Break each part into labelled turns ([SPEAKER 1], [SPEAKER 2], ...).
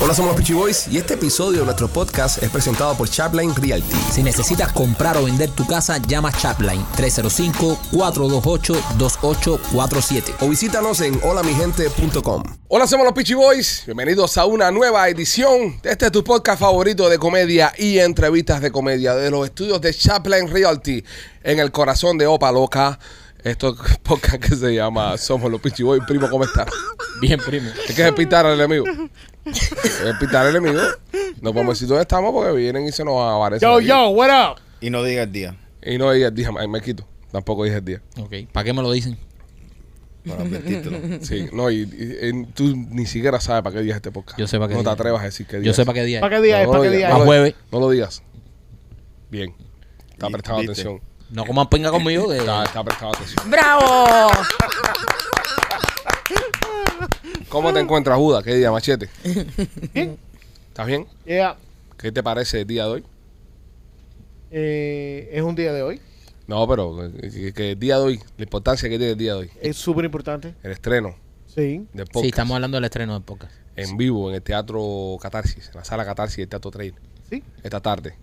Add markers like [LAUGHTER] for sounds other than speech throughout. [SPEAKER 1] Hola, somos los Peachy Boys y este episodio de nuestro podcast es presentado por Chapline Realty.
[SPEAKER 2] Si necesitas comprar o vender tu casa, llama Chapline 305-428-2847.
[SPEAKER 1] O visítanos en holamigente.com.
[SPEAKER 3] Hola, somos los Peachy Boys. Bienvenidos a una nueva edición de este tu podcast favorito de comedia y entrevistas de comedia de los estudios de Chaplin Realty en el corazón de Opa Loca. Esto es un podcast que se llama Somos los Peachy Boys. Primo, ¿cómo estás?
[SPEAKER 4] Bien, primo.
[SPEAKER 3] Es que es pitar al enemigo. Es pitar al enemigo. No podemos decir dónde estamos porque vienen y se nos aparecen.
[SPEAKER 4] Yo,
[SPEAKER 3] aquí.
[SPEAKER 4] yo, what up?
[SPEAKER 5] Y no diga el día.
[SPEAKER 3] Y no dije el día, me quito. Tampoco dije el día.
[SPEAKER 2] Ok, ¿para qué me lo dicen?
[SPEAKER 5] Para
[SPEAKER 3] [LAUGHS]
[SPEAKER 5] advertírtelo.
[SPEAKER 3] Sí, no, y, y- y tú ni siquiera sabes para qué día es este podcast.
[SPEAKER 2] Yo sé para qué
[SPEAKER 3] No te
[SPEAKER 2] día.
[SPEAKER 3] atrevas a decir qué día
[SPEAKER 2] Yo sé
[SPEAKER 3] es.
[SPEAKER 2] para qué día.
[SPEAKER 4] ¿Para qué día es?
[SPEAKER 3] No,
[SPEAKER 4] ¿Para qué
[SPEAKER 3] lo
[SPEAKER 4] día
[SPEAKER 3] digas.
[SPEAKER 4] es?
[SPEAKER 3] No
[SPEAKER 2] Ah,
[SPEAKER 3] lo-
[SPEAKER 2] jueves.
[SPEAKER 3] No lo digas. Bien. Está
[SPEAKER 5] Vi-
[SPEAKER 3] prestado
[SPEAKER 5] viste.
[SPEAKER 3] atención.
[SPEAKER 2] No coman pinga conmigo. que-
[SPEAKER 3] Está, está prestado atención.
[SPEAKER 6] ¡Bravo!
[SPEAKER 3] [LAUGHS] ¿Cómo te encuentras, Judas? ¿Qué día, machete?
[SPEAKER 4] Bien.
[SPEAKER 3] ¿Estás bien?
[SPEAKER 4] Yeah.
[SPEAKER 3] ¿Qué te parece el día de hoy?
[SPEAKER 4] Eh, es un día de hoy.
[SPEAKER 3] No, pero eh, que, que el día de hoy, la importancia que tiene el día de hoy,
[SPEAKER 4] Es súper importante.
[SPEAKER 3] el estreno
[SPEAKER 4] Sí.
[SPEAKER 3] del podcast
[SPEAKER 2] Sí, estamos hablando del estreno del podcast.
[SPEAKER 3] en vivo en el Teatro Catarsis, en la sala Catarsis del Teatro Trail,
[SPEAKER 4] Sí.
[SPEAKER 3] esta tarde.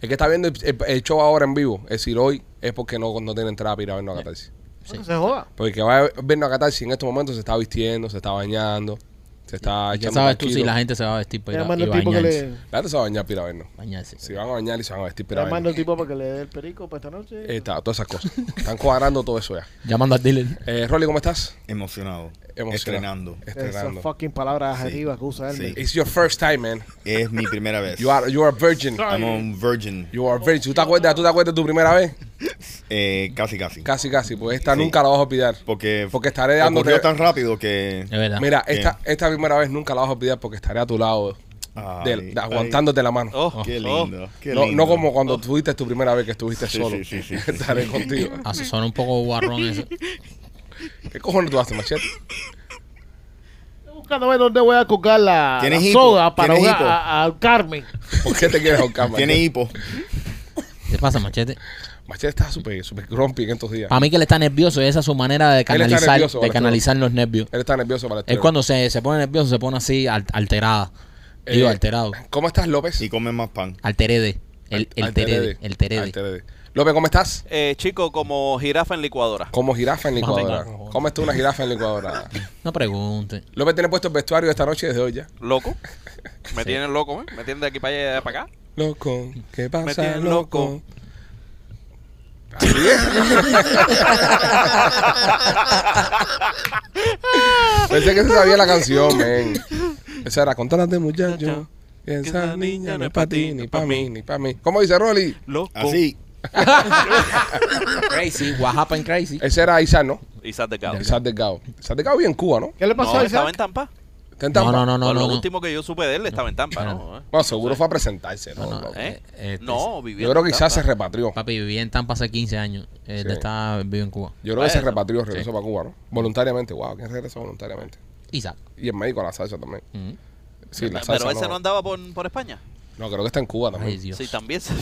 [SPEAKER 3] El que está viendo el, el- el show ahora en vivo, es decir, hoy, es porque no, no tiene entrada para ir a vernos a Catarsis.
[SPEAKER 4] No que se joda.
[SPEAKER 3] Porque el que va a vernos a Catarsis en estos momentos se está vistiendo, se está bañando, se está
[SPEAKER 2] Ya
[SPEAKER 3] echando
[SPEAKER 2] sabes tú si
[SPEAKER 3] tranquilo.
[SPEAKER 2] la gente se va a vestir para ir a,
[SPEAKER 4] Llamando
[SPEAKER 2] y
[SPEAKER 4] al tipo que
[SPEAKER 2] bañarse.
[SPEAKER 4] le.
[SPEAKER 3] La gente se va a bañar para ir a vernos.
[SPEAKER 2] Bañarse.
[SPEAKER 3] Se van a bañar y se van a vestir para
[SPEAKER 4] Llamando
[SPEAKER 3] vernos.
[SPEAKER 4] al tipo para que le dé el perico para esta noche.
[SPEAKER 3] Está, todas esas cosas. Están cuadrando todo eso ya.
[SPEAKER 2] Llamando al dealer.
[SPEAKER 3] Eh, Rolly, ¿cómo estás?
[SPEAKER 5] Emocionado.
[SPEAKER 3] Emocionado.
[SPEAKER 5] Estrenando.
[SPEAKER 4] Esas
[SPEAKER 3] Estrenando.
[SPEAKER 4] fucking palabras adjetivas que usa él.
[SPEAKER 5] Sí.
[SPEAKER 3] It's your first time, man.
[SPEAKER 5] Es mi primera vez.
[SPEAKER 3] You are, you are a virgin.
[SPEAKER 5] I'm a virgin.
[SPEAKER 3] You are a virgin. ¿Tú te acuerdas, tú te acuerdas de tu primera vez?
[SPEAKER 5] Eh, casi, casi.
[SPEAKER 3] Casi, casi. Pues esta
[SPEAKER 5] Sí.
[SPEAKER 3] nunca la vas a olvidar.
[SPEAKER 5] Porque,
[SPEAKER 3] Porque estaré dándote-
[SPEAKER 5] ocurrió tan rápido que...
[SPEAKER 2] Es verdad.
[SPEAKER 3] Mira,
[SPEAKER 5] Bien.
[SPEAKER 3] esta, esta primera vez nunca la vas a olvidar porque estaré a tu lado,
[SPEAKER 5] Ay,
[SPEAKER 3] de- de-
[SPEAKER 5] ay,
[SPEAKER 3] aguantándote la mano.
[SPEAKER 5] Qué lindo. qué
[SPEAKER 3] no,
[SPEAKER 5] lindo. Oh.
[SPEAKER 3] no como cuando tuviste tu primera vez que estuviste
[SPEAKER 5] Sí,
[SPEAKER 3] solo.
[SPEAKER 5] sí, sí,
[SPEAKER 3] [LAUGHS]
[SPEAKER 5] sí, sí.
[SPEAKER 3] estaré contigo.
[SPEAKER 2] Ah, se suena un poco guarrón eso.
[SPEAKER 3] ¿Qué cojones tú haces, machete?
[SPEAKER 4] Estoy buscando ver dónde voy a colgar la, la
[SPEAKER 5] ¿Tienes hipo?
[SPEAKER 4] soga para
[SPEAKER 5] ¿Tienes
[SPEAKER 4] ahogar
[SPEAKER 5] hipo?
[SPEAKER 4] a, a Carmen.
[SPEAKER 3] ¿Por qué te quieres ahorcar,
[SPEAKER 5] [LAUGHS] Tiene
[SPEAKER 3] machete?
[SPEAKER 5] hipo.
[SPEAKER 2] ¿Qué pasa, machete?
[SPEAKER 3] Machete está súper súper grumpy en estos días.
[SPEAKER 2] Para mí que él está nervioso y esa es su manera de canalizar,
[SPEAKER 3] nervioso,
[SPEAKER 2] de
[SPEAKER 3] Valentín.
[SPEAKER 2] canalizar los nervios.
[SPEAKER 3] Él está nervioso para
[SPEAKER 2] Él
[SPEAKER 3] esto.
[SPEAKER 2] cuando se, se pone nervioso se pone así al- alterada.
[SPEAKER 3] Eh,
[SPEAKER 2] Digo, alterado.
[SPEAKER 3] ¿Cómo estás, López?
[SPEAKER 5] Y come más pan.
[SPEAKER 2] Alterede. El, el terede. El terede.
[SPEAKER 3] Alterede. López, ¿cómo estás?
[SPEAKER 7] Eh, chico, como jirafa en licuadora.
[SPEAKER 3] Como jirafa en
[SPEAKER 2] Vamos a
[SPEAKER 3] licuadora.
[SPEAKER 2] pegar, por favor.
[SPEAKER 3] ¿Cómo tú una jirafa en licuadora?
[SPEAKER 2] [LAUGHS] No pregunte.
[SPEAKER 3] López tiene puesto el vestuario de esta noche desde hoy ya. [LAUGHS]
[SPEAKER 7] Loco. Me tienen loco, ¿eh? Me tienen de aquí para allá y de allá para acá.
[SPEAKER 3] Loco, ¿qué pasa,
[SPEAKER 7] Me tienen loco?
[SPEAKER 3] Así [LAUGHS] es. Pensé que se sabía la canción, men. Esa era, controlate muchacho. que Esa niña no es para ti, ni para mí, ni para mí. ¿Cómo dice Rolly?
[SPEAKER 7] Loco.
[SPEAKER 5] Así.
[SPEAKER 2] Crazy. What happened crazy?
[SPEAKER 3] Ese era Isaac, ¿no?
[SPEAKER 7] Isaac Delgado.
[SPEAKER 3] Isaac Delgado. Isaac Delgado vive en Cuba, ¿no?
[SPEAKER 4] ¿Qué le pasó
[SPEAKER 7] No,
[SPEAKER 4] a
[SPEAKER 7] estaba en
[SPEAKER 4] Isaac?
[SPEAKER 7] Tampa.
[SPEAKER 3] Está en
[SPEAKER 2] No,
[SPEAKER 3] Tampa.
[SPEAKER 2] no, no, no.
[SPEAKER 7] Bueno,
[SPEAKER 2] no,
[SPEAKER 7] lo
[SPEAKER 2] no.
[SPEAKER 7] último que yo supe de él estaba en Tampa, ¿no? ¿Eh?
[SPEAKER 3] Bueno, seguro fue a presentarse, ¿no?
[SPEAKER 2] No, no,
[SPEAKER 3] No.
[SPEAKER 2] eh, eh,
[SPEAKER 7] No, vivía
[SPEAKER 3] este, Yo creo que
[SPEAKER 7] en
[SPEAKER 3] Isaac se
[SPEAKER 7] Tampa.
[SPEAKER 3] repatrió.
[SPEAKER 2] Papi, viví en Tampa hace 15 años. Él
[SPEAKER 3] Sí.
[SPEAKER 2] está vivo en Cuba.
[SPEAKER 3] Yo creo que se
[SPEAKER 7] Bueno,
[SPEAKER 3] repatrió, regresó para Cuba, ¿no? Voluntariamente, wow, ¿quién regresó voluntariamente?
[SPEAKER 2] Isaac.
[SPEAKER 3] Y en México la salsa también.
[SPEAKER 2] Mm.
[SPEAKER 3] Sí, la salsa.
[SPEAKER 7] Pero ese no
[SPEAKER 3] no,
[SPEAKER 7] andaba por, por España.
[SPEAKER 3] no, creo que está en Cuba
[SPEAKER 2] Ay,
[SPEAKER 3] también.
[SPEAKER 2] Dios.
[SPEAKER 7] Sí,
[SPEAKER 3] [LAUGHS]
[SPEAKER 7] también. se-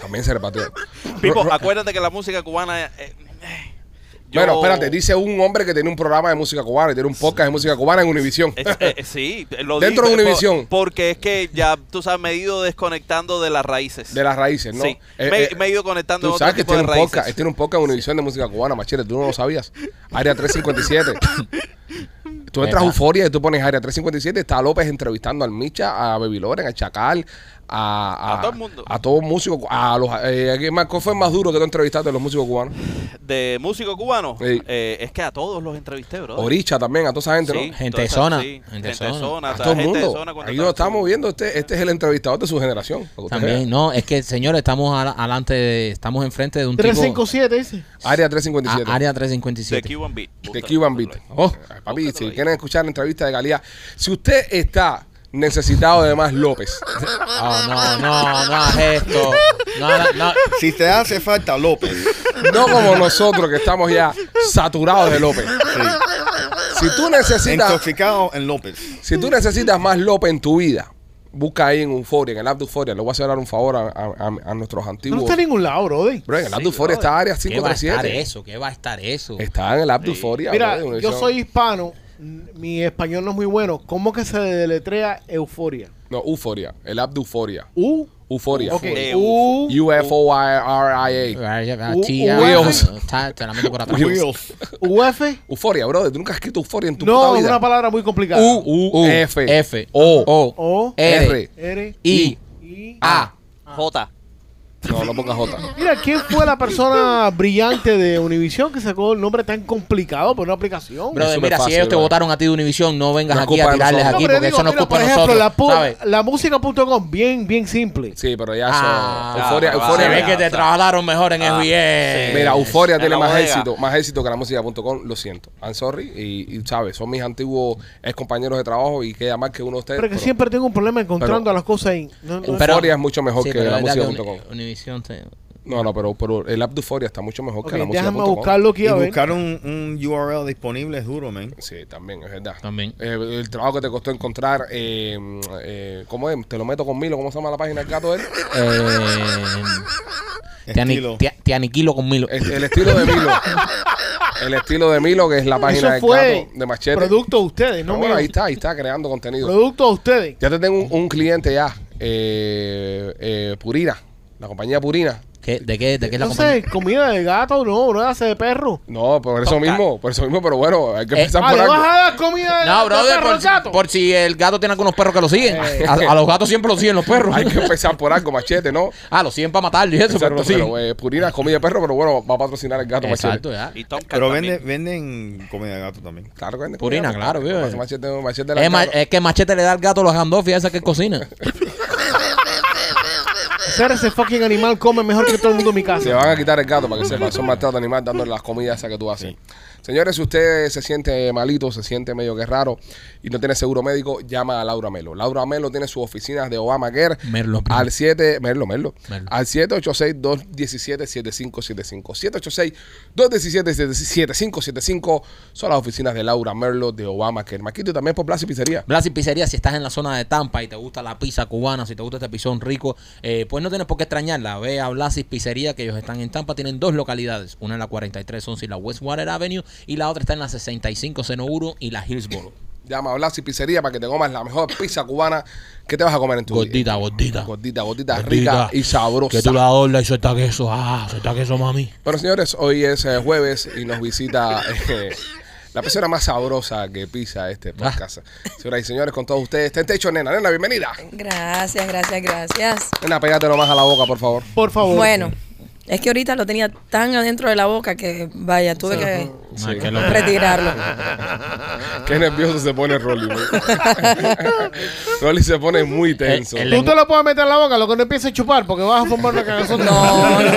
[SPEAKER 3] También se repatrió.
[SPEAKER 7] Pipo,
[SPEAKER 3] Ro- ro-
[SPEAKER 7] acuérdate que la música cubana. eh, eh, eh, yo-
[SPEAKER 3] Bueno, espérate, dice un hombre que tiene un programa de música cubana y tiene un podcast de música cubana en Univisión.
[SPEAKER 7] Es- eh, eh, sí,
[SPEAKER 3] Dentro
[SPEAKER 7] lo digo,
[SPEAKER 3] de
[SPEAKER 7] eh, por-
[SPEAKER 3] Univisión.
[SPEAKER 7] Porque es que ya, tú sabes, me he ido desconectando de las raíces.
[SPEAKER 3] De las raíces, ¿no?
[SPEAKER 7] Sí,
[SPEAKER 3] Eh,
[SPEAKER 7] me,
[SPEAKER 3] eh,
[SPEAKER 7] me he ido conectando
[SPEAKER 3] Tú
[SPEAKER 7] de
[SPEAKER 3] sabes
[SPEAKER 7] otro
[SPEAKER 3] que
[SPEAKER 7] tipo de
[SPEAKER 3] tiene un,
[SPEAKER 7] raíces.
[SPEAKER 3] podcast, él tiene un podcast en Univisión de música cubana, machete, tú no lo sabías. Área 357.
[SPEAKER 7] [COUGHS]
[SPEAKER 3] Tú entras a Euforia y tú pones Área 357, está López entrevistando al Micha, a Baby Loren, a Chacal, a,
[SPEAKER 7] A todo el mundo.
[SPEAKER 3] A todos los músicos, a los... eh, ¿quién más? ¿Cuál fue el más duro que tú entrevistaste de los músicos cubanos?
[SPEAKER 7] de músico cubano,
[SPEAKER 3] Sí.
[SPEAKER 7] eh, es que a todos los entrevisté, bro.
[SPEAKER 3] Oricha también, a toda esa gente,
[SPEAKER 7] Sí,
[SPEAKER 3] ¿no?
[SPEAKER 2] Gente
[SPEAKER 7] toda
[SPEAKER 2] de
[SPEAKER 7] esa-
[SPEAKER 2] zona,
[SPEAKER 7] sí,
[SPEAKER 2] gente de
[SPEAKER 7] gente de
[SPEAKER 2] zona.
[SPEAKER 7] zona,
[SPEAKER 3] A
[SPEAKER 7] o sea,
[SPEAKER 3] todo el
[SPEAKER 7] gente de
[SPEAKER 3] mundo.
[SPEAKER 7] zona. cuando
[SPEAKER 3] Ahí nos
[SPEAKER 7] estaba-
[SPEAKER 3] estamos viendo, este, este es el entrevistador de su generación. para que usted
[SPEAKER 2] También,
[SPEAKER 3] vea.
[SPEAKER 2] no, es que señores, estamos al- adelante, de- estamos enfrente de un tipo.
[SPEAKER 4] 357 dice.
[SPEAKER 3] Área
[SPEAKER 2] a-
[SPEAKER 3] 357.
[SPEAKER 2] Ah, área
[SPEAKER 7] De
[SPEAKER 2] 357.
[SPEAKER 7] Cuban Beat.
[SPEAKER 3] de
[SPEAKER 7] Búscalo,
[SPEAKER 3] Cuban Beat.
[SPEAKER 7] búscalo ahí.
[SPEAKER 3] Oh, papi, si
[SPEAKER 7] Búscalo ahí.
[SPEAKER 3] quieren escuchar la entrevista de calidad, si usted está necesitado de más López, [LAUGHS]
[SPEAKER 2] Oh, no, no, no hagas esto. No, hagas- no.
[SPEAKER 5] Si te hace falta,
[SPEAKER 3] [LAUGHS]
[SPEAKER 5] López.
[SPEAKER 3] no como nosotros que estamos ya saturados de López.
[SPEAKER 5] Sí.
[SPEAKER 3] Si tú necesitas,
[SPEAKER 5] Intoxicado en López.
[SPEAKER 3] si tú necesitas más López en tu vida, busca ahí en Euforia, en el app de Euforia. Le voy a hacer dar un favor a, a- a- a nuestros
[SPEAKER 4] No
[SPEAKER 3] antiguos.
[SPEAKER 4] está en ningún lado, brother.
[SPEAKER 3] Bro, en el app de
[SPEAKER 7] Sí,
[SPEAKER 3] Euforia
[SPEAKER 7] brother.
[SPEAKER 3] está área
[SPEAKER 2] ¿Qué va a estar
[SPEAKER 3] 537.
[SPEAKER 2] eso? ¿Qué va a estar eso?
[SPEAKER 3] Está en el app de Euforia.
[SPEAKER 4] Mira,
[SPEAKER 3] brother,
[SPEAKER 4] yo
[SPEAKER 3] eso-
[SPEAKER 4] soy hispano mi español no es muy bueno. ¿Cómo que se deletrea euforia?
[SPEAKER 3] No, euforia. El app de euforia.
[SPEAKER 4] U.
[SPEAKER 3] Euforia.
[SPEAKER 4] Ok.
[SPEAKER 7] Euforia.
[SPEAKER 4] U.
[SPEAKER 3] U-F-O-I-R-I-A.
[SPEAKER 2] Tía,
[SPEAKER 3] Wheels.
[SPEAKER 2] ta- te la meto por atrás.
[SPEAKER 5] Wheels.
[SPEAKER 4] UF.
[SPEAKER 3] Euforia, brother. Tú nunca has escrito euforia en tu
[SPEAKER 4] No,
[SPEAKER 3] puta
[SPEAKER 4] es
[SPEAKER 3] vida.
[SPEAKER 4] una palabra muy complicada.
[SPEAKER 3] U,
[SPEAKER 2] U,
[SPEAKER 3] F,
[SPEAKER 2] F, O,
[SPEAKER 4] O.
[SPEAKER 2] R,
[SPEAKER 4] R.
[SPEAKER 2] I,
[SPEAKER 4] I.
[SPEAKER 2] A.
[SPEAKER 7] J.
[SPEAKER 3] No, no pongas J.
[SPEAKER 4] Mira, ¿quién fue la persona brillante de Univision que sacó el nombre tan complicado por una aplicación?
[SPEAKER 3] Bro,
[SPEAKER 4] No,
[SPEAKER 3] es
[SPEAKER 2] Brother,
[SPEAKER 3] súper
[SPEAKER 2] mira,
[SPEAKER 3] fácil,
[SPEAKER 2] si ellos te
[SPEAKER 3] brother.
[SPEAKER 2] votaron a ti de Univision, no vengas
[SPEAKER 3] No es
[SPEAKER 2] aquí
[SPEAKER 3] culpa
[SPEAKER 2] a
[SPEAKER 3] de
[SPEAKER 2] tirarles
[SPEAKER 3] nosotros.
[SPEAKER 2] aquí
[SPEAKER 4] pero
[SPEAKER 2] porque
[SPEAKER 4] digo,
[SPEAKER 2] eso no es
[SPEAKER 4] mira,
[SPEAKER 2] culpa
[SPEAKER 4] por
[SPEAKER 2] de
[SPEAKER 4] ejemplo,
[SPEAKER 2] nosotros.
[SPEAKER 4] la, pu-
[SPEAKER 2] ¿sabes?
[SPEAKER 4] la música.com, bien, bien simple.
[SPEAKER 3] Sí, pero ya
[SPEAKER 2] Ah,
[SPEAKER 3] eso. Euforia,
[SPEAKER 7] ah,
[SPEAKER 3] euforia.
[SPEAKER 2] Se ve
[SPEAKER 7] mira,
[SPEAKER 2] que te
[SPEAKER 7] o sea,
[SPEAKER 2] trabajaron mejor en
[SPEAKER 7] ah,
[SPEAKER 2] FBS.
[SPEAKER 3] Mira, Euforia
[SPEAKER 7] en
[SPEAKER 3] tiene
[SPEAKER 7] la
[SPEAKER 3] más
[SPEAKER 7] bodega.
[SPEAKER 3] éxito, más éxito que la música.com, lo siento. I'm sorry. Y, y, sabes, son mis antiguos ex compañeros de trabajo y queda más que uno de ustedes.
[SPEAKER 4] Pero que
[SPEAKER 3] pero
[SPEAKER 4] siempre tengo un problema encontrando
[SPEAKER 3] pero-
[SPEAKER 4] las cosas ahí. No, no-
[SPEAKER 3] Pero- Euforia es mucho mejor que
[SPEAKER 2] pero
[SPEAKER 3] la
[SPEAKER 2] es verdad que
[SPEAKER 3] música.com.
[SPEAKER 2] Uni- Univision te-
[SPEAKER 3] No, no, pero, pero el app de Euforia está mucho mejor
[SPEAKER 4] Ok,
[SPEAKER 3] que la
[SPEAKER 4] déjame
[SPEAKER 3] música.com.
[SPEAKER 4] buscarlo aquí
[SPEAKER 5] Y
[SPEAKER 4] a ver.
[SPEAKER 5] buscar un, un URL disponible es duro, man.
[SPEAKER 3] Sí, también, es verdad.
[SPEAKER 2] También.
[SPEAKER 3] Eh, el trabajo que te costó encontrar, eh, eh, ¿cómo es? Te lo meto con Milo, ¿cómo se llama la página del gato? Él?
[SPEAKER 2] Eh, te, ani-
[SPEAKER 5] Estilo.
[SPEAKER 2] te- te aniquilo con Milo.
[SPEAKER 3] El, el estilo de Milo. El estilo de Milo, que es la página
[SPEAKER 4] Eso
[SPEAKER 3] del
[SPEAKER 4] fue
[SPEAKER 3] gato de Machete.
[SPEAKER 4] producto de ustedes,
[SPEAKER 3] Pero
[SPEAKER 4] no
[SPEAKER 3] bueno,
[SPEAKER 4] mío.
[SPEAKER 3] ahí está, ahí está creando contenido.
[SPEAKER 4] Producto de ustedes.
[SPEAKER 3] Ya te tengo un, un cliente ya, eh, eh, Purina, la compañía Purina.
[SPEAKER 2] ¿Qué- ¿De qué, de qué es la
[SPEAKER 4] No
[SPEAKER 2] compañía?
[SPEAKER 4] sé, comida de gato, no, no hace de perro.
[SPEAKER 3] No, por eso
[SPEAKER 7] Toca.
[SPEAKER 3] mismo, por eso mismo, pero bueno, hay que
[SPEAKER 2] Eh,
[SPEAKER 3] empezar
[SPEAKER 4] Ah,
[SPEAKER 3] por
[SPEAKER 4] ¿le
[SPEAKER 3] algo.
[SPEAKER 4] vas a dar comida de,
[SPEAKER 2] No,
[SPEAKER 4] de
[SPEAKER 2] brother,
[SPEAKER 4] perro al
[SPEAKER 2] por, si-
[SPEAKER 4] gato? Eh.
[SPEAKER 2] por si el gato tiene algunos perros que lo siguen. A, a los gatos siempre lo siguen los perros.
[SPEAKER 3] Hay que empezar por algo, machete, ¿no?
[SPEAKER 2] [LAUGHS] Ah, lo siguen para matarlo y eso,
[SPEAKER 3] Exacto,
[SPEAKER 2] pero lo siguen.
[SPEAKER 3] pero eh, Purina es comida de perro, pero bueno, va a patrocinar el gato
[SPEAKER 2] Exacto,
[SPEAKER 3] machete.
[SPEAKER 2] ya.
[SPEAKER 7] Y Tomcat
[SPEAKER 5] Pero venden,
[SPEAKER 7] también.
[SPEAKER 5] venden comida de gato también.
[SPEAKER 3] Claro que vende
[SPEAKER 2] Purina,
[SPEAKER 3] comida,
[SPEAKER 2] claro,
[SPEAKER 3] porque
[SPEAKER 2] vive.
[SPEAKER 3] pasa Machete, machete la
[SPEAKER 2] Es, eh. ma-
[SPEAKER 3] gato.
[SPEAKER 2] es que Machete le da al gato los handoffies esas que él cocina.
[SPEAKER 4] Ser ese fucking animal come mejor que todo el mundo en mi
[SPEAKER 3] Te
[SPEAKER 4] casa.
[SPEAKER 3] van a quitar el gato para que sepa, son maltrato animal dándole las comidas esas que tú haces. Señores, si usted se siente malito, se siente medio que raro y no tiene seguro médico, llama a Laura Melo. Laura Melo tiene sus oficinas de Obamacare
[SPEAKER 2] Merlo, primo.
[SPEAKER 3] al 7 Merlo, Merlo,
[SPEAKER 2] Merlo.
[SPEAKER 3] al 786 217 7575. 786 217 7575 son las oficinas de Laura Merlo de Obamacare. Maquito y también por Plaza y Pizzería.
[SPEAKER 2] Blas y Pizzería, si estás en la zona de Tampa y te gusta la pizza cubana, si te gusta este pisón rico, eh, pues no tienes por qué extrañarla. Ve a Blas y Pizzería, que ellos están en Tampa, tienen dos localidades, una en la 4311 y la Westwater Avenue, y la otra está en la 6501 y la
[SPEAKER 4] [LAUGHS]
[SPEAKER 2] Hillsboro.
[SPEAKER 3] Llama a Blas y Pizzería para que te comas la mejor pizza cubana que te vas a comer en tu vida.
[SPEAKER 2] Gordita, gordita.
[SPEAKER 3] Gordita, gordita, rica y sabrosa.
[SPEAKER 2] Que tú la doblas y suelta queso. Ah, suelta queso, mami.
[SPEAKER 3] Bueno, señores, hoy es eh, jueves y nos visita eh, la persona más sabrosa que pisa
[SPEAKER 2] Ah.
[SPEAKER 3] este podcast. Señoras y señores, con todos ustedes, está en techo, nena. Nena, bienvenida.
[SPEAKER 6] Gracias, gracias, gracias.
[SPEAKER 3] Nena, pégate nomás a la boca, por favor.
[SPEAKER 4] Por favor.
[SPEAKER 6] Bueno, es que ahorita lo tenía tan adentro de la boca que, vaya, tuve que retirarlo.
[SPEAKER 3] Qué nervioso se pone Rolly. güey. [LAUGHS] Rolly se pone muy tenso.
[SPEAKER 2] El-
[SPEAKER 4] Tú te lo puedes meter en la boca, lo que no empieces a chupar, porque vas a formar una
[SPEAKER 6] [LAUGHS]
[SPEAKER 4] cagazón.
[SPEAKER 6] No, no,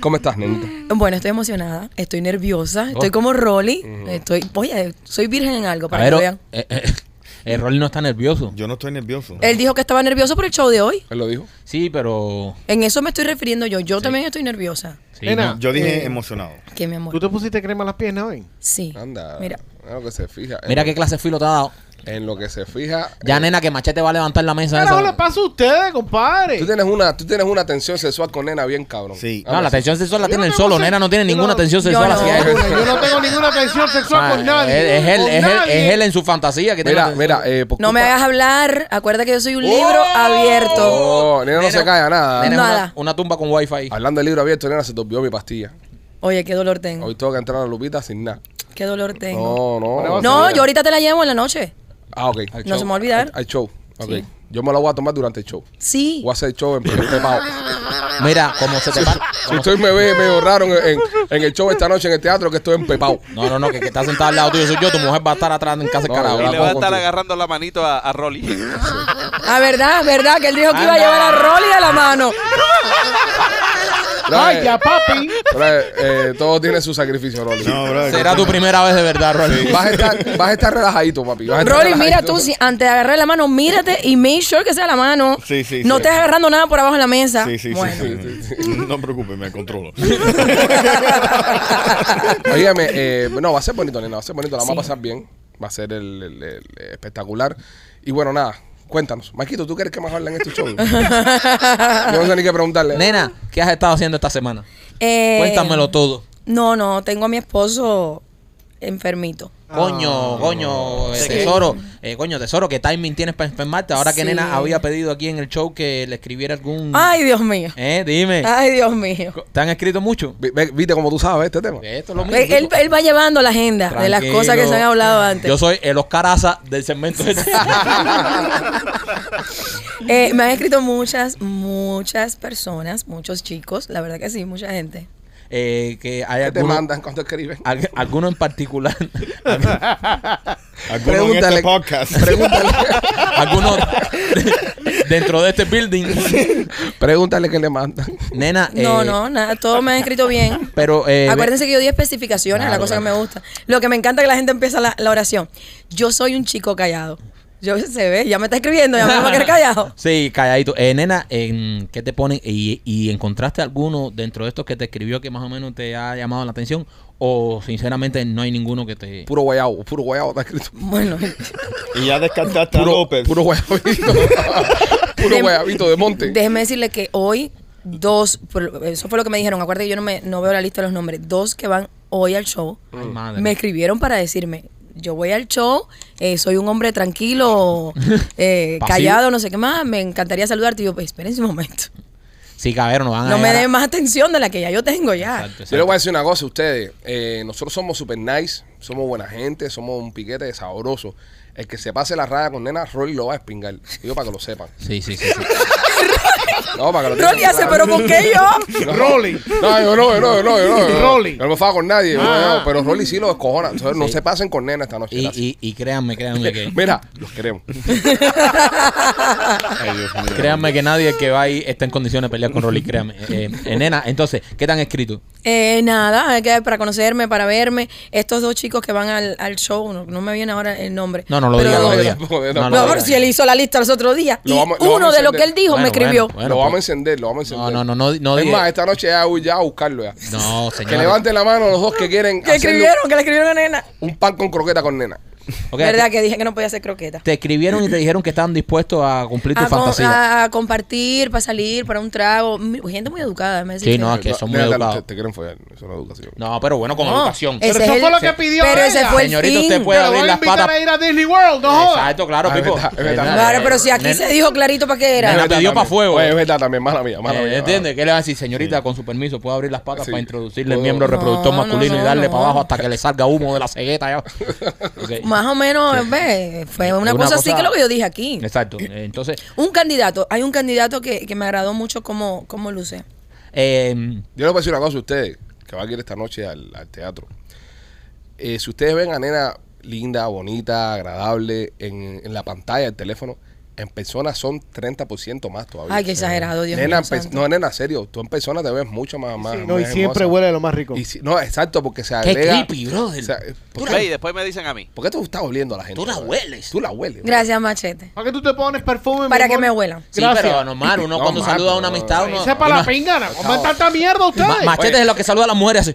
[SPEAKER 3] ¿Cómo estás, nenita?
[SPEAKER 6] no. Bueno, estoy emocionada, estoy nerviosa, estoy como Rolly. Estoy, oye, soy virgen en algo,
[SPEAKER 2] A
[SPEAKER 6] para
[SPEAKER 2] ver,
[SPEAKER 6] que
[SPEAKER 2] eh,
[SPEAKER 6] vean.
[SPEAKER 2] eh, [LAUGHS] el Rolly no está nervioso.
[SPEAKER 5] Yo no estoy nervioso.
[SPEAKER 6] Él dijo que estaba nervioso por el show de hoy.
[SPEAKER 3] Él lo dijo.
[SPEAKER 2] Sí, pero...
[SPEAKER 6] En eso me estoy refiriendo yo. Yo también estoy nerviosa.
[SPEAKER 2] sí,
[SPEAKER 4] Nena.
[SPEAKER 2] no.
[SPEAKER 5] Yo
[SPEAKER 3] Eh.
[SPEAKER 5] dije emocionado.
[SPEAKER 6] ¿Qué, mi
[SPEAKER 4] [LAUGHS] ¿Tú
[SPEAKER 6] amor?
[SPEAKER 4] te pusiste crema en las piernas hoy?
[SPEAKER 6] Sí.
[SPEAKER 3] Anda.
[SPEAKER 6] Mira.
[SPEAKER 3] en lo que se fija. En
[SPEAKER 2] Mira
[SPEAKER 3] lo-
[SPEAKER 2] qué clase de filo te ha dado.
[SPEAKER 3] En lo que se fija.
[SPEAKER 4] Eh.
[SPEAKER 2] Ya, nena, que Machete va a levantar la mesa.
[SPEAKER 4] Carajo,
[SPEAKER 2] esa.
[SPEAKER 4] le pasa a ustedes, compadre.
[SPEAKER 3] Tú tienes, una, tú tienes una tensión sexual con nena bien cabrón.
[SPEAKER 5] Sí.
[SPEAKER 2] No, la tensión sexual la
[SPEAKER 4] Yo no
[SPEAKER 2] tiene él
[SPEAKER 4] tengo
[SPEAKER 2] solo.
[SPEAKER 4] sen-
[SPEAKER 2] Nena no tiene
[SPEAKER 4] yo
[SPEAKER 2] ninguna
[SPEAKER 4] no-
[SPEAKER 2] tensión
[SPEAKER 6] yo
[SPEAKER 2] sexual
[SPEAKER 6] no.
[SPEAKER 2] hacia él.
[SPEAKER 4] Ninguna, Yo no tengo ninguna tensión sexual
[SPEAKER 2] Ah,
[SPEAKER 4] con nadie.
[SPEAKER 2] es, es él,
[SPEAKER 4] con
[SPEAKER 2] es, él,
[SPEAKER 4] nadie.
[SPEAKER 2] es él en su fantasía que tiene
[SPEAKER 3] Mira,
[SPEAKER 2] la tensión.
[SPEAKER 3] mira, eh, por
[SPEAKER 6] No me
[SPEAKER 3] culpa-
[SPEAKER 6] hagas hablar. Acuérdate que yo soy un libro
[SPEAKER 2] ¡Oh!
[SPEAKER 6] abierto.
[SPEAKER 3] Oh, nena no se calla nada.
[SPEAKER 2] Nena,
[SPEAKER 6] Nada.
[SPEAKER 2] Una, una tumba con wifi.
[SPEAKER 3] Hablando del libro abierto, nena, se te olvidó mi pastilla.
[SPEAKER 6] Oye, qué dolor tengo.
[SPEAKER 3] Hoy tengo que entrar a la Lupita sin nada.
[SPEAKER 6] Qué dolor Mm. tengo.
[SPEAKER 3] No, no.
[SPEAKER 6] No, yo ahorita te la llevo en la noche.
[SPEAKER 3] Ah, ok.
[SPEAKER 6] No se me va a olvidar.
[SPEAKER 3] Hay show. Ok. Yo me la voy a tomar durante el show.
[SPEAKER 6] Sí.
[SPEAKER 3] Voy a hacer el show en en prepado.
[SPEAKER 2] Mira, como se te para.
[SPEAKER 3] Si usted me ve medio raro en, en- en el show esta noche en el teatro, que estoy en pepao.
[SPEAKER 2] No, no, no, que, que está sentada al lado tuyo soy yo. Tu mujer va a estar atrás en casa del
[SPEAKER 3] No,
[SPEAKER 2] carajo.
[SPEAKER 3] yo
[SPEAKER 7] Y
[SPEAKER 3] la
[SPEAKER 7] le va a
[SPEAKER 3] pongo
[SPEAKER 7] estar
[SPEAKER 3] contigo.
[SPEAKER 7] agarrando la manito a, a Rolly.
[SPEAKER 6] Ah, verdad, verdad, que él dijo que iba a llevar a Rolly a la mano.
[SPEAKER 3] [LAUGHS]
[SPEAKER 4] Vaya, papi.
[SPEAKER 3] Pero, eh, eh, todo tiene su sacrificio, Rolly.
[SPEAKER 5] No, bro.
[SPEAKER 2] Será tu primera vez de verdad, Rolly.
[SPEAKER 3] Vas a estar, vas a estar relajadito, papi. Vas a estar
[SPEAKER 6] Rolly, mira
[SPEAKER 3] relajadito.
[SPEAKER 6] tú, si antes de agarrar la mano, mírate y make sure que sea la mano.
[SPEAKER 5] Sí, sí,
[SPEAKER 6] No
[SPEAKER 5] sí.
[SPEAKER 6] estés agarrando nada por abajo en la mesa.
[SPEAKER 5] Sí, sí, sí,
[SPEAKER 2] [LAUGHS]
[SPEAKER 6] Bueno.
[SPEAKER 5] sí, No te preocupes, me controlo.
[SPEAKER 3] Óigame, eh, no, va a ser bonito, nena, va a ser bonito, la vamos a
[SPEAKER 6] Sí.
[SPEAKER 3] pasar bien, va a ser el, el- el espectacular. Y bueno, nada, cuéntanos. Maquito, ¿tú quieres que más hablen en este show? Yo no sé ni qué preguntarle.
[SPEAKER 2] Nena, ¿qué has estado haciendo esta semana?
[SPEAKER 6] Eh,
[SPEAKER 2] Cuéntamelo todo.
[SPEAKER 6] No, no, tengo a mi esposo enfermito.
[SPEAKER 2] Coño,
[SPEAKER 4] Ah.
[SPEAKER 2] coño, eh,
[SPEAKER 7] Sí.
[SPEAKER 2] tesoro, eh, coño, tesoro, ¿qué timing tienes para enfermarte? Ahora que
[SPEAKER 6] Sí.
[SPEAKER 2] nena había pedido aquí en el show que le escribiera algún...
[SPEAKER 6] Ay, Ah. Dios mío.
[SPEAKER 2] Eh, dime.
[SPEAKER 6] Ay, Dios mío.
[SPEAKER 2] ¿Te han escrito mucho?
[SPEAKER 3] Vi- ve- ¿Viste cómo tú sabes este tema?
[SPEAKER 2] Esto es lo mismo.
[SPEAKER 6] Ve, Eh, Él, él va llevando la agenda de las
[SPEAKER 2] Tranquilo. Eh,
[SPEAKER 6] cosas que se han hablado antes.
[SPEAKER 2] Yo soy el Oscar Asa del segmento
[SPEAKER 6] [LAUGHS]
[SPEAKER 2] este. [LAUGHS]
[SPEAKER 6] Eh, me han escrito muchas, muchas personas, muchos chicos, la verdad que sí, mucha gente.
[SPEAKER 2] eh, que hay
[SPEAKER 3] ¿Qué te
[SPEAKER 2] alguno,
[SPEAKER 3] mandan cuando escriben?
[SPEAKER 2] al- alguno en particular, [LAUGHS]
[SPEAKER 5] Algunos en este podcast.
[SPEAKER 3] pregúntale, [LAUGHS]
[SPEAKER 2] alguno dentro de este building.
[SPEAKER 6] [LAUGHS]
[SPEAKER 3] pregúntale qué le mandan.
[SPEAKER 2] Nena,
[SPEAKER 6] no,
[SPEAKER 2] eh,
[SPEAKER 6] no, nada, todos me han escrito bien.
[SPEAKER 2] Pero eh,
[SPEAKER 6] Acuérdense que yo di especificaciones, la
[SPEAKER 2] Claro,
[SPEAKER 6] cosa
[SPEAKER 2] claro.
[SPEAKER 6] que me gusta. Lo que me encanta es que la gente empieza la, la oración. Yo soy un chico callado. Yo [LAUGHS] se ve, ya me está escribiendo, ya me va a
[SPEAKER 2] [LAUGHS]
[SPEAKER 6] quedar callado.
[SPEAKER 2] Sí, calladito. Eh, nena, en ¿qué te ponen? ¿Y, y encontraste alguno dentro de estos que te escribió que más o menos te ha llamado la atención? ¿O sinceramente no hay ninguno que te...
[SPEAKER 3] Puro guayabo, puro guayabo está escrito.
[SPEAKER 6] Bueno,
[SPEAKER 5] Y ya descartaste a
[SPEAKER 3] Puro,
[SPEAKER 5] López.
[SPEAKER 3] puro guayabito. [LAUGHS] puro
[SPEAKER 6] Dem-
[SPEAKER 3] guayabito de monte.
[SPEAKER 6] déjeme decirle que hoy dos, por- eso fue lo que me dijeron, acuérdate que yo no, me, no veo la lista de los nombres, dos que van hoy al show.
[SPEAKER 2] Ay, madre.
[SPEAKER 6] Me escribieron para decirme, yo voy al show, eh, soy un hombre tranquilo,
[SPEAKER 2] [LAUGHS]
[SPEAKER 6] eh,
[SPEAKER 2] Pasivo.
[SPEAKER 6] callado, no sé qué más, me encantaría saludarte. Y yo, pues, espérense un momento,
[SPEAKER 2] Sí, cabrón, no van a...
[SPEAKER 6] no me
[SPEAKER 2] llegar a-
[SPEAKER 6] den más atención de la que ya yo tengo ya.
[SPEAKER 2] Exacto,
[SPEAKER 3] Yo les
[SPEAKER 2] exacto.
[SPEAKER 3] voy a decir una cosa a ustedes. Eh, nosotros somos super nice, somos buena gente, somos un piquete de sabroso. El que se pase la raya con nena, Rolly lo va a espingar. Digo para que lo sepan.
[SPEAKER 2] Sí, sí, sí. sí.
[SPEAKER 3] No, para que lo
[SPEAKER 6] Rolly hace, pero ¿por qué yo?
[SPEAKER 3] No.
[SPEAKER 4] Rolly.
[SPEAKER 3] No, yo no, yo no, yo no, yo no. yo no.
[SPEAKER 4] Rolly.
[SPEAKER 3] Yo no me fago con nadie. yo no,
[SPEAKER 4] Ah.
[SPEAKER 3] yo no, pero Rolly sí lo descojona. Entonces no
[SPEAKER 2] Sí.
[SPEAKER 3] se pasen con nena esta noche.
[SPEAKER 2] Y,
[SPEAKER 3] gracias.
[SPEAKER 2] y- y créanme, créanme que...
[SPEAKER 3] Mira, los queremos.
[SPEAKER 5] Ay, Dios mío.
[SPEAKER 2] Créanme que nadie que va ahí está en condiciones de pelear con Rolly, créanme. Eh, eh, nena, entonces, ¿qué te han escrito?
[SPEAKER 6] [LAUGHS] Eh, nada, que para conocerme, para verme, estos dos chicos que van al, al show, no, no me viene ahora el nombre.
[SPEAKER 2] No, no lo
[SPEAKER 6] pero
[SPEAKER 2] digas, no lo
[SPEAKER 6] dos-
[SPEAKER 2] digas.
[SPEAKER 3] No,
[SPEAKER 2] No,
[SPEAKER 6] No,
[SPEAKER 2] lo
[SPEAKER 6] pero
[SPEAKER 2] digas.
[SPEAKER 6] si él hizo la lista los otros días,
[SPEAKER 3] Lo
[SPEAKER 6] y
[SPEAKER 3] vamos- lo
[SPEAKER 6] uno
[SPEAKER 3] vamos a
[SPEAKER 6] de lo que él
[SPEAKER 3] encender.
[SPEAKER 6] dijo
[SPEAKER 2] Bueno,
[SPEAKER 6] me escribió.
[SPEAKER 2] bueno,
[SPEAKER 3] lo
[SPEAKER 2] pues.
[SPEAKER 3] vamos a encender, lo vamos a
[SPEAKER 2] No,
[SPEAKER 3] encender.
[SPEAKER 2] no, no, no, no
[SPEAKER 3] es
[SPEAKER 2] digas-
[SPEAKER 3] más, esta noche ya voy ya a buscarlo ya. [LAUGHS]
[SPEAKER 2] No,
[SPEAKER 3] Que
[SPEAKER 2] señor.
[SPEAKER 3] levanten la mano los dos que quieren
[SPEAKER 6] que
[SPEAKER 3] hacerle
[SPEAKER 6] escribieron, que le escribieron a nena.
[SPEAKER 3] un pan con croqueta con nena.
[SPEAKER 6] ¿Verdad? Que dije que no podía hacer croqueta.
[SPEAKER 2] Te escribieron y te dijeron que estaban dispuestos a cumplir tu
[SPEAKER 6] A, con-
[SPEAKER 2] fantasía.
[SPEAKER 6] a- a compartir, para salir, para un trago. Mi- Gente muy educada, déjame
[SPEAKER 2] Sí,
[SPEAKER 6] decirte.
[SPEAKER 2] no, Ah, que son muy
[SPEAKER 3] Nena,
[SPEAKER 2] educados.
[SPEAKER 3] Te, te quieren follar, eso no es educación.
[SPEAKER 2] No, pero bueno, con
[SPEAKER 6] No, Eh,
[SPEAKER 2] educación.
[SPEAKER 6] ese
[SPEAKER 4] Pero
[SPEAKER 6] es
[SPEAKER 4] eso
[SPEAKER 6] el-
[SPEAKER 4] fue lo que pidió
[SPEAKER 6] Pero
[SPEAKER 4] ella.
[SPEAKER 6] ese fue el
[SPEAKER 2] Señorita,
[SPEAKER 6] fin.
[SPEAKER 2] usted puede
[SPEAKER 4] Pero
[SPEAKER 2] abrir
[SPEAKER 4] voy a
[SPEAKER 2] las
[SPEAKER 4] invitar
[SPEAKER 2] patas.
[SPEAKER 4] a ir a Disney World, no jodas.
[SPEAKER 2] Exacto, claro,
[SPEAKER 3] Ah, es
[SPEAKER 2] Pipo.
[SPEAKER 3] verdad, es verdad.
[SPEAKER 6] Claro, pero si aquí
[SPEAKER 2] Nena, eh,
[SPEAKER 6] se dijo clarito para qué
[SPEAKER 2] Nena,
[SPEAKER 6] era.
[SPEAKER 2] te dio
[SPEAKER 3] también.
[SPEAKER 2] pa' fuego.
[SPEAKER 3] Oye, es verdad también, mala mía, mala
[SPEAKER 2] eh,
[SPEAKER 3] mía.
[SPEAKER 2] ¿Entiendes? ¿Qué le va a decir, señorita, con su permiso, puedo abrir las patas
[SPEAKER 3] Sí.
[SPEAKER 2] para introducirle el
[SPEAKER 3] Puedo.
[SPEAKER 2] miembro reproductor
[SPEAKER 6] No,
[SPEAKER 2] masculino
[SPEAKER 6] no,
[SPEAKER 2] y
[SPEAKER 6] no,
[SPEAKER 2] darle
[SPEAKER 6] no.
[SPEAKER 2] para abajo hasta que le salga humo de la cegueta? ya? Ok.
[SPEAKER 6] Más o menos, ve, fue pues, una,
[SPEAKER 2] Una
[SPEAKER 6] cosa, así
[SPEAKER 2] cosa-
[SPEAKER 6] que lo que yo dije aquí. [LAUGHS]
[SPEAKER 2] Exacto. Eh, Entonces,
[SPEAKER 6] Un candidato, hay un candidato que, que me agradó mucho cómo, cómo luce.
[SPEAKER 2] eh,
[SPEAKER 3] Yo les voy a decir una cosa a ustedes, que van a ir esta noche al, al teatro. Eh, si ustedes ven a nena linda, bonita, agradable, en, en la pantalla del teléfono, en persona son 30% más todavía.
[SPEAKER 6] Ay, qué exagerado, Dios
[SPEAKER 3] nena,
[SPEAKER 6] mío.
[SPEAKER 3] en pers-
[SPEAKER 6] santo.
[SPEAKER 3] no, nena, serio, tú en persona te ves mucho más, más,
[SPEAKER 4] No, y
[SPEAKER 3] más
[SPEAKER 4] siempre
[SPEAKER 3] hermosa.
[SPEAKER 4] huele de lo más rico.
[SPEAKER 3] Y si- no, exacto, porque se
[SPEAKER 2] qué
[SPEAKER 3] agrega...
[SPEAKER 2] creepy, brother.
[SPEAKER 3] o sea, eh, ¿por,
[SPEAKER 7] Ve, y
[SPEAKER 3] qué,
[SPEAKER 7] después me dicen a mí. [LAUGHS]
[SPEAKER 3] por qué tú estás oliendo a la gente?
[SPEAKER 2] Tú la
[SPEAKER 3] brother?
[SPEAKER 2] hueles.
[SPEAKER 3] Tú la hueles. brother.
[SPEAKER 6] Gracias, Machete.
[SPEAKER 4] ¿Para qué tú te pones perfume? mi
[SPEAKER 6] Para que
[SPEAKER 4] amor?
[SPEAKER 6] me huelan.
[SPEAKER 2] Sí,
[SPEAKER 4] Gracias.
[SPEAKER 2] pero normal, uno
[SPEAKER 3] No,
[SPEAKER 2] cuando
[SPEAKER 3] Marco,
[SPEAKER 2] saluda a una
[SPEAKER 3] no,
[SPEAKER 2] amistad,
[SPEAKER 3] no,
[SPEAKER 2] uno.
[SPEAKER 4] Esa es para
[SPEAKER 2] ima-
[SPEAKER 4] la pingana. ¿Cómo
[SPEAKER 3] Chao.
[SPEAKER 4] tanta mierda
[SPEAKER 2] Ma-
[SPEAKER 4] ustedes?
[SPEAKER 2] machete es lo que saluda a las
[SPEAKER 4] [LAUGHS]
[SPEAKER 2] mujeres así.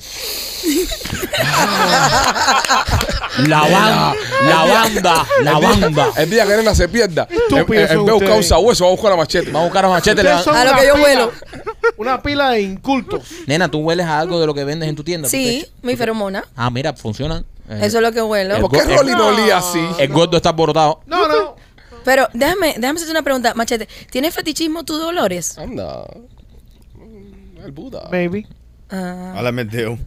[SPEAKER 2] La banda, la banda, la banda.
[SPEAKER 3] El día que nena se pierda, en,
[SPEAKER 4] Estúpidos
[SPEAKER 3] en- en
[SPEAKER 4] son
[SPEAKER 3] vez de buscar un
[SPEAKER 4] ustedes.
[SPEAKER 3] sabueso, va a buscar a machete.
[SPEAKER 2] Va a buscar a machete. le
[SPEAKER 4] Ustedes
[SPEAKER 2] va-
[SPEAKER 4] son
[SPEAKER 6] A lo
[SPEAKER 4] una
[SPEAKER 6] que yo
[SPEAKER 4] pila-
[SPEAKER 6] huelo.
[SPEAKER 4] Una pila de incultos.
[SPEAKER 2] Nena, ¿tú hueles a algo de lo que vendes en tu tienda?
[SPEAKER 6] Sí,
[SPEAKER 2] Porque-
[SPEAKER 6] mi feromona.
[SPEAKER 2] Ah, mira, funcionan. Eh,
[SPEAKER 6] Eso es lo que huelo.
[SPEAKER 3] ¿Por qué
[SPEAKER 2] El go-
[SPEAKER 3] Rolly no
[SPEAKER 4] el-
[SPEAKER 3] olía así?
[SPEAKER 2] El gordo está borotado.
[SPEAKER 4] No, no.
[SPEAKER 6] Pero déjame, déjame hacerte una pregunta, Machete. ¿Tienes fetichismo tú, Dolores?
[SPEAKER 3] Anda. El Buda.
[SPEAKER 4] Baby.
[SPEAKER 6] Ah.
[SPEAKER 5] A la meteo.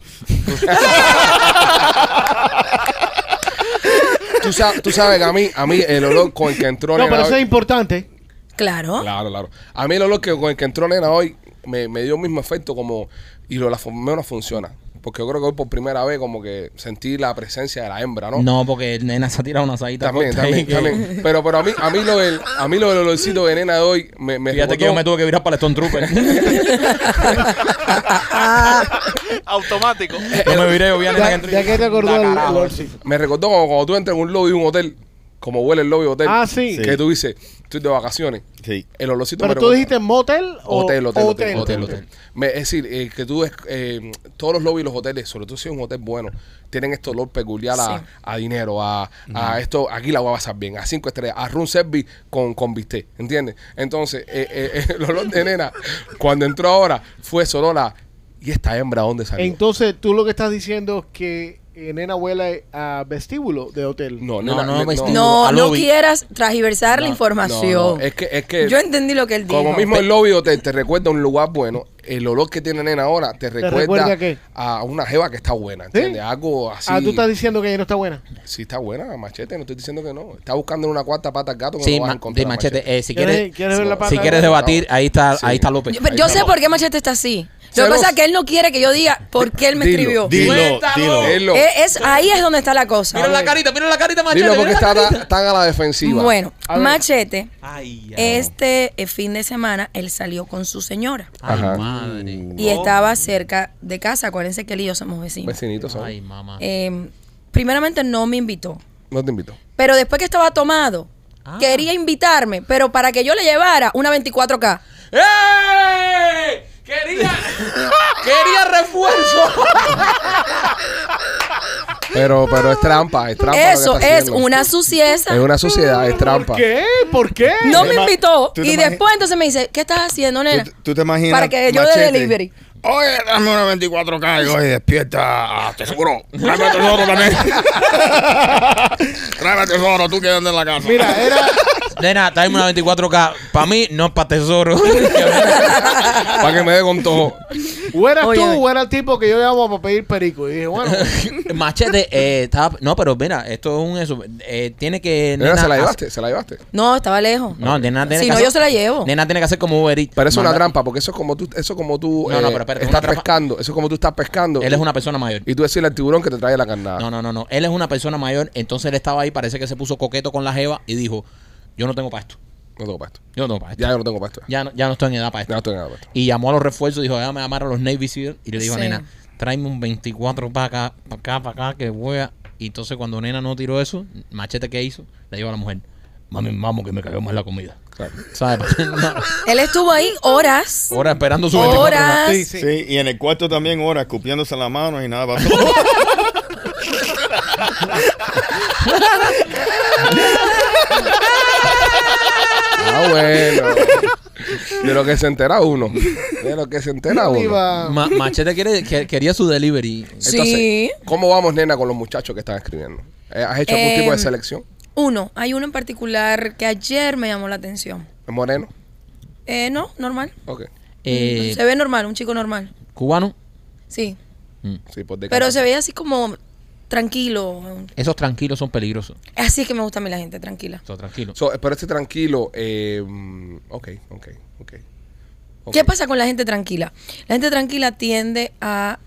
[SPEAKER 3] Tú, sa- tú sabes que a mí, a mí el olor con el que entró
[SPEAKER 4] [LAUGHS] No,
[SPEAKER 3] nena
[SPEAKER 4] pero eso es
[SPEAKER 3] hoy,
[SPEAKER 4] importante.
[SPEAKER 6] Claro.
[SPEAKER 3] Claro, claro. A mí el olor que, con el que entró nena hoy me, me dio el mismo efecto como... Y lo, la fo- menos funciona. Porque yo creo que hoy por primera vez como que sentí la presencia de la hembra, ¿no?
[SPEAKER 2] No, porque nena se ha tirado una saguita.
[SPEAKER 3] También,
[SPEAKER 2] corta ahí
[SPEAKER 3] también,
[SPEAKER 2] que-
[SPEAKER 3] también. Pero, pero a mí, a mí lo del, a mí lo del olorcito de nena de hoy me, me
[SPEAKER 2] Fíjate que yo
[SPEAKER 3] recordó-
[SPEAKER 2] me tuve que virar para el Stone Trooper.
[SPEAKER 3] [LAUGHS]
[SPEAKER 7] Automático.
[SPEAKER 2] yo me viré, yo vi a nena
[SPEAKER 4] Ya,
[SPEAKER 2] que
[SPEAKER 4] ya que te acordó el olorcito.
[SPEAKER 3] Me recordó como cuando tú entras en un lobby de un hotel, como huele el lobby de hotel.
[SPEAKER 4] Ah, sí.
[SPEAKER 3] Que tú dices, estoy de vacaciones.
[SPEAKER 5] Sí.
[SPEAKER 3] El olorcito me
[SPEAKER 4] Pero tú
[SPEAKER 3] recuerda-
[SPEAKER 4] dijiste motel o
[SPEAKER 3] Hotel, hotel, hotel,
[SPEAKER 4] hotel.
[SPEAKER 3] hotel, hotel. Me- es decir, eh, que tú, es- eh, todos los lobbies, los hoteles, sobre todo si es un hotel bueno, tienen este olor peculiar a,
[SPEAKER 6] Sí.
[SPEAKER 3] a dinero, a, a esto, aquí la voy a pasar bien, a cinco estrellas, a room service con, con bistec, ¿entiendes? Entonces, eh, eh, [LAUGHS] el olor de nena, cuando entró ahora, fue solo la, ¿y esta hembra dónde salió?
[SPEAKER 4] Entonces, tú lo que estás diciendo es que eh, nena vuela a vestíbulo de hotel.
[SPEAKER 3] No,
[SPEAKER 2] No,
[SPEAKER 3] nena,
[SPEAKER 2] no,
[SPEAKER 3] ne-
[SPEAKER 2] pues,
[SPEAKER 6] No,
[SPEAKER 2] al
[SPEAKER 6] no
[SPEAKER 2] lobby.
[SPEAKER 6] quieras transversar la información.
[SPEAKER 3] No, no, es que, es que
[SPEAKER 6] Yo entendí lo que él dijo.
[SPEAKER 3] como mismo el lobby hotel te recuerda a un lugar bueno, el olor que tiene nena ahora te recuerda,
[SPEAKER 4] recuerda a qué?
[SPEAKER 3] a una jeva que está buena, ¿entiendes? Algo así.
[SPEAKER 4] Ah, tú estás diciendo que ella no está buena.
[SPEAKER 3] Sí, está buena, machete, no estoy diciendo que no. Está buscando una cuarta pata al gato que
[SPEAKER 2] Sí,
[SPEAKER 3] no vas a
[SPEAKER 2] ma-
[SPEAKER 3] encontrar,
[SPEAKER 2] de machete. Eh, si
[SPEAKER 4] ¿Quieres-
[SPEAKER 2] quieres,
[SPEAKER 4] quieres ver la pata
[SPEAKER 2] si
[SPEAKER 4] de
[SPEAKER 2] quieres
[SPEAKER 4] Gato?
[SPEAKER 2] debatir, ahí está,
[SPEAKER 3] Sí.
[SPEAKER 2] ahí está López.
[SPEAKER 6] Yo, pero yo
[SPEAKER 3] Ahí
[SPEAKER 6] sé
[SPEAKER 3] está.
[SPEAKER 6] por qué Machete está así. Lo que
[SPEAKER 3] Celos.
[SPEAKER 6] pasa es que él no quiere que yo diga por qué él me
[SPEAKER 3] Dilo,
[SPEAKER 6] escribió.
[SPEAKER 3] dilo,
[SPEAKER 2] Cuéntalo.
[SPEAKER 3] dilo.
[SPEAKER 6] Eh, es, ahí es donde está la cosa.
[SPEAKER 2] Mira la carita, mira la carita, machete.
[SPEAKER 3] Dilo porque
[SPEAKER 2] mira la
[SPEAKER 3] está
[SPEAKER 2] carita.
[SPEAKER 3] ta- tan a la defensiva.
[SPEAKER 6] Bueno,
[SPEAKER 4] A ver.
[SPEAKER 6] Machete,
[SPEAKER 2] Ay, ya.
[SPEAKER 6] este eh, fin de semana, él salió con su señora.
[SPEAKER 2] Ay,
[SPEAKER 3] Ajá.
[SPEAKER 2] madre.
[SPEAKER 6] Y estaba cerca de casa. Acuérdense que él y yo somos vecinos.
[SPEAKER 3] Vecinito, ¿sabes?
[SPEAKER 2] Ay, mamá.
[SPEAKER 6] Eh, primeramente no me invitó.
[SPEAKER 3] No te invito.
[SPEAKER 6] Pero después que estaba tomado,
[SPEAKER 2] Ah.
[SPEAKER 6] quería invitarme, pero para que yo le llevara una 24K.
[SPEAKER 2] ¡Ey! ¡Eh! Quería, [LAUGHS] quería refuerzo.
[SPEAKER 3] Pero, pero es trampa, es trampa. lo que
[SPEAKER 6] Eso
[SPEAKER 3] está
[SPEAKER 6] es
[SPEAKER 3] haciendo.
[SPEAKER 6] una suciedad.
[SPEAKER 3] Es una suciedad, es trampa.
[SPEAKER 4] ¿Por qué? ¿Por qué?
[SPEAKER 6] No me
[SPEAKER 5] Emma,
[SPEAKER 6] invitó.
[SPEAKER 5] ¿tú te
[SPEAKER 6] Y
[SPEAKER 5] imagi-
[SPEAKER 6] después entonces me dice, ¿qué estás haciendo, nena?
[SPEAKER 5] ¿Tú, tú te imaginas?
[SPEAKER 6] Para que yo
[SPEAKER 5] Machete?
[SPEAKER 6] de delivery.
[SPEAKER 5] Oye, dame una 24K y oye, despierta. ah, Te seguro. Tráeme el tesoro
[SPEAKER 3] [LAUGHS]
[SPEAKER 5] también. Tráeme el tesoro, tú quédate en la casa.
[SPEAKER 4] Mira, era.
[SPEAKER 2] Nena, traeme una 24K. Para mí, no para [LAUGHS] tesoro.
[SPEAKER 3] Para que me dé con todo.
[SPEAKER 4] O eras
[SPEAKER 6] Oye,
[SPEAKER 4] tú
[SPEAKER 6] oye.
[SPEAKER 4] o era el tipo que yo llamo para pedir perico. Y
[SPEAKER 3] [LAUGHS]
[SPEAKER 4] dije, bueno,
[SPEAKER 2] Machete, eh, estaba- no, pero mira, esto es un eso. eh, tiene que.
[SPEAKER 3] Nena, se la
[SPEAKER 2] hace-
[SPEAKER 3] llevaste, se la llevaste.
[SPEAKER 6] No, estaba lejos.
[SPEAKER 2] No, nena tiene
[SPEAKER 6] Si
[SPEAKER 2] que
[SPEAKER 6] no,
[SPEAKER 2] hacer-
[SPEAKER 6] yo se la llevo.
[SPEAKER 2] Nena tiene que hacer como Uber Eats.
[SPEAKER 3] Pero eso es una
[SPEAKER 2] Manda-
[SPEAKER 3] trampa, porque eso es como tú, eso es como tú
[SPEAKER 2] No, no,
[SPEAKER 3] eh,
[SPEAKER 2] pero espérate, una
[SPEAKER 3] estás
[SPEAKER 2] trampa-
[SPEAKER 3] pescando. Eso es como tú estás pescando.
[SPEAKER 2] Él es una persona mayor.
[SPEAKER 3] Y tú decirle al tiburón que te trae la carnada.
[SPEAKER 2] No, no, no, no. Él es una persona mayor, entonces él estaba ahí, parece que se puso coqueto con la jeva y dijo, yo no tengo para esto.
[SPEAKER 3] No tengo pasto.
[SPEAKER 2] Yo no tengo para esto.
[SPEAKER 3] Ya yo no tengo pasto.
[SPEAKER 2] Ya no, ya no estoy en edad para esto.
[SPEAKER 3] Ya no tengo nada pasto.
[SPEAKER 2] Y llamó a los refuerzos, dijo, déjame llamar a los Navy SEAL. Y le dijo, a
[SPEAKER 6] Sí.
[SPEAKER 2] nena, tráeme un 24 para acá, para acá, para acá, que voy a... Y entonces cuando nena no tiró eso, machete que hizo, le dijo a la mujer, mami, vamos, que me cayó más la comida.
[SPEAKER 3] Claro.
[SPEAKER 2] [LAUGHS] ¿Sabes? Una
[SPEAKER 6] Él estuvo ahí horas.
[SPEAKER 2] Hora esperando su 24
[SPEAKER 6] Horas.
[SPEAKER 4] sí, sí.
[SPEAKER 5] Sí, y en el cuarto también, ahora, escupiéndose las manos y nada pasó.
[SPEAKER 3] Ah, bueno. De lo que se entera uno. De lo que se entera uno.
[SPEAKER 4] Iba-
[SPEAKER 2] Ma- machete quiere- que- quería su delivery.
[SPEAKER 6] Sí.
[SPEAKER 3] ¿Cómo vamos, nena, con los muchachos que están escribiendo? Eh, ¿Has hecho algún tipo de
[SPEAKER 6] Em,
[SPEAKER 3] selección?
[SPEAKER 6] Uno, hay uno en particular que ayer me llamó la atención.
[SPEAKER 3] ¿Es moreno?
[SPEAKER 6] Eh, no, normal.
[SPEAKER 3] Ok.
[SPEAKER 2] Eh,
[SPEAKER 6] Se ve normal, un chico normal.
[SPEAKER 2] cubano.
[SPEAKER 6] Sí.
[SPEAKER 3] Sí, pues por
[SPEAKER 6] Pero
[SPEAKER 3] descarte.
[SPEAKER 6] se veía así como tranquilo.
[SPEAKER 2] Esos tranquilos son peligrosos.
[SPEAKER 6] Así es que me gusta a mí la gente tranquila.
[SPEAKER 2] Esos tranquilos.
[SPEAKER 3] So, pero este tranquilo. Eh, mm, ok, ok, ok. Ok.
[SPEAKER 6] ¿Qué pasa con la gente tranquila? La gente tranquila tiende a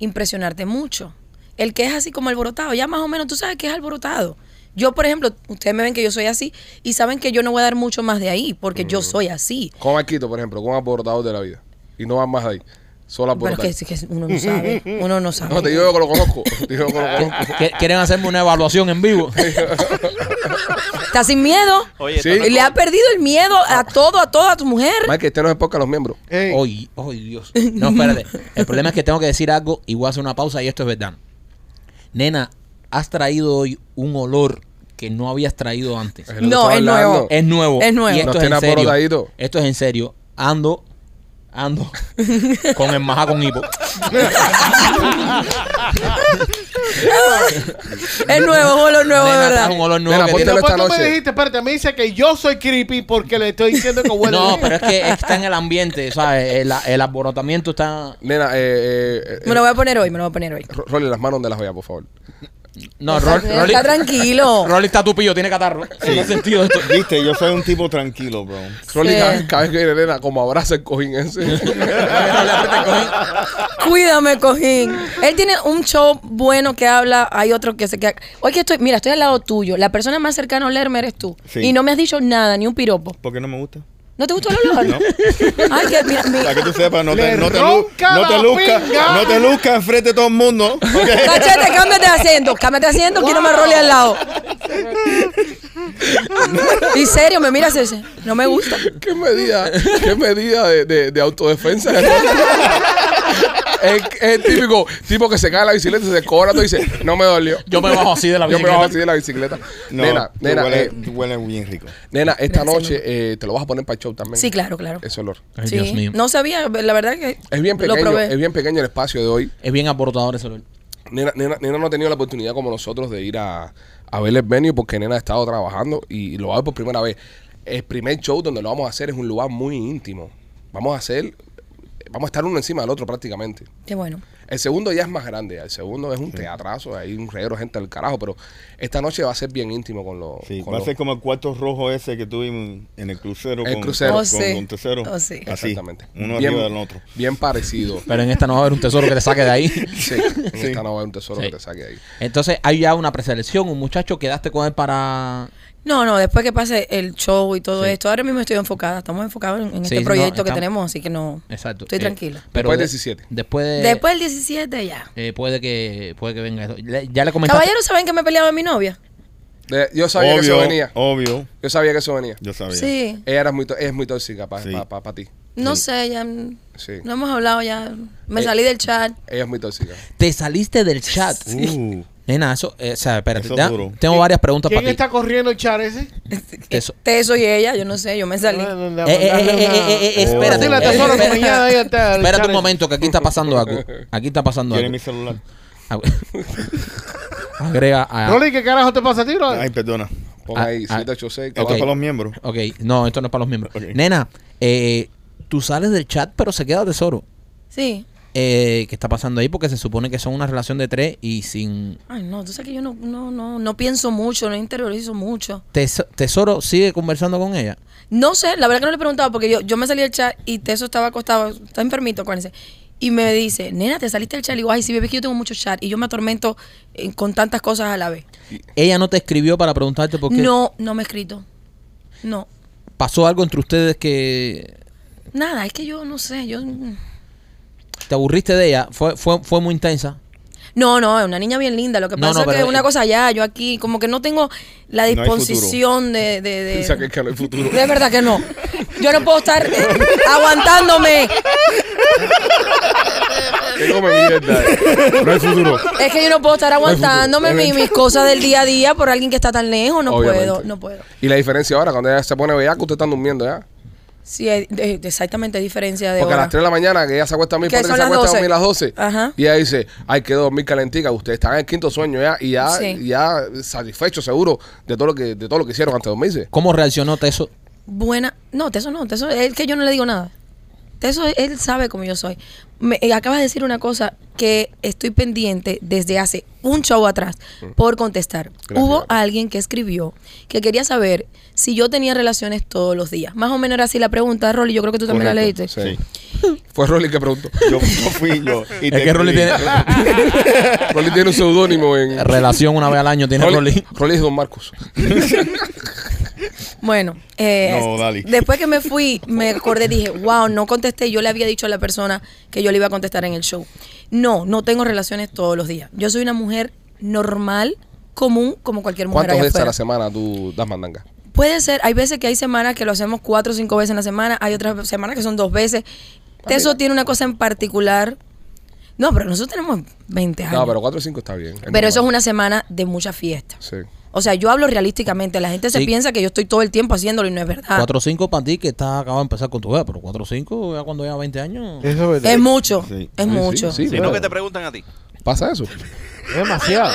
[SPEAKER 6] impresionarte mucho. El que es así como alborotado, ya más o menos tú sabes que es alborotado. Yo, por ejemplo, ustedes me ven que yo soy así y saben que yo no voy a dar mucho más de ahí porque
[SPEAKER 3] Mm.
[SPEAKER 6] yo soy así.
[SPEAKER 3] Con Marquito, por ejemplo, con abordados de la vida. Y no van más de ahí. Solo
[SPEAKER 6] Pero
[SPEAKER 3] abordados.
[SPEAKER 6] es que, es que uno no sabe,
[SPEAKER 3] [LAUGHS]
[SPEAKER 6] uno no sabe.
[SPEAKER 3] Ah, pues No, te digo yo que lo conozco. [LAUGHS] Te digo yo que lo
[SPEAKER 6] [LAUGHS] Ah,
[SPEAKER 3] conozco.
[SPEAKER 2] ¿Qui- ¿Quieren hacerme una evaluación en vivo?
[SPEAKER 6] Está sin miedo.
[SPEAKER 7] Oye,
[SPEAKER 3] Sí.
[SPEAKER 7] estamos-
[SPEAKER 6] Y le ha perdido el miedo
[SPEAKER 5] Ah.
[SPEAKER 6] a todo, a toda tu mujer.
[SPEAKER 3] Mike, este no es podcast a los miembros.
[SPEAKER 4] Ey,
[SPEAKER 2] Ay, ay, Dios. oh, No,
[SPEAKER 6] [LAUGHS]
[SPEAKER 2] espérate. El problema es que tengo que decir algo y voy a hacer una pausa y esto es verdad. Nena, has traído hoy un olor que no habías traído antes.
[SPEAKER 3] Es
[SPEAKER 6] No,
[SPEAKER 3] que
[SPEAKER 6] es
[SPEAKER 3] Este estaba hablando.
[SPEAKER 6] nuevo.
[SPEAKER 2] Es nuevo.
[SPEAKER 6] Es nuevo.
[SPEAKER 2] Y esto
[SPEAKER 3] Nos
[SPEAKER 2] es en
[SPEAKER 3] tiene
[SPEAKER 2] serio.
[SPEAKER 3] aporotadito.
[SPEAKER 2] Esto es en serio. Ando,
[SPEAKER 6] [LAUGHS]
[SPEAKER 2] ando con el majá con hipo.
[SPEAKER 6] Es nuevo, es un olor nuevo, de
[SPEAKER 2] Nena,
[SPEAKER 6] verdad.
[SPEAKER 2] traes un olor nuevo
[SPEAKER 3] Nena,
[SPEAKER 2] que
[SPEAKER 3] ponte
[SPEAKER 2] tiene-
[SPEAKER 4] Después
[SPEAKER 3] esta
[SPEAKER 4] tú
[SPEAKER 3] noche.
[SPEAKER 4] me dijiste, espérate, me dice que yo soy creepy porque le estoy diciendo que huele.
[SPEAKER 2] [LAUGHS] No,
[SPEAKER 4] bien.
[SPEAKER 2] pero es que está en el ambiente, ¿sabes? El, el alborotamiento está...
[SPEAKER 3] Nena, eh, eh, eh,
[SPEAKER 6] Me lo voy a poner hoy, me lo voy a poner hoy.
[SPEAKER 3] Ro- Rolly, las manos donde las vea, por favor.
[SPEAKER 2] No,
[SPEAKER 6] Está-
[SPEAKER 2] Rol- Rolly,
[SPEAKER 6] está tranquilo.
[SPEAKER 2] Rolly está tupillo, tiene catarro.
[SPEAKER 5] Sí.
[SPEAKER 2] No ha sentido esto.
[SPEAKER 5] [LAUGHS] Viste, yo soy un tipo tranquilo, bro.
[SPEAKER 3] Rolly,
[SPEAKER 6] Sí.
[SPEAKER 3] cada, vez- cada vez que viene nena, como abraza el cojín
[SPEAKER 2] [LAUGHS]
[SPEAKER 3] ese. [LAUGHS]
[SPEAKER 6] Cuídame, cojín. Él tiene un show bueno que habla, hay otro que se queda. Oye, que estoy, mira, estoy al lado tuyo. La persona más cercana a olerme eres tú.
[SPEAKER 5] Sí.
[SPEAKER 6] Y no me has dicho nada, ni un piropo.
[SPEAKER 5] ¿Por qué no me gusta?
[SPEAKER 6] ¿No te gustó el olor?
[SPEAKER 5] No.
[SPEAKER 6] [LAUGHS] Ay, que mira,
[SPEAKER 5] [LAUGHS]
[SPEAKER 6] mi-
[SPEAKER 5] Para que tú sepas, no
[SPEAKER 4] Le
[SPEAKER 5] te, no te, lu-
[SPEAKER 4] ronca
[SPEAKER 5] no te
[SPEAKER 4] la
[SPEAKER 5] luzcas.
[SPEAKER 4] pinga.
[SPEAKER 5] No te luzcas enfrente de todo el mundo. ¿ok? [LAUGHS]
[SPEAKER 6] Cachete, cámbiate de asiento, cámbiate de asiento, que no me role al lado. y serio, me miras ese. No me gusta.
[SPEAKER 3] ¿Qué medida, qué medida de, de- de autodefensa? es, es típico, tipo que se cae en la bicicleta, se cobra todo y dice, no me dolió.
[SPEAKER 2] Yo me bajo así de la
[SPEAKER 3] Yo me
[SPEAKER 2] bicicleta.
[SPEAKER 3] bajo así de la bicicleta.
[SPEAKER 5] No,
[SPEAKER 3] nena,
[SPEAKER 5] tú
[SPEAKER 3] nena,
[SPEAKER 5] hueles-
[SPEAKER 3] eh,
[SPEAKER 5] tú hueles bien rico.
[SPEAKER 3] nena, esta
[SPEAKER 6] Gracias,
[SPEAKER 3] noche eh, te lo vas a poner para el show también.
[SPEAKER 6] Sí, claro, claro.
[SPEAKER 3] Ese olor.
[SPEAKER 2] Ay,
[SPEAKER 6] Sí.
[SPEAKER 2] Dios mío.
[SPEAKER 6] No sabía, la verdad que
[SPEAKER 3] Es bien
[SPEAKER 6] lo
[SPEAKER 3] pequeño,
[SPEAKER 6] probé.
[SPEAKER 3] es bien pequeño el espacio de hoy.
[SPEAKER 2] Es bien aportador ese olor.
[SPEAKER 3] Nena, nena- nena no ha tenido la oportunidad como nosotros de ir a, a ver el venue porque Nena ha estado trabajando y lo va a ver por primera vez. El primer show donde lo vamos a hacer es un lugar muy íntimo. Vamos a hacer, vamos a estar uno encima del otro prácticamente.
[SPEAKER 6] Qué bueno.
[SPEAKER 3] El segundo ya es más grande, el segundo es un teatrazo, hay un reguero de gente al carajo, pero esta noche va a ser bien íntimo con los...
[SPEAKER 8] Sí,
[SPEAKER 3] con
[SPEAKER 8] va a
[SPEAKER 3] los-
[SPEAKER 8] ser como el cuarto rojo ese que tuvimos en el crucero.
[SPEAKER 3] El
[SPEAKER 8] con,
[SPEAKER 3] crucero.
[SPEAKER 8] Con,
[SPEAKER 6] Oh, sí.
[SPEAKER 8] con Tesero.
[SPEAKER 6] Oh, sí.
[SPEAKER 8] Así,
[SPEAKER 3] Exactamente.
[SPEAKER 8] Uno
[SPEAKER 3] Bien-
[SPEAKER 8] arriba del otro.
[SPEAKER 3] Bien parecido.
[SPEAKER 2] Pero en esta no va a haber un tesoro que te saque [LAUGHS] de ahí.
[SPEAKER 3] Sí, en esta no va a haber un tesoro
[SPEAKER 2] Sí.
[SPEAKER 3] que te saque de ahí.
[SPEAKER 2] Entonces hay ya una preselección, un muchacho quedaste con él para...
[SPEAKER 6] No, no, después que pase el show y todo esto, ahora mismo estoy enfocada, estamos enfocados en, en
[SPEAKER 2] Sí,
[SPEAKER 6] este
[SPEAKER 2] no,
[SPEAKER 6] proyecto que
[SPEAKER 2] estamos-
[SPEAKER 6] tenemos, así que no.
[SPEAKER 2] Exacto.
[SPEAKER 6] Estoy
[SPEAKER 2] eh,
[SPEAKER 6] tranquila.
[SPEAKER 3] Después del
[SPEAKER 2] de-
[SPEAKER 3] 17.
[SPEAKER 2] Después de-
[SPEAKER 6] Después del 17 ya.
[SPEAKER 2] eh, puede que puede que venga eso. Le- ya le comentaste.
[SPEAKER 6] Caballeros saben que me peleaba mi novia.
[SPEAKER 3] De- yo sabía que eso venía.
[SPEAKER 8] obvio.
[SPEAKER 3] Yo sabía que eso venía.
[SPEAKER 8] Yo
[SPEAKER 2] Oh,
[SPEAKER 8] sabía.
[SPEAKER 6] Sí.
[SPEAKER 3] Ella era muy, to- es muy tóxica para
[SPEAKER 8] Sí.
[SPEAKER 3] ti.
[SPEAKER 6] No sé, ya mm,
[SPEAKER 3] Sí.
[SPEAKER 6] no hemos hablado ya. Me
[SPEAKER 3] Eh,
[SPEAKER 6] salí del chat.
[SPEAKER 3] Ella es muy tóxica.
[SPEAKER 2] Te saliste del chat.
[SPEAKER 8] Uh,
[SPEAKER 2] Nena, eso, eh, o sea, espérate.
[SPEAKER 8] Eso
[SPEAKER 2] ya-
[SPEAKER 8] duro.
[SPEAKER 2] tengo varias preguntas
[SPEAKER 4] ¿Quién
[SPEAKER 2] para ti.
[SPEAKER 4] está corriendo el char ese?
[SPEAKER 2] Eso-
[SPEAKER 6] Teso y ella, yo no sé, yo me salí.
[SPEAKER 2] Eh, eh, eh, eh, eh, eh, eh, espérate.
[SPEAKER 4] Dile a
[SPEAKER 2] eh,
[SPEAKER 4] Tesoro que
[SPEAKER 2] espérate.
[SPEAKER 4] mañana ahí está el
[SPEAKER 2] Espérate
[SPEAKER 4] char
[SPEAKER 2] un
[SPEAKER 4] ese.
[SPEAKER 2] momento, que aquí está pasando algo. Aquí está pasando
[SPEAKER 8] ¿Quiere
[SPEAKER 2] algo.
[SPEAKER 8] mi celular?
[SPEAKER 2] Ah, bueno.
[SPEAKER 4] [LAUGHS]
[SPEAKER 2] Agrega a.
[SPEAKER 4] Rolly, ¿qué carajo te pasa a ti, bro?
[SPEAKER 8] Ay, perdona.
[SPEAKER 3] Pon
[SPEAKER 2] Ah,
[SPEAKER 3] ahí
[SPEAKER 2] ah,
[SPEAKER 3] 786.
[SPEAKER 8] Esto
[SPEAKER 2] Ok.
[SPEAKER 8] es para los miembros.
[SPEAKER 2] Ok, no, esto no es para los miembros.
[SPEAKER 8] Ok.
[SPEAKER 2] Nena, eh, tú sales del chat, pero se queda tesoro.
[SPEAKER 6] Sí.
[SPEAKER 2] Eh, ¿Qué está pasando ahí? Porque se supone que son una relación de tres y sin.
[SPEAKER 6] Ay, no, tú sabes que yo no, no, no, no pienso mucho, no interiorizo mucho.
[SPEAKER 2] Teso- tesoro sigue conversando con ella.
[SPEAKER 6] No sé, la verdad que no le he preguntado porque yo, yo me salí del chat y Teso estaba acostado, está enfermito, acuérdense. Y me dice, nena, te saliste del chat. Y digo, ay, sí, bebé, es que yo tengo mucho chat y yo me atormento eh, con tantas cosas a la vez.
[SPEAKER 2] Ella no te escribió para preguntarte por qué.
[SPEAKER 6] No, no me he escrito. No.
[SPEAKER 2] Pasó algo entre ustedes que
[SPEAKER 6] Nada, es que yo no sé, yo... mm.
[SPEAKER 2] te aburriste de ella. Fue, fue, fue muy intensa.
[SPEAKER 6] No, no, es una niña bien linda. Lo que
[SPEAKER 2] No,
[SPEAKER 6] pasa
[SPEAKER 2] no,
[SPEAKER 6] es que
[SPEAKER 2] pero-
[SPEAKER 6] una cosa allá, yo aquí, como que no tengo la
[SPEAKER 8] No hay futuro.
[SPEAKER 6] disposición de... de, de-
[SPEAKER 3] Piensa que es que no hay
[SPEAKER 6] [LAUGHS]
[SPEAKER 3] futuro.
[SPEAKER 6] De verdad que no. Yo no puedo estar [LAUGHS] eh, aguantándome.
[SPEAKER 3] Que come mierda. No hay futuro.
[SPEAKER 6] Es que yo no puedo estar aguantándome mi- mis cosas del día a día por alguien que está tan lejos. No
[SPEAKER 3] Obviamente.
[SPEAKER 6] puedo, no puedo.
[SPEAKER 3] Y la diferencia ahora, cuando ella se pone bellaca, ustedes están durmiendo ya.
[SPEAKER 6] Sí, hay de- de- exactamente diferencia de
[SPEAKER 3] Porque a
[SPEAKER 6] hora.
[SPEAKER 3] las 3 de la mañana, que ella se acuesta a mí,
[SPEAKER 6] Que
[SPEAKER 3] ponte que
[SPEAKER 6] son
[SPEAKER 3] se
[SPEAKER 6] las
[SPEAKER 3] acuesta a mí
[SPEAKER 6] 12.
[SPEAKER 3] a las 12.
[SPEAKER 6] Ajá.
[SPEAKER 3] Y ella dice, ay, quedó dormir calentica. Ustedes están en el quinto sueño ya y ya,
[SPEAKER 6] Sí.
[SPEAKER 3] ya satisfechos, seguro, de todo, lo que, de todo lo que hicieron antes de dormirse.
[SPEAKER 2] ¿Cómo reaccionó Teso?
[SPEAKER 4] [LAUGHS]
[SPEAKER 6] Buena. No, Teso no, Teso, es que yo no le digo nada. Teso, él sabe cómo yo soy. Me, eh, acabas de decir una cosa que estoy pendiente desde hace un show atrás por contestar.
[SPEAKER 3] Mm. Gracias.
[SPEAKER 6] Hubo alguien que escribió que quería saber si yo tenía relaciones todos los días. Más o menos era así la pregunta, Rolly. Yo creo que tú también la
[SPEAKER 3] Correcto,
[SPEAKER 6] leíste.
[SPEAKER 3] sí. Fue Rolly que preguntó.
[SPEAKER 8] Yo, yo fui yo. Y
[SPEAKER 2] Es que Rolly tiene
[SPEAKER 3] Rolly tiene un seudónimo en.
[SPEAKER 2] relación una vez al año, tiene Rolly.
[SPEAKER 3] Rolly es Don Marcos.
[SPEAKER 6] Bueno, eh,
[SPEAKER 8] No, dale.
[SPEAKER 6] después que me fui, me acordé, dije, wow, no contesté. Yo le había dicho a la persona que yo le iba a contestar en el show. No, no tengo relaciones todos los días. Yo soy una mujer normal, común, como cualquier mujer
[SPEAKER 3] ¿Cuántos
[SPEAKER 6] allá
[SPEAKER 3] veces a
[SPEAKER 6] afuera.
[SPEAKER 3] la semana tú das mandanga?
[SPEAKER 6] Puede ser, hay veces que hay semanas que lo hacemos cuatro o cinco veces en la semana, hay otras semanas que son dos veces. Teso tiene una cosa en particular. No, pero nosotros tenemos 20 años.
[SPEAKER 3] No, pero
[SPEAKER 6] pero
[SPEAKER 3] 4 o 5 está bien.
[SPEAKER 6] eso es
[SPEAKER 3] normal.
[SPEAKER 6] una semana de mucha fiesta.
[SPEAKER 3] Sí.
[SPEAKER 6] O sea, yo hablo realísticamente. La gente se
[SPEAKER 2] Sí.
[SPEAKER 6] piensa que yo estoy todo el tiempo haciéndolo y no es verdad.
[SPEAKER 2] 4 o 5 para ti que estás acabado de empezar con tu vida, pero 4 o 5 ya cuando lleva 20 años.
[SPEAKER 8] Eh,
[SPEAKER 4] Eso es verdad.
[SPEAKER 6] Es mucho,
[SPEAKER 8] Sí.
[SPEAKER 6] es
[SPEAKER 3] Sí,
[SPEAKER 6] mucho.
[SPEAKER 3] Sí, sí,
[SPEAKER 7] Sino
[SPEAKER 3] pero
[SPEAKER 7] que te preguntan a ti.
[SPEAKER 2] Ah,
[SPEAKER 3] Pasa eso.
[SPEAKER 4] Es demasiado.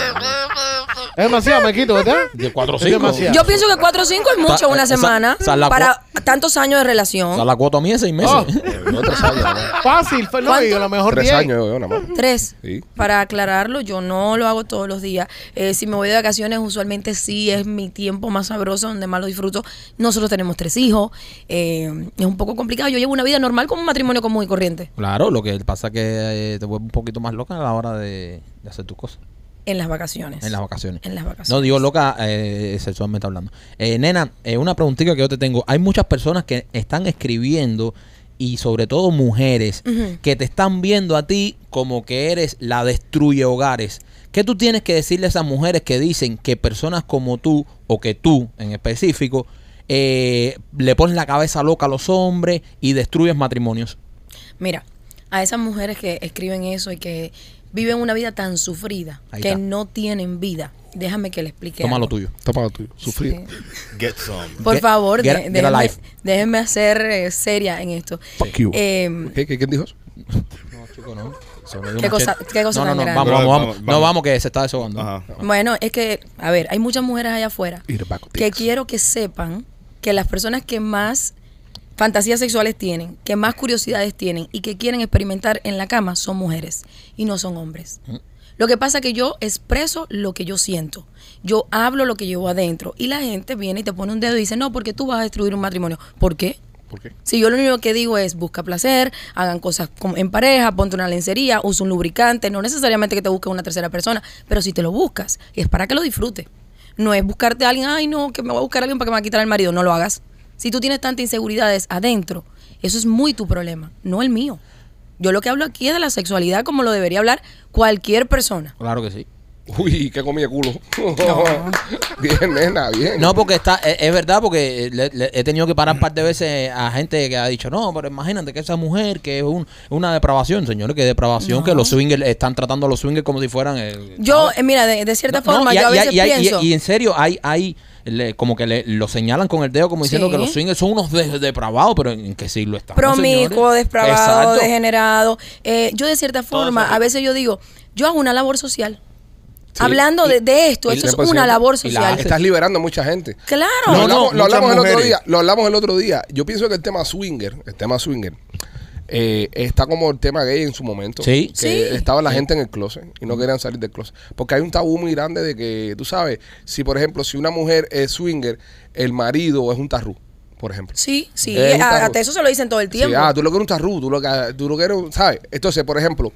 [SPEAKER 4] Es demasiado, me quito, ¿verdad?
[SPEAKER 2] De 4 o
[SPEAKER 4] Es
[SPEAKER 2] 5.
[SPEAKER 4] demasiado.
[SPEAKER 6] Yo pienso que 4 o 5 es mucho
[SPEAKER 2] Sa-
[SPEAKER 6] una
[SPEAKER 2] eh, sa-
[SPEAKER 6] semana
[SPEAKER 2] sa- la
[SPEAKER 6] para tantos años de
[SPEAKER 2] O sea,
[SPEAKER 6] relación.
[SPEAKER 2] la cuota mía es 6 meses.
[SPEAKER 4] Oh.
[SPEAKER 3] [LAUGHS] No, tres años. ¿no?
[SPEAKER 4] Fácil, fue- no, y a lo mejor
[SPEAKER 3] Tres
[SPEAKER 4] 10.
[SPEAKER 3] años yo, nada más.
[SPEAKER 6] Tres.
[SPEAKER 3] Sí.
[SPEAKER 6] Para aclararlo, yo no lo hago todos los días. Eh, si me voy de vacaciones, usualmente sí es mi tiempo más sabroso, donde más lo disfruto. Nosotros tenemos tres hijos. eh, es un poco complicado. Yo llevo una vida normal como un matrimonio común y corriente
[SPEAKER 2] Claro, lo que pasa es que eh, te vuelve un poquito más loca a la hora de, de hacer tus cosas.
[SPEAKER 6] en las
[SPEAKER 2] [LAUGHS]
[SPEAKER 6] vacaciones.
[SPEAKER 2] En las vacaciones.
[SPEAKER 6] En las vacaciones.
[SPEAKER 2] No digo loca eh, sexualmente hablando. Eh, nena, eh, una preguntita que yo te tengo. Hay muchas personas que están escribiendo y sobre todo mujeres
[SPEAKER 6] Ujú.
[SPEAKER 2] que te están viendo a ti como que eres la destruye hogares. ¿Qué tú tienes que decirle a esas mujeres que dicen que personas como tú o que tú en específico eh, le pones la cabeza loca a los hombres y destruyes matrimonios?
[SPEAKER 6] Mira, a esas mujeres que escriben eso y que viven una vida tan sufrida,
[SPEAKER 2] Ahí
[SPEAKER 6] que
[SPEAKER 2] está.
[SPEAKER 6] no tienen vida, déjame que le explique.
[SPEAKER 2] Toma lo
[SPEAKER 6] algo.
[SPEAKER 2] tuyo.
[SPEAKER 3] Toma lo tuyo. Sufrir.
[SPEAKER 6] Sí.
[SPEAKER 8] Get some.
[SPEAKER 6] Por
[SPEAKER 2] Get-
[SPEAKER 6] favor,
[SPEAKER 2] get-
[SPEAKER 6] de-
[SPEAKER 2] get a
[SPEAKER 6] déjenme,
[SPEAKER 2] life.
[SPEAKER 6] déjenme hacer eh, seria en esto.
[SPEAKER 3] Fuck you.
[SPEAKER 6] Eh,
[SPEAKER 3] ¿Qué, qué, quién dijo eso?
[SPEAKER 2] No, chico, no. Se me dio un
[SPEAKER 6] Qué cosa-
[SPEAKER 2] machete.
[SPEAKER 6] qué cosa
[SPEAKER 2] no, no,
[SPEAKER 6] tan
[SPEAKER 2] no,
[SPEAKER 6] grande.
[SPEAKER 2] Vamos, vamos,
[SPEAKER 8] Bro,
[SPEAKER 2] vamos,
[SPEAKER 8] vamos,
[SPEAKER 2] No,
[SPEAKER 8] vamos.
[SPEAKER 2] vamos, que se está desahogando.
[SPEAKER 8] Ajá.
[SPEAKER 6] Bueno, es que, a ver, hay muchas mujeres allá afuera
[SPEAKER 1] Ir back to
[SPEAKER 6] que
[SPEAKER 1] this.
[SPEAKER 6] quiero que sepan que las personas que más fantasías sexuales tienen, que más curiosidades tienen y que quieren experimentar en la cama son mujeres y no son hombres.
[SPEAKER 2] Mm.
[SPEAKER 6] Lo que pasa es que yo expreso lo que yo siento. Yo hablo lo que llevo adentro. Y la gente viene y te pone un dedo y dice, no, porque tú vas a destruir un matrimonio. ¿Por qué?
[SPEAKER 3] ¿Por qué?
[SPEAKER 6] Si yo lo único que digo es busca placer, hagan cosas como en pareja, ponte una lencería, usa un lubricante, no necesariamente que te busque una tercera persona, pero si te lo buscas, es para que lo disfrutes. No es buscarte a alguien, ay no, que me voy a buscar a alguien para que me va a quitar el marido, no lo hagas. Si tú tienes tantas inseguridades adentro, eso es muy tu problema, no el mío. Yo lo que hablo aquí es de la sexualidad como lo debería hablar cualquier persona.
[SPEAKER 2] Claro que sí.
[SPEAKER 3] Uy, qué comí de culo. [LAUGHS] bien, nena, bien.
[SPEAKER 2] No, porque está, es, es verdad, porque eh, le- le- he tenido que parar un par de veces a gente que ha dicho, no, pero imagínate que esa mujer que es un- una depravación, señores, que depravación, que los swingers están tratando a los swingers como si fueran... eh,
[SPEAKER 6] Yo, eh, mira, de, de cierta
[SPEAKER 2] No, no,
[SPEAKER 6] forma,
[SPEAKER 2] y,
[SPEAKER 6] yo a
[SPEAKER 2] y-
[SPEAKER 6] veces
[SPEAKER 2] y- y-
[SPEAKER 6] pienso...
[SPEAKER 2] y en serio, hay, hay le- como que le- lo señalan con el dedo como diciendo
[SPEAKER 6] Sí.
[SPEAKER 2] que los swingers son unos de- depravados, pero ¿en qué siglo estamos,
[SPEAKER 6] promiscuo,
[SPEAKER 2] señores?
[SPEAKER 6] depravado,
[SPEAKER 2] Exacto.
[SPEAKER 6] degenerado. Eh, yo de cierta forma, a veces yo digo, yo hago una labor social. Hablando de, de esto,
[SPEAKER 2] Y
[SPEAKER 6] esto es
[SPEAKER 3] 100%.
[SPEAKER 6] una labor
[SPEAKER 2] Y la
[SPEAKER 6] social.
[SPEAKER 2] haces.
[SPEAKER 3] Estás liberando a mucha gente.
[SPEAKER 6] Claro.
[SPEAKER 3] lo
[SPEAKER 8] No, no,
[SPEAKER 3] hablamos, lo
[SPEAKER 8] muchas
[SPEAKER 3] hablamos el otro
[SPEAKER 8] mujeres.
[SPEAKER 3] día. Lo hablamos el otro día. Yo pienso que el tema swinger, el tema swinger, eh, está como el tema gay en su momento.
[SPEAKER 2] Sí.
[SPEAKER 3] Que
[SPEAKER 6] Sí.
[SPEAKER 3] estaba la gente en el closet y no querían salir del closet. Porque hay un tabú muy grande de que, tú sabes, si por ejemplo, si una mujer es swinger, el marido es un tarrú, por ejemplo.
[SPEAKER 6] Sí, sí. eh,
[SPEAKER 3] Es un
[SPEAKER 6] a-
[SPEAKER 3] tabú.
[SPEAKER 6] hasta eso se lo dicen todo el
[SPEAKER 3] Sí,
[SPEAKER 6] tiempo.
[SPEAKER 3] ah, tú lo que eres un tarrú, tú lo que, tú lo que eres, un- ¿sabes? Entonces, por ejemplo,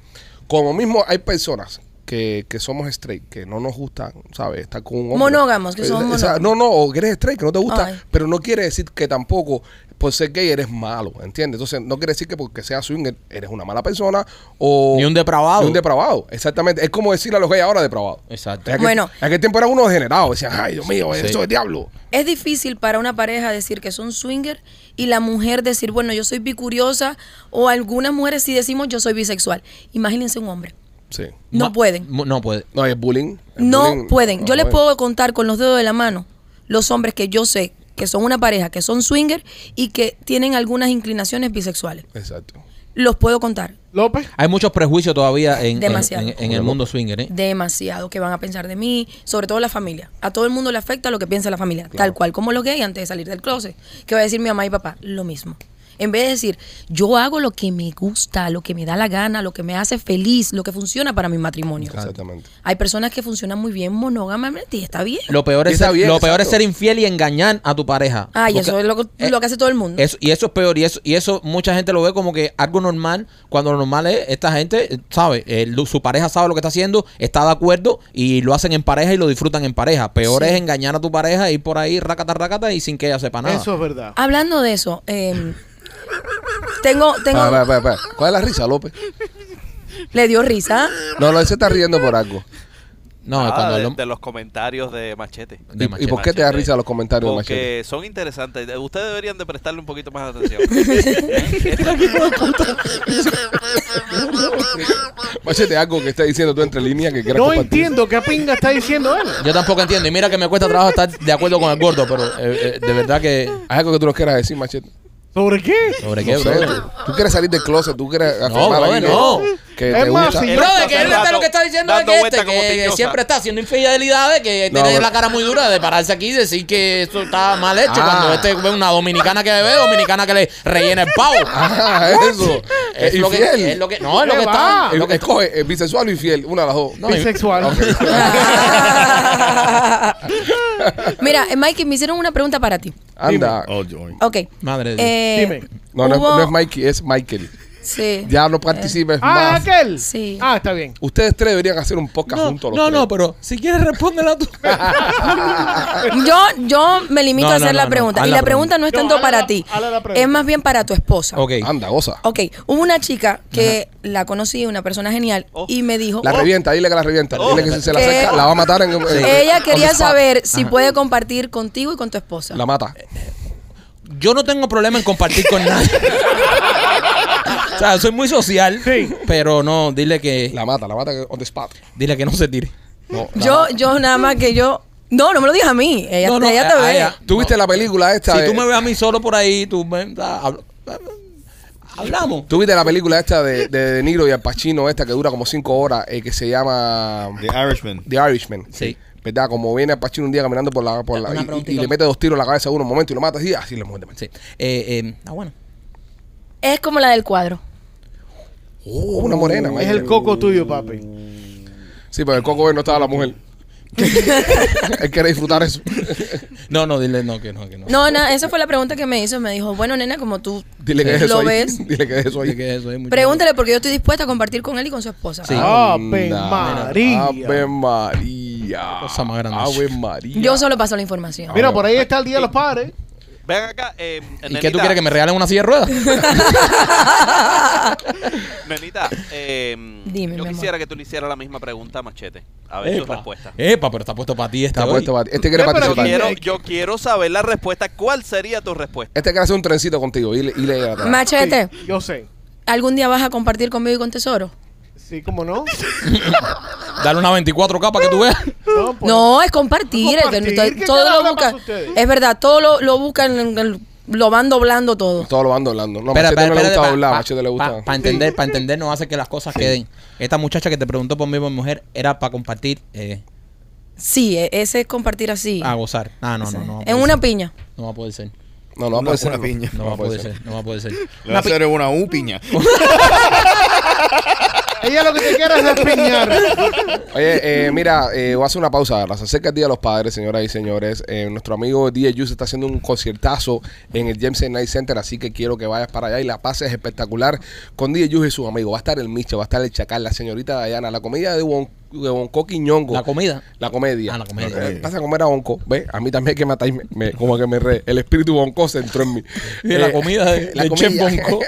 [SPEAKER 3] como mismo hay personas que, que somos straight, que no nos gusta, ¿sabes? Estar con un hombre.
[SPEAKER 6] Monógamos, que somos
[SPEAKER 3] Eh, o sea, No, no, o que eres straight, que no te gusta,
[SPEAKER 6] Ay.
[SPEAKER 3] pero no quiere decir que tampoco por ser gay eres malo, ¿entiendes? Entonces, no quiere decir que porque seas swinger eres una mala persona o...
[SPEAKER 2] Ni un depravado.
[SPEAKER 3] Ni un depravado, exactamente. Es como decirle a los gays ahora depravado.
[SPEAKER 2] Exacto.
[SPEAKER 3] En aquel,
[SPEAKER 6] Bueno.
[SPEAKER 3] en aquel tiempo era uno degenerado, decían, ay, Dios mío,
[SPEAKER 2] Sí.
[SPEAKER 3] eso es diablo.
[SPEAKER 6] Es difícil para una pareja decir que son swinger y la mujer decir, bueno, yo soy bicuriosa o algunas mujeres sí decimos yo soy bisexual. Imagínense un hombre.
[SPEAKER 3] Sí.
[SPEAKER 6] No
[SPEAKER 2] Ma-
[SPEAKER 6] pueden.
[SPEAKER 2] mu- No puede.
[SPEAKER 3] No, es bullying. es
[SPEAKER 6] No
[SPEAKER 3] bullying. ah,
[SPEAKER 6] pueden. Yo
[SPEAKER 3] No
[SPEAKER 6] les puedo contar con los dedos de la mano los hombres que yo sé que son una pareja, que son swinger y que tienen algunas inclinaciones bisexuales.
[SPEAKER 3] Exacto.
[SPEAKER 6] Los puedo contar.
[SPEAKER 4] López.
[SPEAKER 2] Hay muchos prejuicios todavía en, en-
[SPEAKER 6] Demasiado.
[SPEAKER 2] en- en el mundo swinger, ¿eh?
[SPEAKER 6] Demasiado que van a pensar de mí, sobre todo la familia. A todo el mundo le afecta lo que piensa la familia, tal cual como los gays antes de salir del closet. Que va a decir mi mamá y papá? Lo mismo. En vez de decir, yo hago lo que me gusta, lo que me da la gana, lo que me hace feliz, lo que funciona para mi matrimonio.
[SPEAKER 3] Exactamente.
[SPEAKER 6] Hay personas que funcionan muy bien monógamamente y está bien.
[SPEAKER 2] Lo peor
[SPEAKER 3] Y
[SPEAKER 2] es
[SPEAKER 3] está
[SPEAKER 2] ser,
[SPEAKER 3] bien,
[SPEAKER 2] lo peor es
[SPEAKER 3] exacto.
[SPEAKER 2] ser infiel y engañar a tu pareja.
[SPEAKER 6] Ay,
[SPEAKER 2] Porque-
[SPEAKER 6] eso es lo, que-
[SPEAKER 2] eh,
[SPEAKER 6] lo que hace todo el mundo.
[SPEAKER 2] Eso, y eso es peor, y eso, y eso mucha gente lo ve como que algo normal, cuando lo normal es, esta gente eh, sabe, eh, lo- su pareja sabe lo que está haciendo, está de acuerdo y lo hacen en pareja y lo disfrutan en pareja. Peor es engañar a tu pareja, ir por ahí, racata, racata y sin que ella sepa nada.
[SPEAKER 4] Eso es verdad.
[SPEAKER 2] Ah,
[SPEAKER 6] Hablando de eso, eh, tengo, tengo,
[SPEAKER 3] Espera, espera, espera, espera. ¿Cuál es la risa, López?
[SPEAKER 6] le dio risa.
[SPEAKER 3] [LAUGHS] No, no, él se está riendo por algo.
[SPEAKER 2] No,
[SPEAKER 7] Ah,
[SPEAKER 2] cuando
[SPEAKER 7] de,
[SPEAKER 2] lo-
[SPEAKER 7] de los comentarios de Machete.
[SPEAKER 2] De
[SPEAKER 3] ¿Y- ¿Y, por qué te da risa los comentarios de
[SPEAKER 7] Porque
[SPEAKER 3] Machete?
[SPEAKER 7] son interesantes. Eh, Ustedes deberían de prestarle un poquito más atención.
[SPEAKER 3] [LAUGHS] Machete, algo que está diciendo tú entre líneas que quieras
[SPEAKER 4] No
[SPEAKER 3] compartir.
[SPEAKER 4] entiendo qué pinga está diciendo él.
[SPEAKER 2] yo tampoco entiendo, y mira que me cuesta trabajo estar de acuerdo con el gordo, pero eh, eh, de verdad que...
[SPEAKER 3] Hay algo que tú nos quieras decir, Machete.
[SPEAKER 4] ¿Sobre qué?
[SPEAKER 2] ¿Sobre qué,
[SPEAKER 3] No sé,
[SPEAKER 2] brother?
[SPEAKER 3] tú, tú quieres salir del closet, tú quieres afirmar
[SPEAKER 2] brother,
[SPEAKER 3] ahí que-
[SPEAKER 2] no.
[SPEAKER 3] que
[SPEAKER 4] Es
[SPEAKER 3] te
[SPEAKER 4] más,
[SPEAKER 3] gusta.
[SPEAKER 4] si-
[SPEAKER 2] Bro, de que él
[SPEAKER 7] Dando-
[SPEAKER 2] está lo que está diciendo es
[SPEAKER 7] dando
[SPEAKER 2] que,
[SPEAKER 7] vuelta
[SPEAKER 2] este,
[SPEAKER 7] como
[SPEAKER 2] que- que
[SPEAKER 7] tiñosa.
[SPEAKER 2] siempre está haciendo infidelidades, que
[SPEAKER 3] No,
[SPEAKER 2] tiene
[SPEAKER 3] bro.
[SPEAKER 2] la cara muy dura de pararse aquí y decir que esto está mal hecho.
[SPEAKER 3] Ah.
[SPEAKER 2] Cuando este ve una dominicana que bebe, dominicana que le rellena el pavo.
[SPEAKER 3] Ah, eso.
[SPEAKER 2] Es
[SPEAKER 3] Eh,
[SPEAKER 2] lo, que,
[SPEAKER 3] infiel.
[SPEAKER 2] es lo que no es lo
[SPEAKER 4] ¿Qué
[SPEAKER 2] que
[SPEAKER 4] va?
[SPEAKER 2] está. es lo que-
[SPEAKER 3] Escoge eh, bisexual o infiel, una de las dos.
[SPEAKER 2] y-
[SPEAKER 4] Bisexual.
[SPEAKER 2] [LAUGHS]
[SPEAKER 6] Mira, eh, Mikey, me hicieron una pregunta para ti.
[SPEAKER 3] Anda.
[SPEAKER 8] Oh, Johnny.
[SPEAKER 6] Ok.
[SPEAKER 2] Madre de Dios.
[SPEAKER 6] Eh,
[SPEAKER 4] Dime.
[SPEAKER 3] No, no, es-
[SPEAKER 6] hubo-
[SPEAKER 3] no es Mikey, es Michael.
[SPEAKER 6] Sí.
[SPEAKER 3] Ya no participes
[SPEAKER 4] Ah,
[SPEAKER 3] más.
[SPEAKER 4] ¿es aquel.
[SPEAKER 6] Sí.
[SPEAKER 4] Ah, está bien.
[SPEAKER 3] Ustedes tres deberían hacer un podcast
[SPEAKER 2] No,
[SPEAKER 3] juntos. los
[SPEAKER 2] no,
[SPEAKER 3] tres.
[SPEAKER 2] no, pero si quieres respóndela tú.
[SPEAKER 6] Yo, yo me limito
[SPEAKER 2] No,
[SPEAKER 6] a hacer
[SPEAKER 2] no,
[SPEAKER 6] la
[SPEAKER 2] no,
[SPEAKER 6] pregunta.
[SPEAKER 2] no, haz
[SPEAKER 6] y
[SPEAKER 2] la
[SPEAKER 6] la pregunta no es
[SPEAKER 4] No,
[SPEAKER 6] tanto
[SPEAKER 4] hazla
[SPEAKER 6] para
[SPEAKER 4] la-
[SPEAKER 6] ti.
[SPEAKER 4] hazla la pregunta.
[SPEAKER 6] Es más bien para tu esposa.
[SPEAKER 2] ok.
[SPEAKER 3] Anda, goza.
[SPEAKER 6] Ok, hubo una chica que la conocí, una persona genial,
[SPEAKER 7] Oh.
[SPEAKER 6] y me dijo,
[SPEAKER 3] La revienta, dile que la revienta.
[SPEAKER 7] Oh.
[SPEAKER 3] Dile que si se la
[SPEAKER 6] ¿Qué?
[SPEAKER 3] acerca, la va a matar en. en-
[SPEAKER 6] ella
[SPEAKER 3] on
[SPEAKER 6] quería
[SPEAKER 3] the spot.
[SPEAKER 6] saber si puede compartir contigo y con tu esposa.
[SPEAKER 3] La mata.
[SPEAKER 2] Yo no tengo problema en compartir con nadie. o sea, soy muy social,
[SPEAKER 4] Sí.
[SPEAKER 2] pero no, dile que
[SPEAKER 3] La mata, la mata que- on the spot.
[SPEAKER 2] dile que no se tire.
[SPEAKER 3] No, la
[SPEAKER 6] yo, yo nada más que yo... No, no me lo digas a mí. Ella,
[SPEAKER 2] No, no,
[SPEAKER 6] ella te
[SPEAKER 2] a- a
[SPEAKER 6] ve.
[SPEAKER 2] ella.
[SPEAKER 3] ¿Tú viste la película esta?
[SPEAKER 2] Si
[SPEAKER 3] de-
[SPEAKER 2] tú me ves a mí solo por ahí, tú me... da- hablo- eh, Hablamos.
[SPEAKER 3] ¿Tú viste la película esta de De, de Niro y Al Pacino, esta que dura como cinco horas, eh, que se llama
[SPEAKER 8] The Irishman.
[SPEAKER 3] The Irishman?
[SPEAKER 2] Sí.
[SPEAKER 3] ¿Verdad? Como viene Al Pacino un día caminando por la... Por la
[SPEAKER 2] Una
[SPEAKER 3] y- y,
[SPEAKER 2] preguntita.
[SPEAKER 3] le mete dos tiros en la cabeza a uno un momento y lo mata así, así le muerde.
[SPEAKER 2] Sí. Eh, eh, ah, bueno.
[SPEAKER 6] Es como la del cuadro.
[SPEAKER 3] Oh, una morena.
[SPEAKER 4] Es
[SPEAKER 3] Michael.
[SPEAKER 4] el coco tuyo, papi.
[SPEAKER 3] Sí, pero el coco hoy no estaba la
[SPEAKER 6] [LAUGHS]
[SPEAKER 3] mujer. [LAUGHS] Él quiere disfrutar eso.
[SPEAKER 2] No, no, dile no, que no, que no.
[SPEAKER 6] No, nada, esa fue la pregunta que me hizo. Me dijo, bueno, nena, como tú
[SPEAKER 3] Dile que es eso
[SPEAKER 6] lo
[SPEAKER 3] ahí.
[SPEAKER 6] ves,
[SPEAKER 3] [LAUGHS] Dile que es eso ahí.
[SPEAKER 2] Oye, que eso es mucho-
[SPEAKER 6] pregúntale porque yo estoy dispuesta a compartir con él y con su esposa.
[SPEAKER 2] Sí.
[SPEAKER 4] Ave
[SPEAKER 3] Anda.
[SPEAKER 4] María.
[SPEAKER 3] Ave María.
[SPEAKER 2] Cosa más grande.
[SPEAKER 3] Ave María.
[SPEAKER 6] Yo solo paso la información.
[SPEAKER 4] Mira, por ahí está el Día de los Padres.
[SPEAKER 7] Ven acá. Eh,
[SPEAKER 2] ¿Y qué tú quieres que me regalen una silla de ruedas?
[SPEAKER 7] Nenita, eh,
[SPEAKER 6] Dime,
[SPEAKER 7] yo
[SPEAKER 6] mi amor.
[SPEAKER 7] quisiera que tú le hicieras la misma pregunta a Machete. A ver su
[SPEAKER 2] Epa.
[SPEAKER 7] respuesta.
[SPEAKER 2] Epa, pero está puesto para ti este
[SPEAKER 3] Está
[SPEAKER 2] hoy.
[SPEAKER 3] puesto para ti. Este quiere
[SPEAKER 4] Ve, pero
[SPEAKER 7] Yo
[SPEAKER 3] participar.
[SPEAKER 4] aquí-
[SPEAKER 7] quiero, yo quiero saber la respuesta. ¿Cuál sería tu respuesta?
[SPEAKER 3] Este quiere hacer un trencito contigo. Y le, y le
[SPEAKER 6] Machete,
[SPEAKER 4] Sí, yo sé.
[SPEAKER 6] ¿algún día vas a compartir conmigo y con Tesoro?
[SPEAKER 4] Sí, ¿cómo
[SPEAKER 6] [LAUGHS]
[SPEAKER 4] no?
[SPEAKER 2] Dale una 24K para que tú veas.
[SPEAKER 4] No, pues,
[SPEAKER 6] No, es compartir.
[SPEAKER 4] Es compartir,
[SPEAKER 6] es que no-
[SPEAKER 4] ¿qué
[SPEAKER 6] todo
[SPEAKER 4] carajo
[SPEAKER 6] lo
[SPEAKER 4] le pasa a
[SPEAKER 6] buscan.
[SPEAKER 4] ustedes?
[SPEAKER 6] Es verdad, todo lo, lo buscan, en el- lo van doblando todo.
[SPEAKER 3] Todo lo van doblando. No, Machete no le gusta doblar. Machete le gusta.
[SPEAKER 2] Para entender, para entender, no hace que las cosas queden. Esta muchacha que te preguntó por mí, por mujer, era para compartir, eh,
[SPEAKER 6] Sí, e- ese es compartir así.
[SPEAKER 2] a gozar. Ah, no, no, no. va a
[SPEAKER 6] en
[SPEAKER 2] poder
[SPEAKER 6] una
[SPEAKER 2] ser.
[SPEAKER 6] piña.
[SPEAKER 2] No va a poder ser.
[SPEAKER 3] [LAUGHS] No, no pues, va a
[SPEAKER 8] Una-
[SPEAKER 3] poder ser.
[SPEAKER 8] una piña.
[SPEAKER 2] No, va a poder ser. No va a poder ser.
[SPEAKER 8] Le va a hacer una upiña.
[SPEAKER 4] Ella lo que te quiere es
[SPEAKER 6] [LAUGHS]
[SPEAKER 4] despeñar.
[SPEAKER 3] [LAUGHS] Oye, eh, mira, eh, voy a hacer una pausa. Se acerca el Día de los Padres, señoras y señores. Eh, nuestro amigo DJ Juice está haciendo un conciertazo en el James Night Center, así que quiero que vayas para allá y la pases espectacular con DJ Juice y sus amigos. Va a estar el Micho, va a estar el Chacal, la señorita Dayana, la comida de, Won, de Bonco Quiñongo.
[SPEAKER 2] La comida.
[SPEAKER 3] La comedia.
[SPEAKER 2] Ah, la comedia.
[SPEAKER 3] Eh, Pasa a comer a Bonco. ¿Ves? A mí también hay que matáis. como que me re- El espíritu Bonco se entró
[SPEAKER 2] [LAUGHS]
[SPEAKER 3] en mí. Eh,
[SPEAKER 2] De la comida
[SPEAKER 3] [LAUGHS]
[SPEAKER 2] de- del chef Bonco.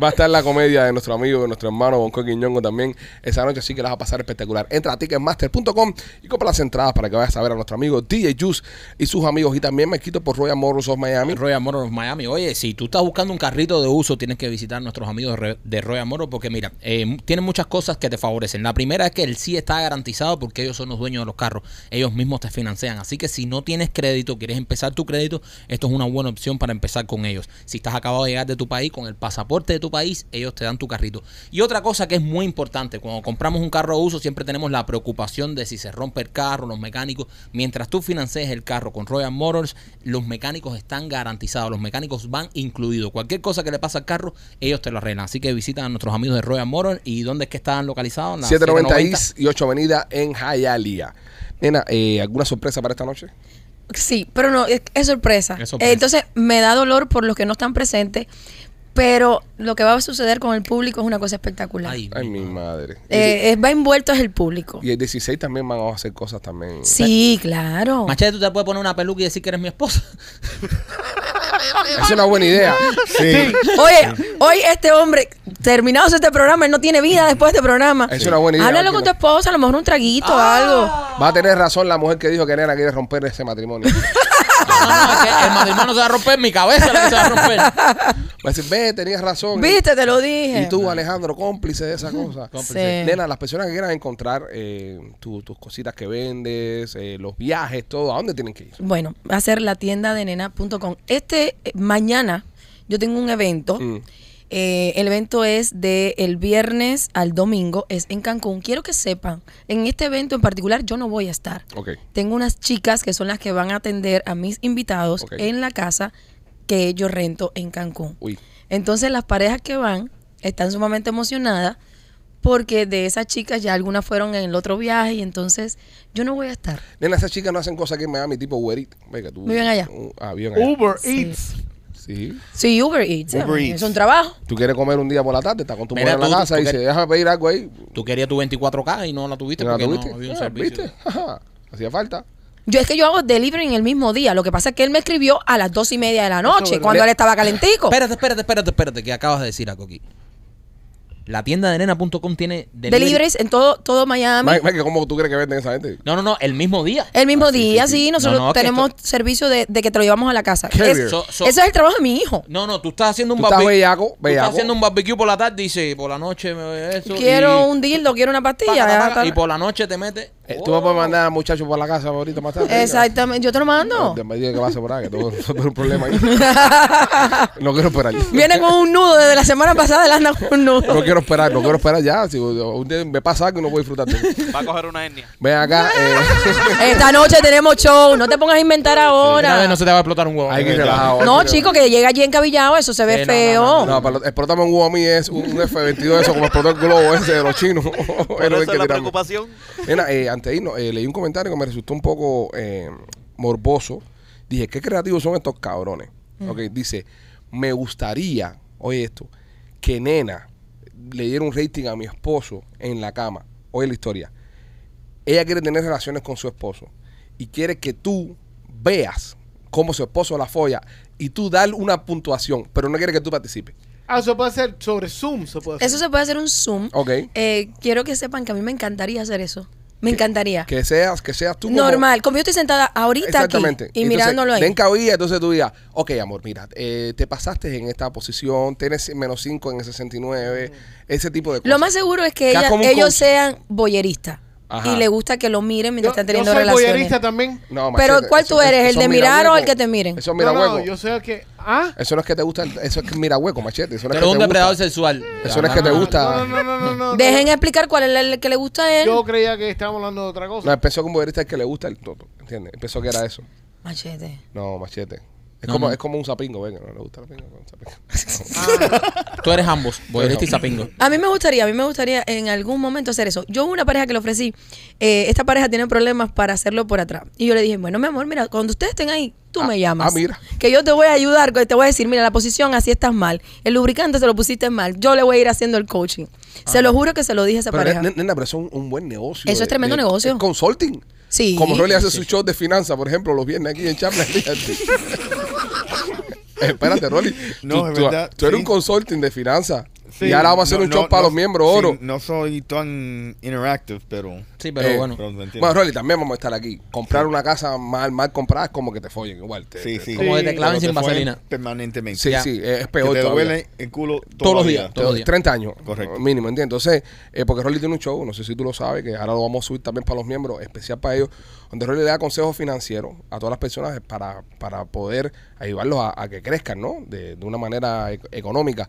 [SPEAKER 3] Va a estar la comedia de nuestro amigo, de nuestro hermano Bonco Quiñongo también esa noche, así que la vas a pasar espectacular. Entra a ticketmaster.com y compra las entradas para que vayas a ver a nuestro amigo DJ Juice y sus amigos. Y también me quito por Royal Morros of Miami.
[SPEAKER 2] Royal Motors of Miami. Oye, si tú estás buscando un carrito de uso, tienes que visitar a nuestros amigos de Re- de Royal Motors porque mira, eh, m- tienen muchas cosas que te favorecen. La primera es que el sí está garantizado porque ellos son los dueños de los carros. Ellos mismos te financian. Así que si no tienes crédito, quieres empezar tu crédito, esto es una buena opción para empezar con ellos. Si estás acabado de llegar de tu país, con el pasaporte de tu país, ellos te dan tu carrito. Y otra cosa que es muy importante, cuando compramos un carro de uso, siempre tenemos la preocupación de si se rompe el carro, los mecánicos. Mientras tú financies el carro con Royal Motors, los mecánicos están garantizados, los mecánicos van incluidos. Cualquier cosa que le pasa al carro, ellos te lo arreglan. Así que visitan a nuestros amigos de Royal Motors y dónde es que están localizados. En la
[SPEAKER 3] 790
[SPEAKER 2] 790.
[SPEAKER 3] East y 8 Avenida en Hialeah. Nena, eh, ¿alguna sorpresa para esta noche?
[SPEAKER 6] Sí, pero no, es, es sorpresa.
[SPEAKER 2] Es sorpresa.
[SPEAKER 6] Eh, Entonces me da dolor por los que no están presentes, pero lo que va a suceder con el público es una cosa espectacular.
[SPEAKER 2] Ay,
[SPEAKER 3] Ay, mi madre.
[SPEAKER 6] Eh, es- va envuelto es el público.
[SPEAKER 3] Y el 16 también van a hacer cosas también.
[SPEAKER 6] Sí, claro.
[SPEAKER 2] Machete, tú te puedes poner una peluca y decir que eres mi esposa. [LAUGHS]
[SPEAKER 3] Es una buena idea. [LAUGHS]
[SPEAKER 8] Sí.
[SPEAKER 6] Oye, hoy este hombre, terminado este programa, él no tiene vida después de este programa.
[SPEAKER 3] Es una buena idea,
[SPEAKER 6] Háblalo con tu
[SPEAKER 3] Ángela. Ah.
[SPEAKER 6] esposa, a lo mejor un traguito o algo.
[SPEAKER 3] Va a tener razón la mujer que dijo que Nena quiere romper ese matrimonio.
[SPEAKER 2] No, no, es que el matrimonio se va a romper, mi cabeza es la que se va a romper.
[SPEAKER 3] Va a decir, ve, tenías razón.
[SPEAKER 6] Viste, te lo dije.
[SPEAKER 3] Y tú, Alejandro, cómplice de esa cosa.
[SPEAKER 6] Sí.
[SPEAKER 3] Nena, las personas que quieran encontrar eh, tu- tus cositas que vendes, eh, los viajes, todo, ¿a dónde tienen que ir?
[SPEAKER 6] Bueno, va a ser la tienda de nena.com. Este eh, mañana yo tengo un evento.
[SPEAKER 3] Mm.
[SPEAKER 6] Eh, el evento es de el viernes al domingo, es en Cancún. Quiero que sepan, en este evento en particular yo no voy a estar.
[SPEAKER 3] Ok.
[SPEAKER 6] Tengo unas chicas que son las que van a atender a mis invitados
[SPEAKER 3] Ok.
[SPEAKER 6] en la casa que yo rento en Cancún.
[SPEAKER 3] Uy.
[SPEAKER 6] Entonces las parejas que van están sumamente emocionadas porque de esas chicas ya algunas fueron en el otro viaje y entonces yo no voy a estar.
[SPEAKER 3] Nena, esas chicas no hacen cosas aquí en Miami, tipo Uber Eats. Venga, tú.
[SPEAKER 6] Viven allá.
[SPEAKER 3] Uh, ah, viven allá.
[SPEAKER 4] Uber
[SPEAKER 6] Sí.
[SPEAKER 4] Eats.
[SPEAKER 3] Sí.
[SPEAKER 6] Sí, Uber Eats.
[SPEAKER 8] Uber
[SPEAKER 6] eh,
[SPEAKER 8] Eats.
[SPEAKER 6] Es un trabajo.
[SPEAKER 3] Tú quieres comer un día por la tarde, estás con tu mujer
[SPEAKER 2] Mira,
[SPEAKER 3] en la
[SPEAKER 2] tú-
[SPEAKER 3] casa
[SPEAKER 2] tú
[SPEAKER 3] y dice,
[SPEAKER 2] quieres-
[SPEAKER 3] déjame pedir algo ahí.
[SPEAKER 2] Tú querías tu 24K y no la tuviste
[SPEAKER 3] ¿Te la
[SPEAKER 2] porque
[SPEAKER 3] tuviste?
[SPEAKER 2] no había un
[SPEAKER 3] Ah,
[SPEAKER 2] servicio.
[SPEAKER 3] ¿Viste? [LAUGHS] Ajá. Hacía falta.
[SPEAKER 6] Yo es que yo hago delivery en el mismo día. Lo que pasa es que él me escribió a las dos y media de la noche,
[SPEAKER 4] verdad.
[SPEAKER 6] cuando él estaba calentico.
[SPEAKER 2] Espérate, espérate, espérate, espérate, que acabas de decir algo aquí. La tienda de nena.com tiene delivery-
[SPEAKER 6] Deliveries en todo, todo Miami.
[SPEAKER 3] Mike, Mike, ¿cómo tú crees que venden esa gente?
[SPEAKER 2] No, no, no, el mismo día.
[SPEAKER 6] el mismo día, sí,
[SPEAKER 2] sí. No,
[SPEAKER 6] nosotros
[SPEAKER 2] no, que
[SPEAKER 6] tenemos servicio de, de que te lo llevamos a la casa.
[SPEAKER 3] Carrier.
[SPEAKER 6] Es-
[SPEAKER 2] So- so-
[SPEAKER 6] ese es el trabajo de mi hijo.
[SPEAKER 2] No, no, tú estás haciendo un
[SPEAKER 3] Tú estás
[SPEAKER 2] barbe-
[SPEAKER 3] bellaco,
[SPEAKER 2] tú
[SPEAKER 3] bellaco.
[SPEAKER 2] estás haciendo un barbecue por la tarde y dice, por la noche me eso.
[SPEAKER 6] Quiero
[SPEAKER 2] y-
[SPEAKER 6] un dildo, quiero una pastilla.
[SPEAKER 2] Paca,
[SPEAKER 6] ya
[SPEAKER 2] paca,
[SPEAKER 6] está.
[SPEAKER 2] y por la noche te metes.
[SPEAKER 3] Eh, Tú me
[SPEAKER 6] Oh.
[SPEAKER 3] puedes mandar a muchachos por la casa ahorita más tarde.
[SPEAKER 6] Exactamente. Yo te lo mando.
[SPEAKER 3] Te me diga que vas a por acá, que tengo [LAUGHS] tengo un problema ahí. No quiero esperar.
[SPEAKER 6] [LAUGHS] Viene con un nudo. Desde la semana pasada él anda con
[SPEAKER 3] [LAUGHS]
[SPEAKER 6] un
[SPEAKER 3] No
[SPEAKER 6] nudo.
[SPEAKER 3] quiero esperar, no quiero esperar ya. Si un día me pasa algo, no voy a disfrutar.
[SPEAKER 7] Va a coger una etnia.
[SPEAKER 3] Ven acá. eh, [LAUGHS]
[SPEAKER 6] Esta noche tenemos show. No te pongas a inventar
[SPEAKER 2] Una vez
[SPEAKER 6] ahora.
[SPEAKER 2] no se te va a explotar un huevo.
[SPEAKER 3] hay que ir [LAUGHS] relajado.
[SPEAKER 6] No, chico, que llega allí encabillado. Eso se ve
[SPEAKER 2] Sí, no,
[SPEAKER 6] feo.
[SPEAKER 2] no,
[SPEAKER 3] No, pero explótame un Huawei es un un F-22 eso como explotó el globo ese de los chinos. [LAUGHS]
[SPEAKER 7] Por
[SPEAKER 3] Era
[SPEAKER 7] eso
[SPEAKER 3] el
[SPEAKER 7] es
[SPEAKER 3] que
[SPEAKER 7] la
[SPEAKER 3] tiramos.
[SPEAKER 7] preocupación.
[SPEAKER 3] Mira, eh, antes de irnos, eh, leí un comentario que me resultó un poco eh, morboso. Dije, qué creativos son estos cabrones. Ok, dice, me gustaría, oye esto, que nena le diera un rating a mi esposo en la cama. Oye la historia. Ella quiere tener relaciones con su esposo y quiere que tú veas cómo su esposo la folla y tú darle una puntuación, pero no quiere que tú participes.
[SPEAKER 4] Ah, eso puede ser sobre Zoom. Se puede hacer.
[SPEAKER 6] Eso se puede hacer un Zoom.
[SPEAKER 3] Ok.
[SPEAKER 6] Eh, quiero que sepan que a mí me encantaría hacer eso. Me encantaría.
[SPEAKER 3] Que seas, que seas tú como-
[SPEAKER 6] Normal. Como yo estoy sentada ahorita aquí
[SPEAKER 3] Exactamente.
[SPEAKER 6] y mirándolo ahí.
[SPEAKER 3] Den cabida, entonces tú digas, ok, amor, mira, eh, te pasaste en esta posición, tienes menos 5 en el 69, ese tipo de cosas.
[SPEAKER 6] Mm. Lo más seguro es que
[SPEAKER 3] Que haz
[SPEAKER 6] ella-
[SPEAKER 3] como un
[SPEAKER 6] ellos
[SPEAKER 3] coach.
[SPEAKER 6] sean boyeristas.
[SPEAKER 3] Ajá.
[SPEAKER 6] Y le gusta que lo miren
[SPEAKER 4] Yo,
[SPEAKER 6] mientras
[SPEAKER 4] yo
[SPEAKER 6] están teniendo
[SPEAKER 4] soy
[SPEAKER 6] relaciones.
[SPEAKER 4] voyerista también.
[SPEAKER 3] No,
[SPEAKER 6] Pero, ¿cuál tú eres, el
[SPEAKER 3] eso
[SPEAKER 6] de
[SPEAKER 3] es
[SPEAKER 6] mirar o el
[SPEAKER 3] mirahueco.
[SPEAKER 6] que te miren?
[SPEAKER 3] Eso es
[SPEAKER 4] No,
[SPEAKER 3] mira
[SPEAKER 4] no,
[SPEAKER 3] hueco.
[SPEAKER 4] yo soy el que. Ah.
[SPEAKER 3] Eso no es que te gusta, el- eso es que mira hueco, machete. Eso no es
[SPEAKER 2] Pero
[SPEAKER 3] que
[SPEAKER 2] un
[SPEAKER 3] te
[SPEAKER 2] depredador
[SPEAKER 3] gusta.
[SPEAKER 2] sexual.
[SPEAKER 3] Eso no es que te gusta.
[SPEAKER 4] No, no, no, no, no.
[SPEAKER 6] Dejen explicar cuál es el que le gusta a él.
[SPEAKER 4] Yo creía que estábamos hablando de otra
[SPEAKER 3] No,
[SPEAKER 4] cosa.
[SPEAKER 3] empezó como eres el que le gusta el toto, ¿entiendes? Empezó que era eso.
[SPEAKER 6] Machete.
[SPEAKER 3] No, machete. Es,
[SPEAKER 2] No,
[SPEAKER 3] como,
[SPEAKER 2] no.
[SPEAKER 3] es como un sapingo, venga, no le gusta el sapingo. un sapingo.
[SPEAKER 2] Tú eres ambos, boyerista y sapingo.
[SPEAKER 6] A mí me gustaría, a mí me gustaría en algún momento hacer eso. Yo hubo una pareja que le ofrecí, eh, esta pareja tiene problemas para hacerlo por atrás. Y yo le dije, bueno, mi amor, mira, cuando ustedes estén ahí, tú
[SPEAKER 3] Ah,
[SPEAKER 6] me llamas.
[SPEAKER 3] ah, mira.
[SPEAKER 6] Que yo te voy a ayudar, que te voy a decir, mira, la posición así estás mal. El lubricante se lo pusiste mal. Yo le voy a ir haciendo el coaching. Se lo juro que se lo dije a esa
[SPEAKER 3] Ah. Pero,
[SPEAKER 6] pareja.
[SPEAKER 3] nen- nena, pero eso es un, un buen negocio.
[SPEAKER 6] Eso es tremendo negocio.
[SPEAKER 3] es consulting.
[SPEAKER 6] Sí.
[SPEAKER 3] Como Rolly hace su show de finanzas, por ejemplo, los viernes aquí en [LAUGHS] Chapla. Espérate, Rolly.
[SPEAKER 5] No,
[SPEAKER 3] tú,
[SPEAKER 5] es
[SPEAKER 3] tú-
[SPEAKER 5] verdad,
[SPEAKER 3] tú eres
[SPEAKER 5] sí.
[SPEAKER 3] un consulting de finanzas.
[SPEAKER 5] Sí.
[SPEAKER 3] Y ahora vamos a hacer
[SPEAKER 5] No,
[SPEAKER 3] un
[SPEAKER 5] no,
[SPEAKER 3] show para
[SPEAKER 5] no,
[SPEAKER 3] los miembros
[SPEAKER 5] sí,
[SPEAKER 3] oro.
[SPEAKER 5] no soy tan interactive, pero.
[SPEAKER 2] Sí, pero
[SPEAKER 3] Eh,
[SPEAKER 2] bueno.
[SPEAKER 5] pero me entiendes.
[SPEAKER 3] Bueno, Rolly, también vamos a estar aquí. Comprar una casa mal, mal comprada es como que te follen igual. te-
[SPEAKER 5] sí,
[SPEAKER 3] te-
[SPEAKER 5] sí.
[SPEAKER 2] Como que te claven
[SPEAKER 5] Pero
[SPEAKER 2] sin
[SPEAKER 5] fue
[SPEAKER 2] vaselina.
[SPEAKER 5] Permanentemente.
[SPEAKER 3] Sí,
[SPEAKER 2] Ya.
[SPEAKER 3] sí, es
[SPEAKER 5] Que
[SPEAKER 3] peor
[SPEAKER 5] te
[SPEAKER 3] todavía.
[SPEAKER 5] duele el culo
[SPEAKER 2] Todos los
[SPEAKER 5] todavía.
[SPEAKER 2] días, todos los días.
[SPEAKER 3] 30 años.
[SPEAKER 5] Correcto.
[SPEAKER 3] Mínimo, ¿entiendes? Entonces, eh, porque Rolly tiene un show, no sé si tú lo sabes, que ahora lo vamos a subir también para los miembros, especial para ellos, donde Rolly le da consejos financieros a todas las personas para, para poder ayudarlos a, a que crezcan, ¿no? De, de una manera e- económica.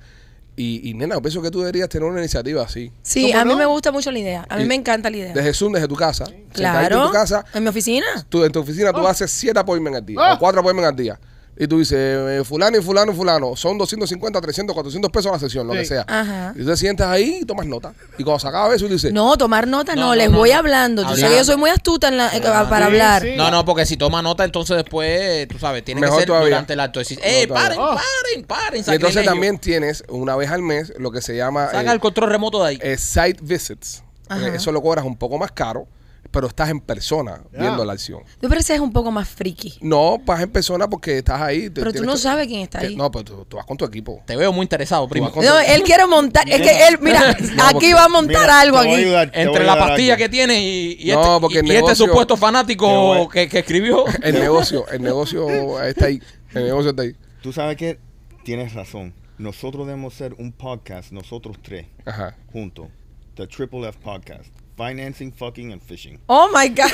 [SPEAKER 3] Y, y, nena, yo pienso que tú deberías tener una iniciativa así.
[SPEAKER 6] sí,
[SPEAKER 4] ¿Cómo
[SPEAKER 6] a mí
[SPEAKER 4] no?
[SPEAKER 6] me gusta mucho la idea. A mí
[SPEAKER 3] Y-
[SPEAKER 6] me encanta la idea.
[SPEAKER 3] Desde Zoom, desde tu casa. sentadito
[SPEAKER 6] claro.
[SPEAKER 3] En tu casa,
[SPEAKER 6] En mi oficina.
[SPEAKER 3] tú, en tu oficina tú haces 7 appointments al día,
[SPEAKER 4] Oh. Ah.
[SPEAKER 3] o 4 appointments al día. Y tú dices, eh, fulano y fulano y fulano, son 250, 300, 400 pesos la sesión, lo
[SPEAKER 4] Sí.
[SPEAKER 3] que sea.
[SPEAKER 6] Ajá.
[SPEAKER 3] Y tú te sientas ahí y tomas nota. Y cuando se acaba eso, tú dices,
[SPEAKER 6] No, tomar nota, no,
[SPEAKER 2] No, no,
[SPEAKER 6] les
[SPEAKER 2] no,
[SPEAKER 6] voy
[SPEAKER 2] no.
[SPEAKER 6] hablando. Tú sabes
[SPEAKER 2] Hablando.
[SPEAKER 6] que yo soy muy astuta en la- eh, para
[SPEAKER 4] Sí,
[SPEAKER 6] hablar.
[SPEAKER 4] sí.
[SPEAKER 2] No, no, porque si toma nota, entonces después, tú sabes, tiene
[SPEAKER 3] Mejor
[SPEAKER 2] que ser
[SPEAKER 3] todavía.
[SPEAKER 2] durante el acto. Decir, ¡eh,
[SPEAKER 3] Mejor
[SPEAKER 2] paren,
[SPEAKER 3] todavía.
[SPEAKER 4] Oh.
[SPEAKER 2] paren, paren!
[SPEAKER 3] y entonces
[SPEAKER 2] sacrilegio".
[SPEAKER 3] también tienes una vez al mes lo que se llama
[SPEAKER 2] Saca
[SPEAKER 3] eh,
[SPEAKER 2] el control remoto de ahí.
[SPEAKER 3] eh, site visits.
[SPEAKER 6] Ajá.
[SPEAKER 3] Eh, eso lo cobras un poco más caro, pero estás en persona
[SPEAKER 4] Ya.
[SPEAKER 3] viendo la acción.
[SPEAKER 6] Yo creo que ese es un poco más friki.
[SPEAKER 3] No, vas en persona porque estás ahí. te-
[SPEAKER 6] Pero tú
[SPEAKER 3] tienes
[SPEAKER 6] no
[SPEAKER 3] que-
[SPEAKER 6] sabes quién está
[SPEAKER 3] te-
[SPEAKER 6] ahí.
[SPEAKER 3] No, pero tú, tú vas con tu equipo.
[SPEAKER 2] Te veo muy interesado, primo.
[SPEAKER 3] Tú vas
[SPEAKER 6] No, él quiere montar. Es que él, mira, aquí va a montar
[SPEAKER 5] Mira,
[SPEAKER 6] algo
[SPEAKER 5] te voy a
[SPEAKER 6] aquí.
[SPEAKER 5] ayudar, te voy
[SPEAKER 2] Entre
[SPEAKER 5] a
[SPEAKER 2] la
[SPEAKER 5] ayudar
[SPEAKER 2] pastilla
[SPEAKER 5] aquí.
[SPEAKER 2] que tiene y, y
[SPEAKER 3] No,
[SPEAKER 2] este,
[SPEAKER 3] porque
[SPEAKER 2] y-
[SPEAKER 3] el
[SPEAKER 2] y este
[SPEAKER 3] negocio-
[SPEAKER 2] supuesto
[SPEAKER 5] Qué
[SPEAKER 2] fanático
[SPEAKER 5] bueno.
[SPEAKER 2] que,
[SPEAKER 3] [LAUGHS]
[SPEAKER 2] que escribió.
[SPEAKER 3] El negocio, el negocio está ahí. El negocio está ahí.
[SPEAKER 5] Tú sabes que tienes razón. Nosotros debemos hacer un podcast, nosotros tres,
[SPEAKER 3] Ajá.
[SPEAKER 5] juntos. The Triple F Podcast. Financing, fucking, and fishing.
[SPEAKER 6] Oh my God.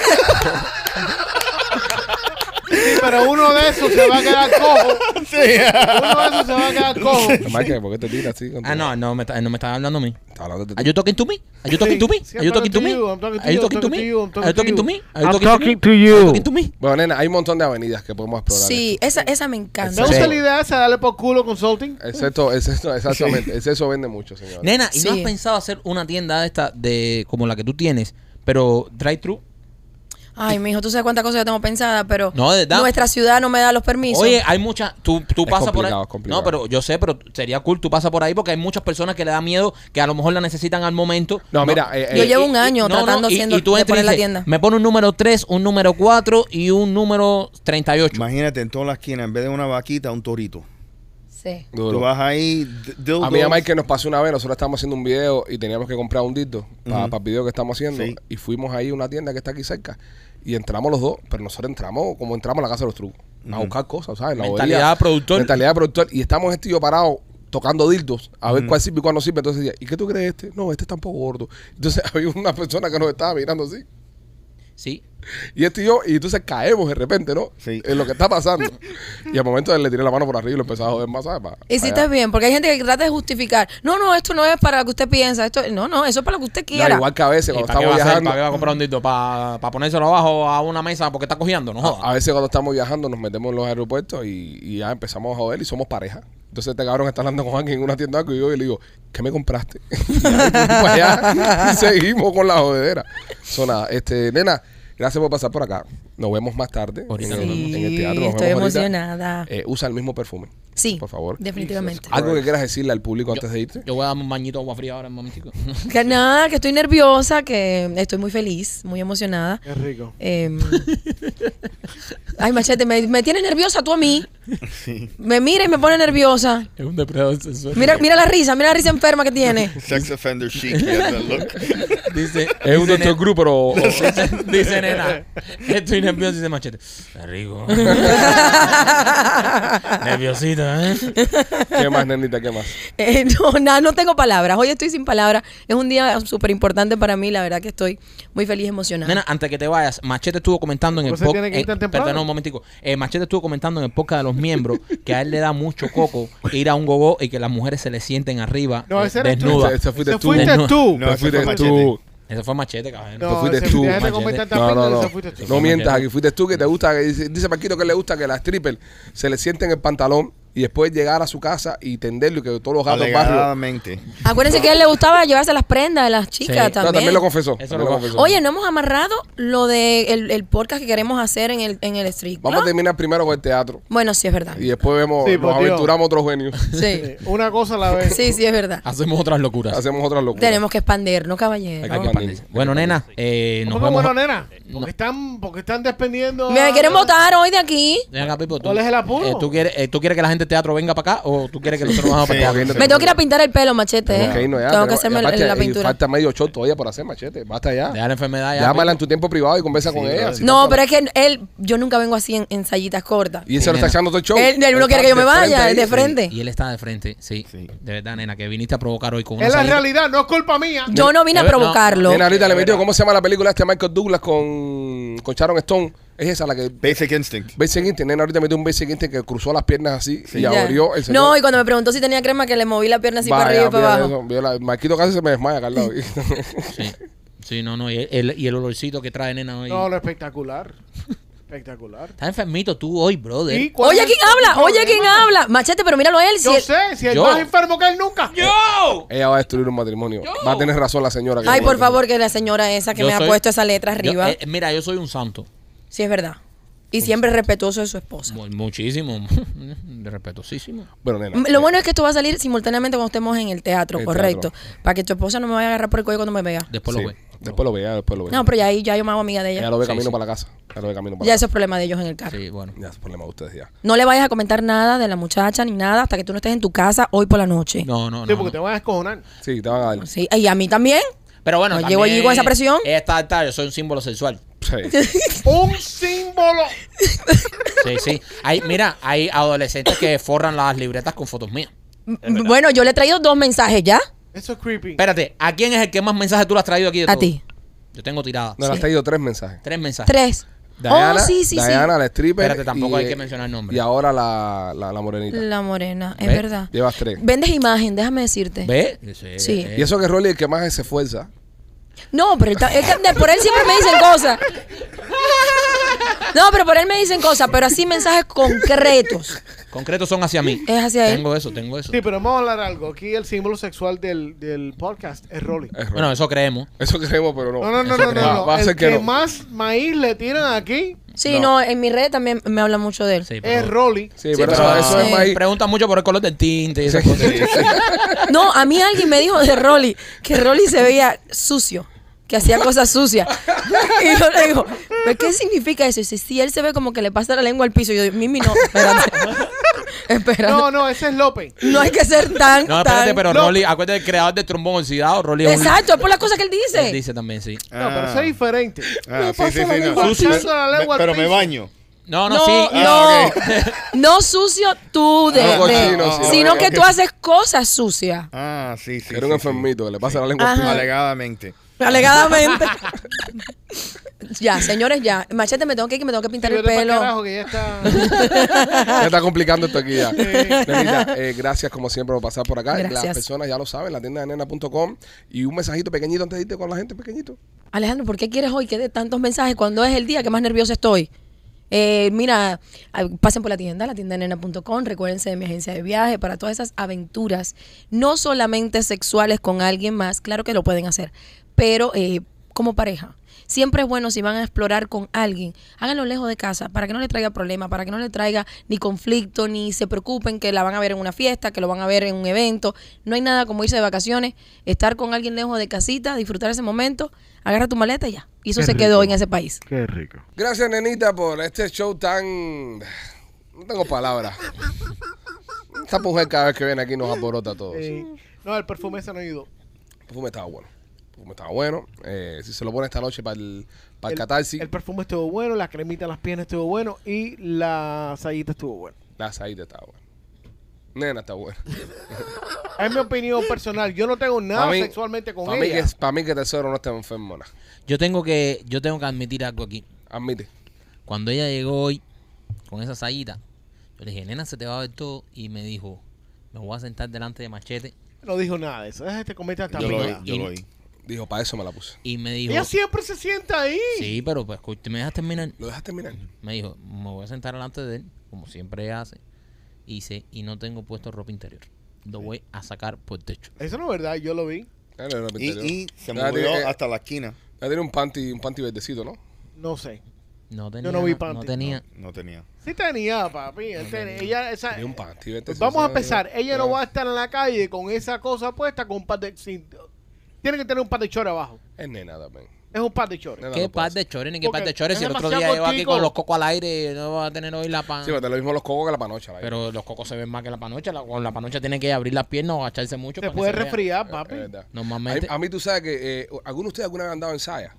[SPEAKER 4] Sí, pero uno de esos se va a quedar cojo.
[SPEAKER 5] [LAUGHS] Sí.
[SPEAKER 4] Uno de esos se va a quedar
[SPEAKER 3] [LAUGHS]
[SPEAKER 4] cojo.
[SPEAKER 3] Michael, ¿por qué te tiras así? con tu-
[SPEAKER 2] Ah, no, no me, está- no me estaba hablando a mí.
[SPEAKER 3] Está hablando de
[SPEAKER 2] Are you talking to me? Are you talking to me?
[SPEAKER 4] Sí,
[SPEAKER 2] Are you talking to me?
[SPEAKER 4] I'm talking to
[SPEAKER 2] Are you
[SPEAKER 4] you, I'm
[SPEAKER 2] talking to
[SPEAKER 4] talking to
[SPEAKER 2] me?
[SPEAKER 4] you,
[SPEAKER 2] Are you talking to me? Are you
[SPEAKER 4] I'm
[SPEAKER 2] talking
[SPEAKER 4] talking
[SPEAKER 2] to
[SPEAKER 4] to
[SPEAKER 2] me?
[SPEAKER 4] you.
[SPEAKER 2] Are you talking to me?
[SPEAKER 3] Bueno, nena, hay un montón de avenidas que podemos explorar. eh.
[SPEAKER 6] Sí, esa, esa me
[SPEAKER 4] Me
[SPEAKER 6] encanta.
[SPEAKER 3] Sí.
[SPEAKER 4] gusta la idea esa, darle por culo consulting.
[SPEAKER 3] Excepto, excepto, exactamente. Exceso vende mucho, señor.
[SPEAKER 2] Nena, ¿y no
[SPEAKER 6] Sí.
[SPEAKER 2] has pensado hacer una tienda de esta de como la que tú tienes, pero drive-thru?
[SPEAKER 6] Ay, mijo, tú sabes cuántas cosas yo tengo pensadas, pero
[SPEAKER 2] No, de verdad.
[SPEAKER 6] nuestra ciudad no me da los permisos.
[SPEAKER 2] Oye, hay muchas. Tú, tú
[SPEAKER 3] Es
[SPEAKER 2] pasas por ahí.
[SPEAKER 3] complicado, es complicado.
[SPEAKER 2] No, pero yo sé, pero sería cool. Tú pasas por ahí porque hay muchas personas que le da miedo que a lo mejor la necesitan al momento.
[SPEAKER 3] No, mira, eh, eh,
[SPEAKER 6] Yo llevo un año tratando
[SPEAKER 2] y-
[SPEAKER 6] haciendo-
[SPEAKER 2] y tú
[SPEAKER 6] de
[SPEAKER 2] entras
[SPEAKER 6] poner
[SPEAKER 2] y
[SPEAKER 6] la
[SPEAKER 2] dices,
[SPEAKER 6] tienda.
[SPEAKER 2] Me pone un número 3, un número 4 y un número 38.
[SPEAKER 5] Imagínate en toda la esquina, en vez de una vaquita, un torito.
[SPEAKER 6] Sí.
[SPEAKER 5] Tú
[SPEAKER 3] Duro.
[SPEAKER 5] vas ahí, d- dildos.
[SPEAKER 3] A mí y a Mike nos pasó una vez, nosotros estábamos haciendo un video y teníamos que comprar un dito para,
[SPEAKER 5] Ujú.
[SPEAKER 3] el video que estamos haciendo.
[SPEAKER 5] Sí.
[SPEAKER 3] Y fuimos ahí a una tienda que está aquí cerca y entramos los dos, pero nosotros entramos como entramos a la casa de los trucos, a
[SPEAKER 5] Ujú.
[SPEAKER 3] buscar cosas, ¿sabes? La
[SPEAKER 2] Mentalidad
[SPEAKER 3] bobería,
[SPEAKER 2] productor.
[SPEAKER 3] Mentalidad de productor. Y estamos este y yo parado tocando dildos a ver cuál sirve y cuál no sirve. [LAUGHS] Entonces decía, ¿y qué tú crees de este? No, este está un poco gordo. Entonces había una persona que nos estaba mirando así.
[SPEAKER 2] Sí.
[SPEAKER 3] Y este y yo, y entonces caemos de repente, ¿no?
[SPEAKER 8] Sí.
[SPEAKER 3] En lo que está pasando. y al momento él le tiré la mano por arriba y lo empezaba a joder más, ¿sabes? Pa-
[SPEAKER 6] Y si
[SPEAKER 3] allá.
[SPEAKER 6] estás bien, porque hay gente que trata de justificar. No, no, esto no es para lo que usted piensa. Esto, no, no, eso es para lo que usted
[SPEAKER 3] No,
[SPEAKER 6] quiera.
[SPEAKER 3] igual que a veces
[SPEAKER 2] ¿Y
[SPEAKER 3] cuando
[SPEAKER 2] Eh, para qué va
[SPEAKER 3] estamos
[SPEAKER 2] a hacer?
[SPEAKER 3] viajando.
[SPEAKER 2] ¿Para qué va a comprar un dito? ¿Para, para ponérselo abajo a una mesa porque está cogiendo? No jodas.
[SPEAKER 3] A veces cuando estamos viajando nos metemos en los aeropuertos y, y ya empezamos a joder y somos pareja. Entonces este cabrón está hablando con alguien en una tienda de algo y yo y le digo, ¿qué me compraste? [LAUGHS] y ahí fuimos para allá y seguimos con la jodedera. So, nada, este, nena, gracias por pasar por acá. Nos vemos más tarde
[SPEAKER 2] Ahorita
[SPEAKER 3] en,
[SPEAKER 2] nos
[SPEAKER 3] el,
[SPEAKER 6] vemos.
[SPEAKER 3] en el teatro. Nos
[SPEAKER 6] Sí, estoy
[SPEAKER 3] vemos ahorita.
[SPEAKER 6] emocionada.
[SPEAKER 3] Eh, usa el mismo perfume.
[SPEAKER 6] sí,
[SPEAKER 3] Por favor.
[SPEAKER 6] definitivamente.
[SPEAKER 3] ¿Algo que quieras decirle al público antes de irte?
[SPEAKER 2] Yo voy a darme un bañito de agua fría ahora en
[SPEAKER 3] [LAUGHS]
[SPEAKER 2] un momentico.
[SPEAKER 6] Que nada, que estoy nerviosa, que estoy muy feliz, muy emocionada.
[SPEAKER 4] Es rico.
[SPEAKER 6] Em, ay, machete, me, me tienes nerviosa tú a mí. Me mira y me pone nerviosa.
[SPEAKER 2] es un depredador sexual.
[SPEAKER 6] Mira, mira la risa, mira la risa enferma que tiene. [LAUGHS]
[SPEAKER 8] Sex offender chic. yeah, that
[SPEAKER 3] [LAUGHS]
[SPEAKER 8] look.
[SPEAKER 2] Dice,
[SPEAKER 3] Es un
[SPEAKER 2] dice,
[SPEAKER 3] doctor
[SPEAKER 2] nena-
[SPEAKER 3] group, pero...
[SPEAKER 2] dice- dice nena, estoy nervioso, dice machete. Está rico. Nerviosita, ¿eh?
[SPEAKER 3] ¿Qué más, nenita? ¿Qué más?
[SPEAKER 6] Eh, no, nada, no tengo palabras. Hoy estoy sin palabras. Es un día súper importante para mí. La verdad que estoy muy feliz, emocionada.
[SPEAKER 2] Nena, antes que te vayas, Machete estuvo comentando en el
[SPEAKER 4] Pero Pues se
[SPEAKER 2] podcast.
[SPEAKER 4] tiene que ir tan temprano.
[SPEAKER 2] Perdón, un momentico. Eh, Machete estuvo comentando en el podcast de los miembros que a él le da mucho coco ir a un gogo y que las mujeres se le sienten arriba
[SPEAKER 4] No,
[SPEAKER 2] eh,
[SPEAKER 4] ese eres tú.
[SPEAKER 2] desnudas.
[SPEAKER 3] Ese- ese fuiste
[SPEAKER 4] Ese
[SPEAKER 3] tú.
[SPEAKER 4] fuiste
[SPEAKER 2] Desnuda.
[SPEAKER 4] tú.
[SPEAKER 8] No,
[SPEAKER 3] Te
[SPEAKER 8] ese fue
[SPEAKER 3] Pues fuiste
[SPEAKER 8] Machete.
[SPEAKER 3] tú.
[SPEAKER 2] Eso fue Machete, cabrón.
[SPEAKER 3] Te fuiste
[SPEAKER 4] ese-
[SPEAKER 3] tú,
[SPEAKER 4] deja de comer
[SPEAKER 2] Machete.
[SPEAKER 4] tanta
[SPEAKER 3] No,
[SPEAKER 4] pinga,
[SPEAKER 3] no, no.
[SPEAKER 4] ese fuiste tú.
[SPEAKER 3] No mientas, aquí fuiste tú que te gusta. que dice, dice Marquito que le gusta que las strippers se le sienten el pantalón y después llegar a su casa y tenderlo y que todos los gatos del barrio.
[SPEAKER 8] Alegadamente.
[SPEAKER 6] Acuérdense que a él le gustaba llevarse las prendas de las chicas
[SPEAKER 2] Sí.
[SPEAKER 6] también.
[SPEAKER 3] No, también lo confesó.
[SPEAKER 2] Eso
[SPEAKER 3] también
[SPEAKER 2] lo
[SPEAKER 3] lo
[SPEAKER 2] confesó.
[SPEAKER 3] confesó.
[SPEAKER 6] Oye, no hemos amarrado lo de el, el podcast que queremos hacer en el, en el street.
[SPEAKER 3] Vamos a
[SPEAKER 6] club?
[SPEAKER 3] terminar primero con el teatro
[SPEAKER 6] Bueno, sí es verdad.
[SPEAKER 3] y después vemos,
[SPEAKER 4] Sí,
[SPEAKER 3] nos
[SPEAKER 4] por Dios.
[SPEAKER 3] aventuramos a otros
[SPEAKER 2] [LAUGHS]
[SPEAKER 3] genios.
[SPEAKER 6] Sí,
[SPEAKER 4] Eh, Una cosa a la vez.
[SPEAKER 6] sí, sí es verdad.
[SPEAKER 2] Hacemos otras locuras.
[SPEAKER 3] Hacemos otras locuras.
[SPEAKER 6] Tenemos que expandirnos,
[SPEAKER 2] Hay
[SPEAKER 6] caballero.
[SPEAKER 2] que
[SPEAKER 3] Vamos,
[SPEAKER 2] expandirse.
[SPEAKER 3] Mandy.
[SPEAKER 2] Bueno, nena, eh, nos
[SPEAKER 4] ¿Cómo que
[SPEAKER 2] vemos.
[SPEAKER 4] bueno, nena?
[SPEAKER 2] No.
[SPEAKER 4] Porque están, porque están despendiendo.
[SPEAKER 6] Me
[SPEAKER 4] a-
[SPEAKER 6] quieren votar hoy de aquí.
[SPEAKER 2] Ven acá, Pipo, tú-
[SPEAKER 4] ¿Cuál es el apuro?
[SPEAKER 2] eh, ¿tú, quieres, eh, ¿Tú quieres que la gente del teatro venga para acá o tú quieres que nosotros vamos para
[SPEAKER 8] Sí.
[SPEAKER 2] allá?
[SPEAKER 3] Ok,
[SPEAKER 6] Me tengo que ir a pintar el pelo, machete.
[SPEAKER 3] Tenemos que
[SPEAKER 6] eh.
[SPEAKER 3] irnos ya,
[SPEAKER 6] Tengo que
[SPEAKER 3] tenemos-
[SPEAKER 6] hacerme
[SPEAKER 3] y
[SPEAKER 6] la-
[SPEAKER 3] aparte,
[SPEAKER 6] la
[SPEAKER 3] y
[SPEAKER 6] pintura.
[SPEAKER 3] Falta medio shot todavía por hacer, machete. Basta
[SPEAKER 4] Ah.
[SPEAKER 3] ya.
[SPEAKER 2] Deja la enfermedad ya.
[SPEAKER 3] Llámala en
[SPEAKER 2] Pipo.
[SPEAKER 3] tu tiempo privado y conversa con ella. así
[SPEAKER 6] No,
[SPEAKER 3] no-
[SPEAKER 6] pero es que él, yo nunca vengo así en, en sayitas cortas.
[SPEAKER 3] Y eso lo está echando todo el show.
[SPEAKER 6] Él, él no
[SPEAKER 3] Está
[SPEAKER 6] quiere que yo
[SPEAKER 3] de
[SPEAKER 6] me vaya,
[SPEAKER 3] frente
[SPEAKER 6] él de
[SPEAKER 3] ahí.
[SPEAKER 6] frente.
[SPEAKER 2] Y él está de frente, sí.
[SPEAKER 8] Sí.
[SPEAKER 2] De verdad, nena, que viniste a provocar hoy con una
[SPEAKER 4] Es la
[SPEAKER 2] salida.
[SPEAKER 4] realidad, no es culpa mía.
[SPEAKER 6] Yo no vine a
[SPEAKER 2] No, no.
[SPEAKER 6] provocarlo.
[SPEAKER 3] Nena, ahorita le metió, ¿cómo se llama la película este Michael Douglas con, con Sharon Stone? Es esa la que.
[SPEAKER 8] Basic instinct.
[SPEAKER 3] Basic Instinct, nena, ahorita metió un Basic Instinct que cruzó las piernas así y
[SPEAKER 6] Ya.
[SPEAKER 3] abrió el señor.
[SPEAKER 6] No, y cuando me preguntó si tenía crema, que le moví la pierna así
[SPEAKER 3] Vaya,
[SPEAKER 6] para arriba y para
[SPEAKER 3] mira
[SPEAKER 6] abajo.
[SPEAKER 3] eso, viola. Marquito casi se me desmaya, Carlos.
[SPEAKER 2] [LAUGHS] Sí, sí, no, no. Y el, el- y el olorcito que trae nena hoy.
[SPEAKER 4] No, lo espectacular. Espectacular.
[SPEAKER 2] Estás enfermito tú hoy, brother.
[SPEAKER 4] ¿Y cuál
[SPEAKER 6] Oye,
[SPEAKER 4] es
[SPEAKER 6] ¿quién
[SPEAKER 4] el
[SPEAKER 6] habla? Oye, ¿quién
[SPEAKER 4] problema?
[SPEAKER 6] habla? Machete, pero míralo a él. Si
[SPEAKER 4] Yo
[SPEAKER 6] él-
[SPEAKER 4] sé, si él
[SPEAKER 2] Yo.
[SPEAKER 4] más enfermo que él nunca.
[SPEAKER 3] Ella va a destruir un matrimonio. Va a tener razón la señora. que
[SPEAKER 6] Ay,
[SPEAKER 3] no
[SPEAKER 6] por
[SPEAKER 3] va a tener.
[SPEAKER 6] favor, que la señora esa que
[SPEAKER 2] Yo
[SPEAKER 6] me ha
[SPEAKER 2] soy-
[SPEAKER 6] puesto esa letra
[SPEAKER 2] Yo-
[SPEAKER 6] arriba.
[SPEAKER 2] eh, mira, yo soy un santo.
[SPEAKER 6] Sí, es verdad. Y siempre respetuoso de su esposa.
[SPEAKER 2] Mu- Muchísimo. [LAUGHS] De respetuosísimo.
[SPEAKER 3] Bueno, nena.
[SPEAKER 6] Lo bueno es que esto va a salir simultáneamente cuando estemos en el teatro,
[SPEAKER 3] El
[SPEAKER 6] correcto. Para que tu esposa no me vaya a agarrar por el cuello cuando me vea.
[SPEAKER 2] Después
[SPEAKER 3] Sí,
[SPEAKER 2] lo ve.
[SPEAKER 3] Después lo ve, ya, después lo ve.
[SPEAKER 6] No, pero ya ahí ya yo me hago amiga de
[SPEAKER 3] Ella
[SPEAKER 6] ella.
[SPEAKER 3] lo ve
[SPEAKER 2] Sí,
[SPEAKER 3] camino
[SPEAKER 2] sí.
[SPEAKER 3] para la casa. Ella lo ve camino para
[SPEAKER 6] Ya
[SPEAKER 3] la
[SPEAKER 6] eso es problema de ellos en el carro.
[SPEAKER 2] Sí, bueno.
[SPEAKER 3] casa. Ya, es problema de ustedes ya.
[SPEAKER 6] No le vayas a comentar nada de la muchacha ni nada hasta que tú no estés en tu casa hoy por la noche.
[SPEAKER 2] No, no,
[SPEAKER 4] Sí,
[SPEAKER 2] no.
[SPEAKER 4] porque te
[SPEAKER 2] no.
[SPEAKER 4] van a descojonar.
[SPEAKER 3] Sí, te van a
[SPEAKER 6] [LAUGHS]
[SPEAKER 3] dar. Sí.
[SPEAKER 6] Sí, y a mí también.
[SPEAKER 2] Pero bueno, Eh,
[SPEAKER 6] No, llego allí con esa presión.
[SPEAKER 2] Está, está, yo soy un símbolo sexual.
[SPEAKER 4] Un símbolo.
[SPEAKER 2] Sí, sí. Hay, mira, hay adolescentes que forran las libretas con fotos mías.
[SPEAKER 6] Bueno, yo le he traído dos mensajes ya
[SPEAKER 4] Eso es creepy.
[SPEAKER 2] Espérate, ¿a quién es el que más mensajes tú le has traído aquí? de
[SPEAKER 6] a
[SPEAKER 2] todo?
[SPEAKER 6] ti.
[SPEAKER 2] Yo tengo tirada.
[SPEAKER 3] No, le has traído tres mensajes.
[SPEAKER 2] Tres mensajes.
[SPEAKER 6] Tres.
[SPEAKER 3] Diana,
[SPEAKER 6] oh, sí, sí,
[SPEAKER 3] Diana, la stripper.
[SPEAKER 2] Espérate, tampoco
[SPEAKER 3] y-
[SPEAKER 2] hay que mencionar nombres.
[SPEAKER 3] Y ahora la, la, la morenita.
[SPEAKER 6] sí. La morena, es
[SPEAKER 2] ¿Ves?
[SPEAKER 6] verdad.
[SPEAKER 3] Llevas tres.
[SPEAKER 6] Vendes imagen, déjame decirte.
[SPEAKER 2] ¿Ve?
[SPEAKER 6] Sí.
[SPEAKER 2] Eh.
[SPEAKER 3] Y eso que Rolly es el que más se esfuerza.
[SPEAKER 6] No, pero él ta- él ta- de- por él siempre me dicen cosas. No, pero por él me dicen cosas, pero así mensajes concretos.
[SPEAKER 2] Concretos son hacia mí.
[SPEAKER 6] Es hacia él.
[SPEAKER 2] Tengo eso, tengo eso.
[SPEAKER 4] Sí, pero vamos a hablar algo. Aquí el símbolo sexual del, del podcast es Rolly.
[SPEAKER 3] Es Rolly.
[SPEAKER 2] Bueno, eso creemos.
[SPEAKER 3] Eso creemos, pero no.
[SPEAKER 4] No, no, no, no, no.
[SPEAKER 3] Va-
[SPEAKER 4] no.
[SPEAKER 3] va a
[SPEAKER 4] El
[SPEAKER 3] ser
[SPEAKER 4] que
[SPEAKER 3] que no.
[SPEAKER 4] más maíz le tiran aquí
[SPEAKER 6] Sí, no. en mi red también me habla mucho de él.
[SPEAKER 2] Sí, pero-
[SPEAKER 4] es Rolly.
[SPEAKER 3] Sí, pero, eso-
[SPEAKER 2] Ah,
[SPEAKER 3] eso es
[SPEAKER 6] sí.
[SPEAKER 3] más.
[SPEAKER 2] Pregunta mucho por el color del tinte y esas cosas.
[SPEAKER 6] No, a mí alguien me dijo de Rolly que Rolly se veía sucio, que hacía cosas sucias. Y yo le digo, ¿pero qué significa eso? Y dice, si él se ve como que le pasa la lengua al piso. Y yo digo, Mimi, no, espérate. espérate.
[SPEAKER 4] No,
[SPEAKER 6] No,
[SPEAKER 4] no, ese es López.
[SPEAKER 6] hay que ser tan,
[SPEAKER 2] No,
[SPEAKER 6] tan...
[SPEAKER 2] espérate, pero
[SPEAKER 4] No.
[SPEAKER 2] Rolly, acuérdate, el creador del trombón oxidado, Rolly es un-
[SPEAKER 6] Exacto, es por las cosas que él
[SPEAKER 2] Él
[SPEAKER 6] dice.
[SPEAKER 2] dice también, sí.
[SPEAKER 4] No, pero eso es diferente.
[SPEAKER 8] Ah, sí, sí, sí, no.
[SPEAKER 4] lengua al
[SPEAKER 8] Sucio.
[SPEAKER 4] piso.
[SPEAKER 8] Me- Pero me baño.
[SPEAKER 2] No, no,
[SPEAKER 6] No,
[SPEAKER 2] sí.
[SPEAKER 6] no,
[SPEAKER 8] Ah, ok.
[SPEAKER 6] [LAUGHS] no sucio tú de,
[SPEAKER 3] No
[SPEAKER 6] de-
[SPEAKER 3] cochino, sí,
[SPEAKER 6] sino
[SPEAKER 3] ok,
[SPEAKER 6] que
[SPEAKER 3] ok.
[SPEAKER 6] tú haces cosas sucias,
[SPEAKER 8] Ah, sí, sí.
[SPEAKER 3] Era un
[SPEAKER 8] sí,
[SPEAKER 3] enfermito que le pasa la
[SPEAKER 8] sí.
[SPEAKER 3] lengua. al
[SPEAKER 6] Ajá.
[SPEAKER 3] piso. [LAUGHS]
[SPEAKER 8] Alegadamente.
[SPEAKER 6] alegadamente. Ya, señores, ya. Machete, me tengo que ir, que me tengo que pintar el
[SPEAKER 4] Vete pa'l
[SPEAKER 6] pelo.
[SPEAKER 4] carajo, que ya está.
[SPEAKER 3] Ya está complicando esto aquí
[SPEAKER 6] [LAUGHS]
[SPEAKER 3] ya. Nenita, eh, gracias como siempre por pasar por acá. Las
[SPEAKER 6] Gracias.
[SPEAKER 3] personas ya lo saben, la tienda de nena.com. Y un mensajito pequeñito antes de irte con la gente, pequeñito.
[SPEAKER 6] [LAUGHS] Alejandro, ¿por qué quieres hoy que dé tantos mensajes cuando es el día que más nerviosa estoy? Eh, mira, ah, pasen por la tienda, la tienda nena.com, recuérdense de mi agencia de viaje para todas esas aventuras, no solamente sexuales con alguien más, claro que lo pueden hacer, pero eh, como pareja. Siempre es bueno si van a explorar con alguien, háganlo lejos de casa para que no le traiga problema, para que no le traiga ni conflicto, ni se preocupen que la van a ver en una fiesta, que lo van a ver en un evento. No hay nada como irse de vacaciones, estar con alguien lejos de casita, disfrutar ese momento, agarra tu maleta y ya. Y eso se quedó en ese país.
[SPEAKER 4] Qué rico.
[SPEAKER 3] Gracias, nenita, por este show tan. No tengo palabras. Esta mujer cada vez que viene aquí nos aporota a todos.
[SPEAKER 4] Eh, no, el perfume ese no ayudó.
[SPEAKER 3] El perfume estaba bueno. El perfume estaba bueno. Eh, si se lo pone esta noche para el, para el, catarsis,
[SPEAKER 4] El perfume estuvo bueno, la cremita en las piernas estuvo bueno y la sayita estuvo buena.
[SPEAKER 3] la saída estaba buena. Nena está buena.
[SPEAKER 4] Es mi opinión personal. Yo no tengo nada
[SPEAKER 3] Pa' mí-
[SPEAKER 4] sexualmente con
[SPEAKER 3] pa' mí
[SPEAKER 4] ella.
[SPEAKER 3] que- pa' mí que tesoro no está enfermo, nada.
[SPEAKER 2] Yo tengo que, yo tengo que admitir algo aquí.
[SPEAKER 3] Admite.
[SPEAKER 2] Cuando ella llegó hoy con esa saída, yo le dije, nena, se te va a ver todo. Y me dijo, me voy a sentar delante de Machete.
[SPEAKER 4] No dijo nada de eso. Deja este cometa está
[SPEAKER 8] Yo lo
[SPEAKER 4] picada.
[SPEAKER 8] oí, yo lo oí.
[SPEAKER 3] Dijo, para eso me la puse.
[SPEAKER 2] Y me dijo,
[SPEAKER 4] Ella siempre se sienta ahí.
[SPEAKER 2] sí, pero pues, escu- ¿me dejas terminar?
[SPEAKER 3] ¿Lo dejaste mirar?
[SPEAKER 2] Me dijo, me voy a sentar delante de él, como siempre hace. Hice, y no tengo puesto ropa interior. Lo voy a sacar por el techo.
[SPEAKER 4] Eso no es verdad, yo lo vi.
[SPEAKER 3] Claro, era
[SPEAKER 8] Y,
[SPEAKER 3] pinterior.
[SPEAKER 8] y se
[SPEAKER 3] Ya
[SPEAKER 7] eh,
[SPEAKER 3] tiene-
[SPEAKER 8] movió hasta la esquina.
[SPEAKER 3] ya tiene un panty, un panty verdecito, ¿no?
[SPEAKER 4] No sé.
[SPEAKER 2] No tenía,
[SPEAKER 4] no vi
[SPEAKER 2] na-
[SPEAKER 4] panty.
[SPEAKER 2] tenía.
[SPEAKER 8] No tenía.
[SPEAKER 4] Sí tenía, papi. él tenía- ella, esa- eh,
[SPEAKER 3] Tiene un panty verdecito.
[SPEAKER 4] vamos a empezar. Ella no va a estar en la calle con esa cosa puesta con un par de... sin- tiene que tener un par de chores abajo.
[SPEAKER 3] Es nena también.
[SPEAKER 4] Es un par de chores.
[SPEAKER 3] Nena
[SPEAKER 2] ¿Qué
[SPEAKER 3] no puede
[SPEAKER 2] par
[SPEAKER 3] ser.
[SPEAKER 2] de chores? Ni qué
[SPEAKER 4] Porque
[SPEAKER 2] par de chores. Si
[SPEAKER 4] es
[SPEAKER 2] el otro día
[SPEAKER 4] demasiado
[SPEAKER 2] llevo aquí
[SPEAKER 4] cortico.
[SPEAKER 2] con los cocos al aire, no va a tener hoy la pan.
[SPEAKER 3] Sí, pero te lo mismo los cocos que la panocha. la
[SPEAKER 2] Ah. Pero los cocos se ven más que la panocha. La, con la panocha tiene que abrir las piernas o agacharse mucho.
[SPEAKER 4] Se
[SPEAKER 2] para que
[SPEAKER 4] puede
[SPEAKER 2] vea.
[SPEAKER 4] resfriar,
[SPEAKER 3] verdad.
[SPEAKER 4] papi.
[SPEAKER 3] Es eh, verdad.
[SPEAKER 2] Normalmente-
[SPEAKER 3] A, a mí tú sabes que... Eh, ¿Alguno de ustedes alguna vez han dado en saya?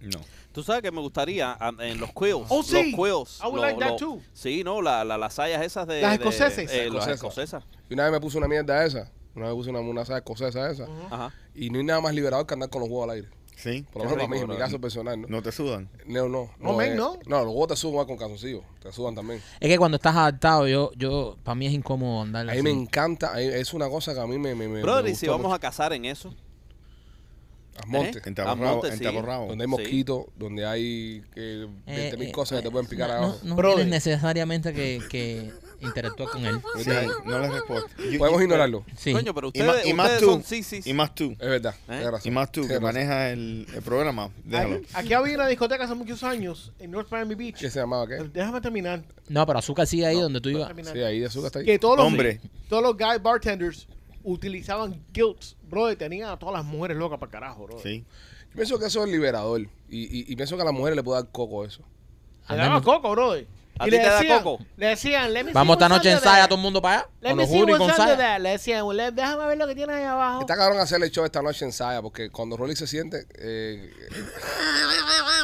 [SPEAKER 8] No.
[SPEAKER 7] Tú sabes que me gustaría am- en los quills.
[SPEAKER 4] Oh, sí.
[SPEAKER 7] Los quills.
[SPEAKER 4] I would
[SPEAKER 7] lo-
[SPEAKER 4] like that
[SPEAKER 7] lo-
[SPEAKER 4] too.
[SPEAKER 7] Sí, no, la, la- las sayas esas de.
[SPEAKER 4] Las
[SPEAKER 7] de-
[SPEAKER 4] escoceses.
[SPEAKER 7] eh, las
[SPEAKER 3] Escocesa.
[SPEAKER 7] escocesas.
[SPEAKER 3] Y una vez me puse una mierda esa. Una vez me puse una, una saya escocesa esa.
[SPEAKER 7] Ajá.
[SPEAKER 3] Y no hay nada más liberador que andar con los huevos al aire.
[SPEAKER 8] ¿Sí?
[SPEAKER 3] Por lo menos para mí,
[SPEAKER 7] rico,
[SPEAKER 3] en mi
[SPEAKER 7] bro.
[SPEAKER 3] caso personal, ¿no?
[SPEAKER 8] No te sudan.
[SPEAKER 3] No, no. eh,
[SPEAKER 4] No, men, no.
[SPEAKER 3] No, los huevos te suban con calzoncillos. Te suban también.
[SPEAKER 2] Es que cuando estás adaptado, yo, yo, para mí es incómodo andar
[SPEAKER 3] A mí
[SPEAKER 2] así.
[SPEAKER 3] me encanta. a mí- es una cosa que a mí me... me, me
[SPEAKER 7] Brother,
[SPEAKER 3] me
[SPEAKER 7] y si
[SPEAKER 3] gustó
[SPEAKER 7] vamos
[SPEAKER 3] mucho.
[SPEAKER 7] a cazar en eso.
[SPEAKER 3] Las montes.
[SPEAKER 8] En
[SPEAKER 7] Ah,
[SPEAKER 8] taborrabo.
[SPEAKER 7] monte,
[SPEAKER 8] En
[SPEAKER 7] sí.
[SPEAKER 8] taborrabo.
[SPEAKER 3] Donde hay
[SPEAKER 7] Sí.
[SPEAKER 3] mosquitos, donde hay eh, 20 mil
[SPEAKER 2] Eh, eh,
[SPEAKER 3] cosas que te pueden picar
[SPEAKER 2] no,
[SPEAKER 3] abajo.
[SPEAKER 2] No, no
[SPEAKER 4] Brother.
[SPEAKER 2] tienes necesariamente que, que interactuar con él.
[SPEAKER 8] Sí, no les respondo. Yo-
[SPEAKER 3] Podemos
[SPEAKER 8] y-
[SPEAKER 3] ignorarlo.
[SPEAKER 2] Sí.
[SPEAKER 7] Coño, pero
[SPEAKER 8] Y
[SPEAKER 7] ustedes,
[SPEAKER 8] más, y más
[SPEAKER 7] ustedes
[SPEAKER 8] tú.
[SPEAKER 7] son sí, sí, sí.
[SPEAKER 8] Y más tú.
[SPEAKER 3] Es verdad.
[SPEAKER 7] ¿Eh?
[SPEAKER 3] tienes razón,
[SPEAKER 8] Y más tú que
[SPEAKER 3] tienes razón.
[SPEAKER 8] manejas el, el programa. Déjalo.
[SPEAKER 4] Aquí, aquí había una discoteca hace muchos años en North Miami Beach.
[SPEAKER 3] ¿Qué se llamaba qué?
[SPEAKER 4] Déjame terminar.
[SPEAKER 2] No, pero azúcar sigue ahí donde tú ibas.
[SPEAKER 4] terminar.
[SPEAKER 3] Sí, ahí de azúcar está ahí.
[SPEAKER 4] Que todos los,
[SPEAKER 8] Hombre.
[SPEAKER 4] todos los guy bartenders utilizaban guilts, bro. y Tenían a todas las mujeres locas para carajo, bro.
[SPEAKER 8] Sí.
[SPEAKER 3] Yo pienso que eso es liberador. Y, y, y pienso que a las mujeres le puede dar coco eso.
[SPEAKER 4] Le daban
[SPEAKER 2] Andando-
[SPEAKER 4] coco, bro. Y
[SPEAKER 7] ¿A ti
[SPEAKER 4] le
[SPEAKER 7] te da
[SPEAKER 4] decían,
[SPEAKER 7] coco?
[SPEAKER 4] Le decían, let me see
[SPEAKER 2] Vamos esta
[SPEAKER 4] what's
[SPEAKER 2] noche
[SPEAKER 4] under
[SPEAKER 2] en saya
[SPEAKER 4] there.
[SPEAKER 2] todo el mundo para allá.
[SPEAKER 4] Let
[SPEAKER 2] con
[SPEAKER 4] me
[SPEAKER 2] los
[SPEAKER 4] see
[SPEAKER 2] Juri y
[SPEAKER 4] what's
[SPEAKER 2] con
[SPEAKER 4] under
[SPEAKER 2] saya.
[SPEAKER 4] there. Le decían, "Well, let- déjame ver lo que tienes ahí abajo.
[SPEAKER 3] Está cabrón hacer el show esta noche en Saya, porque cuando Rolly se siente, eh,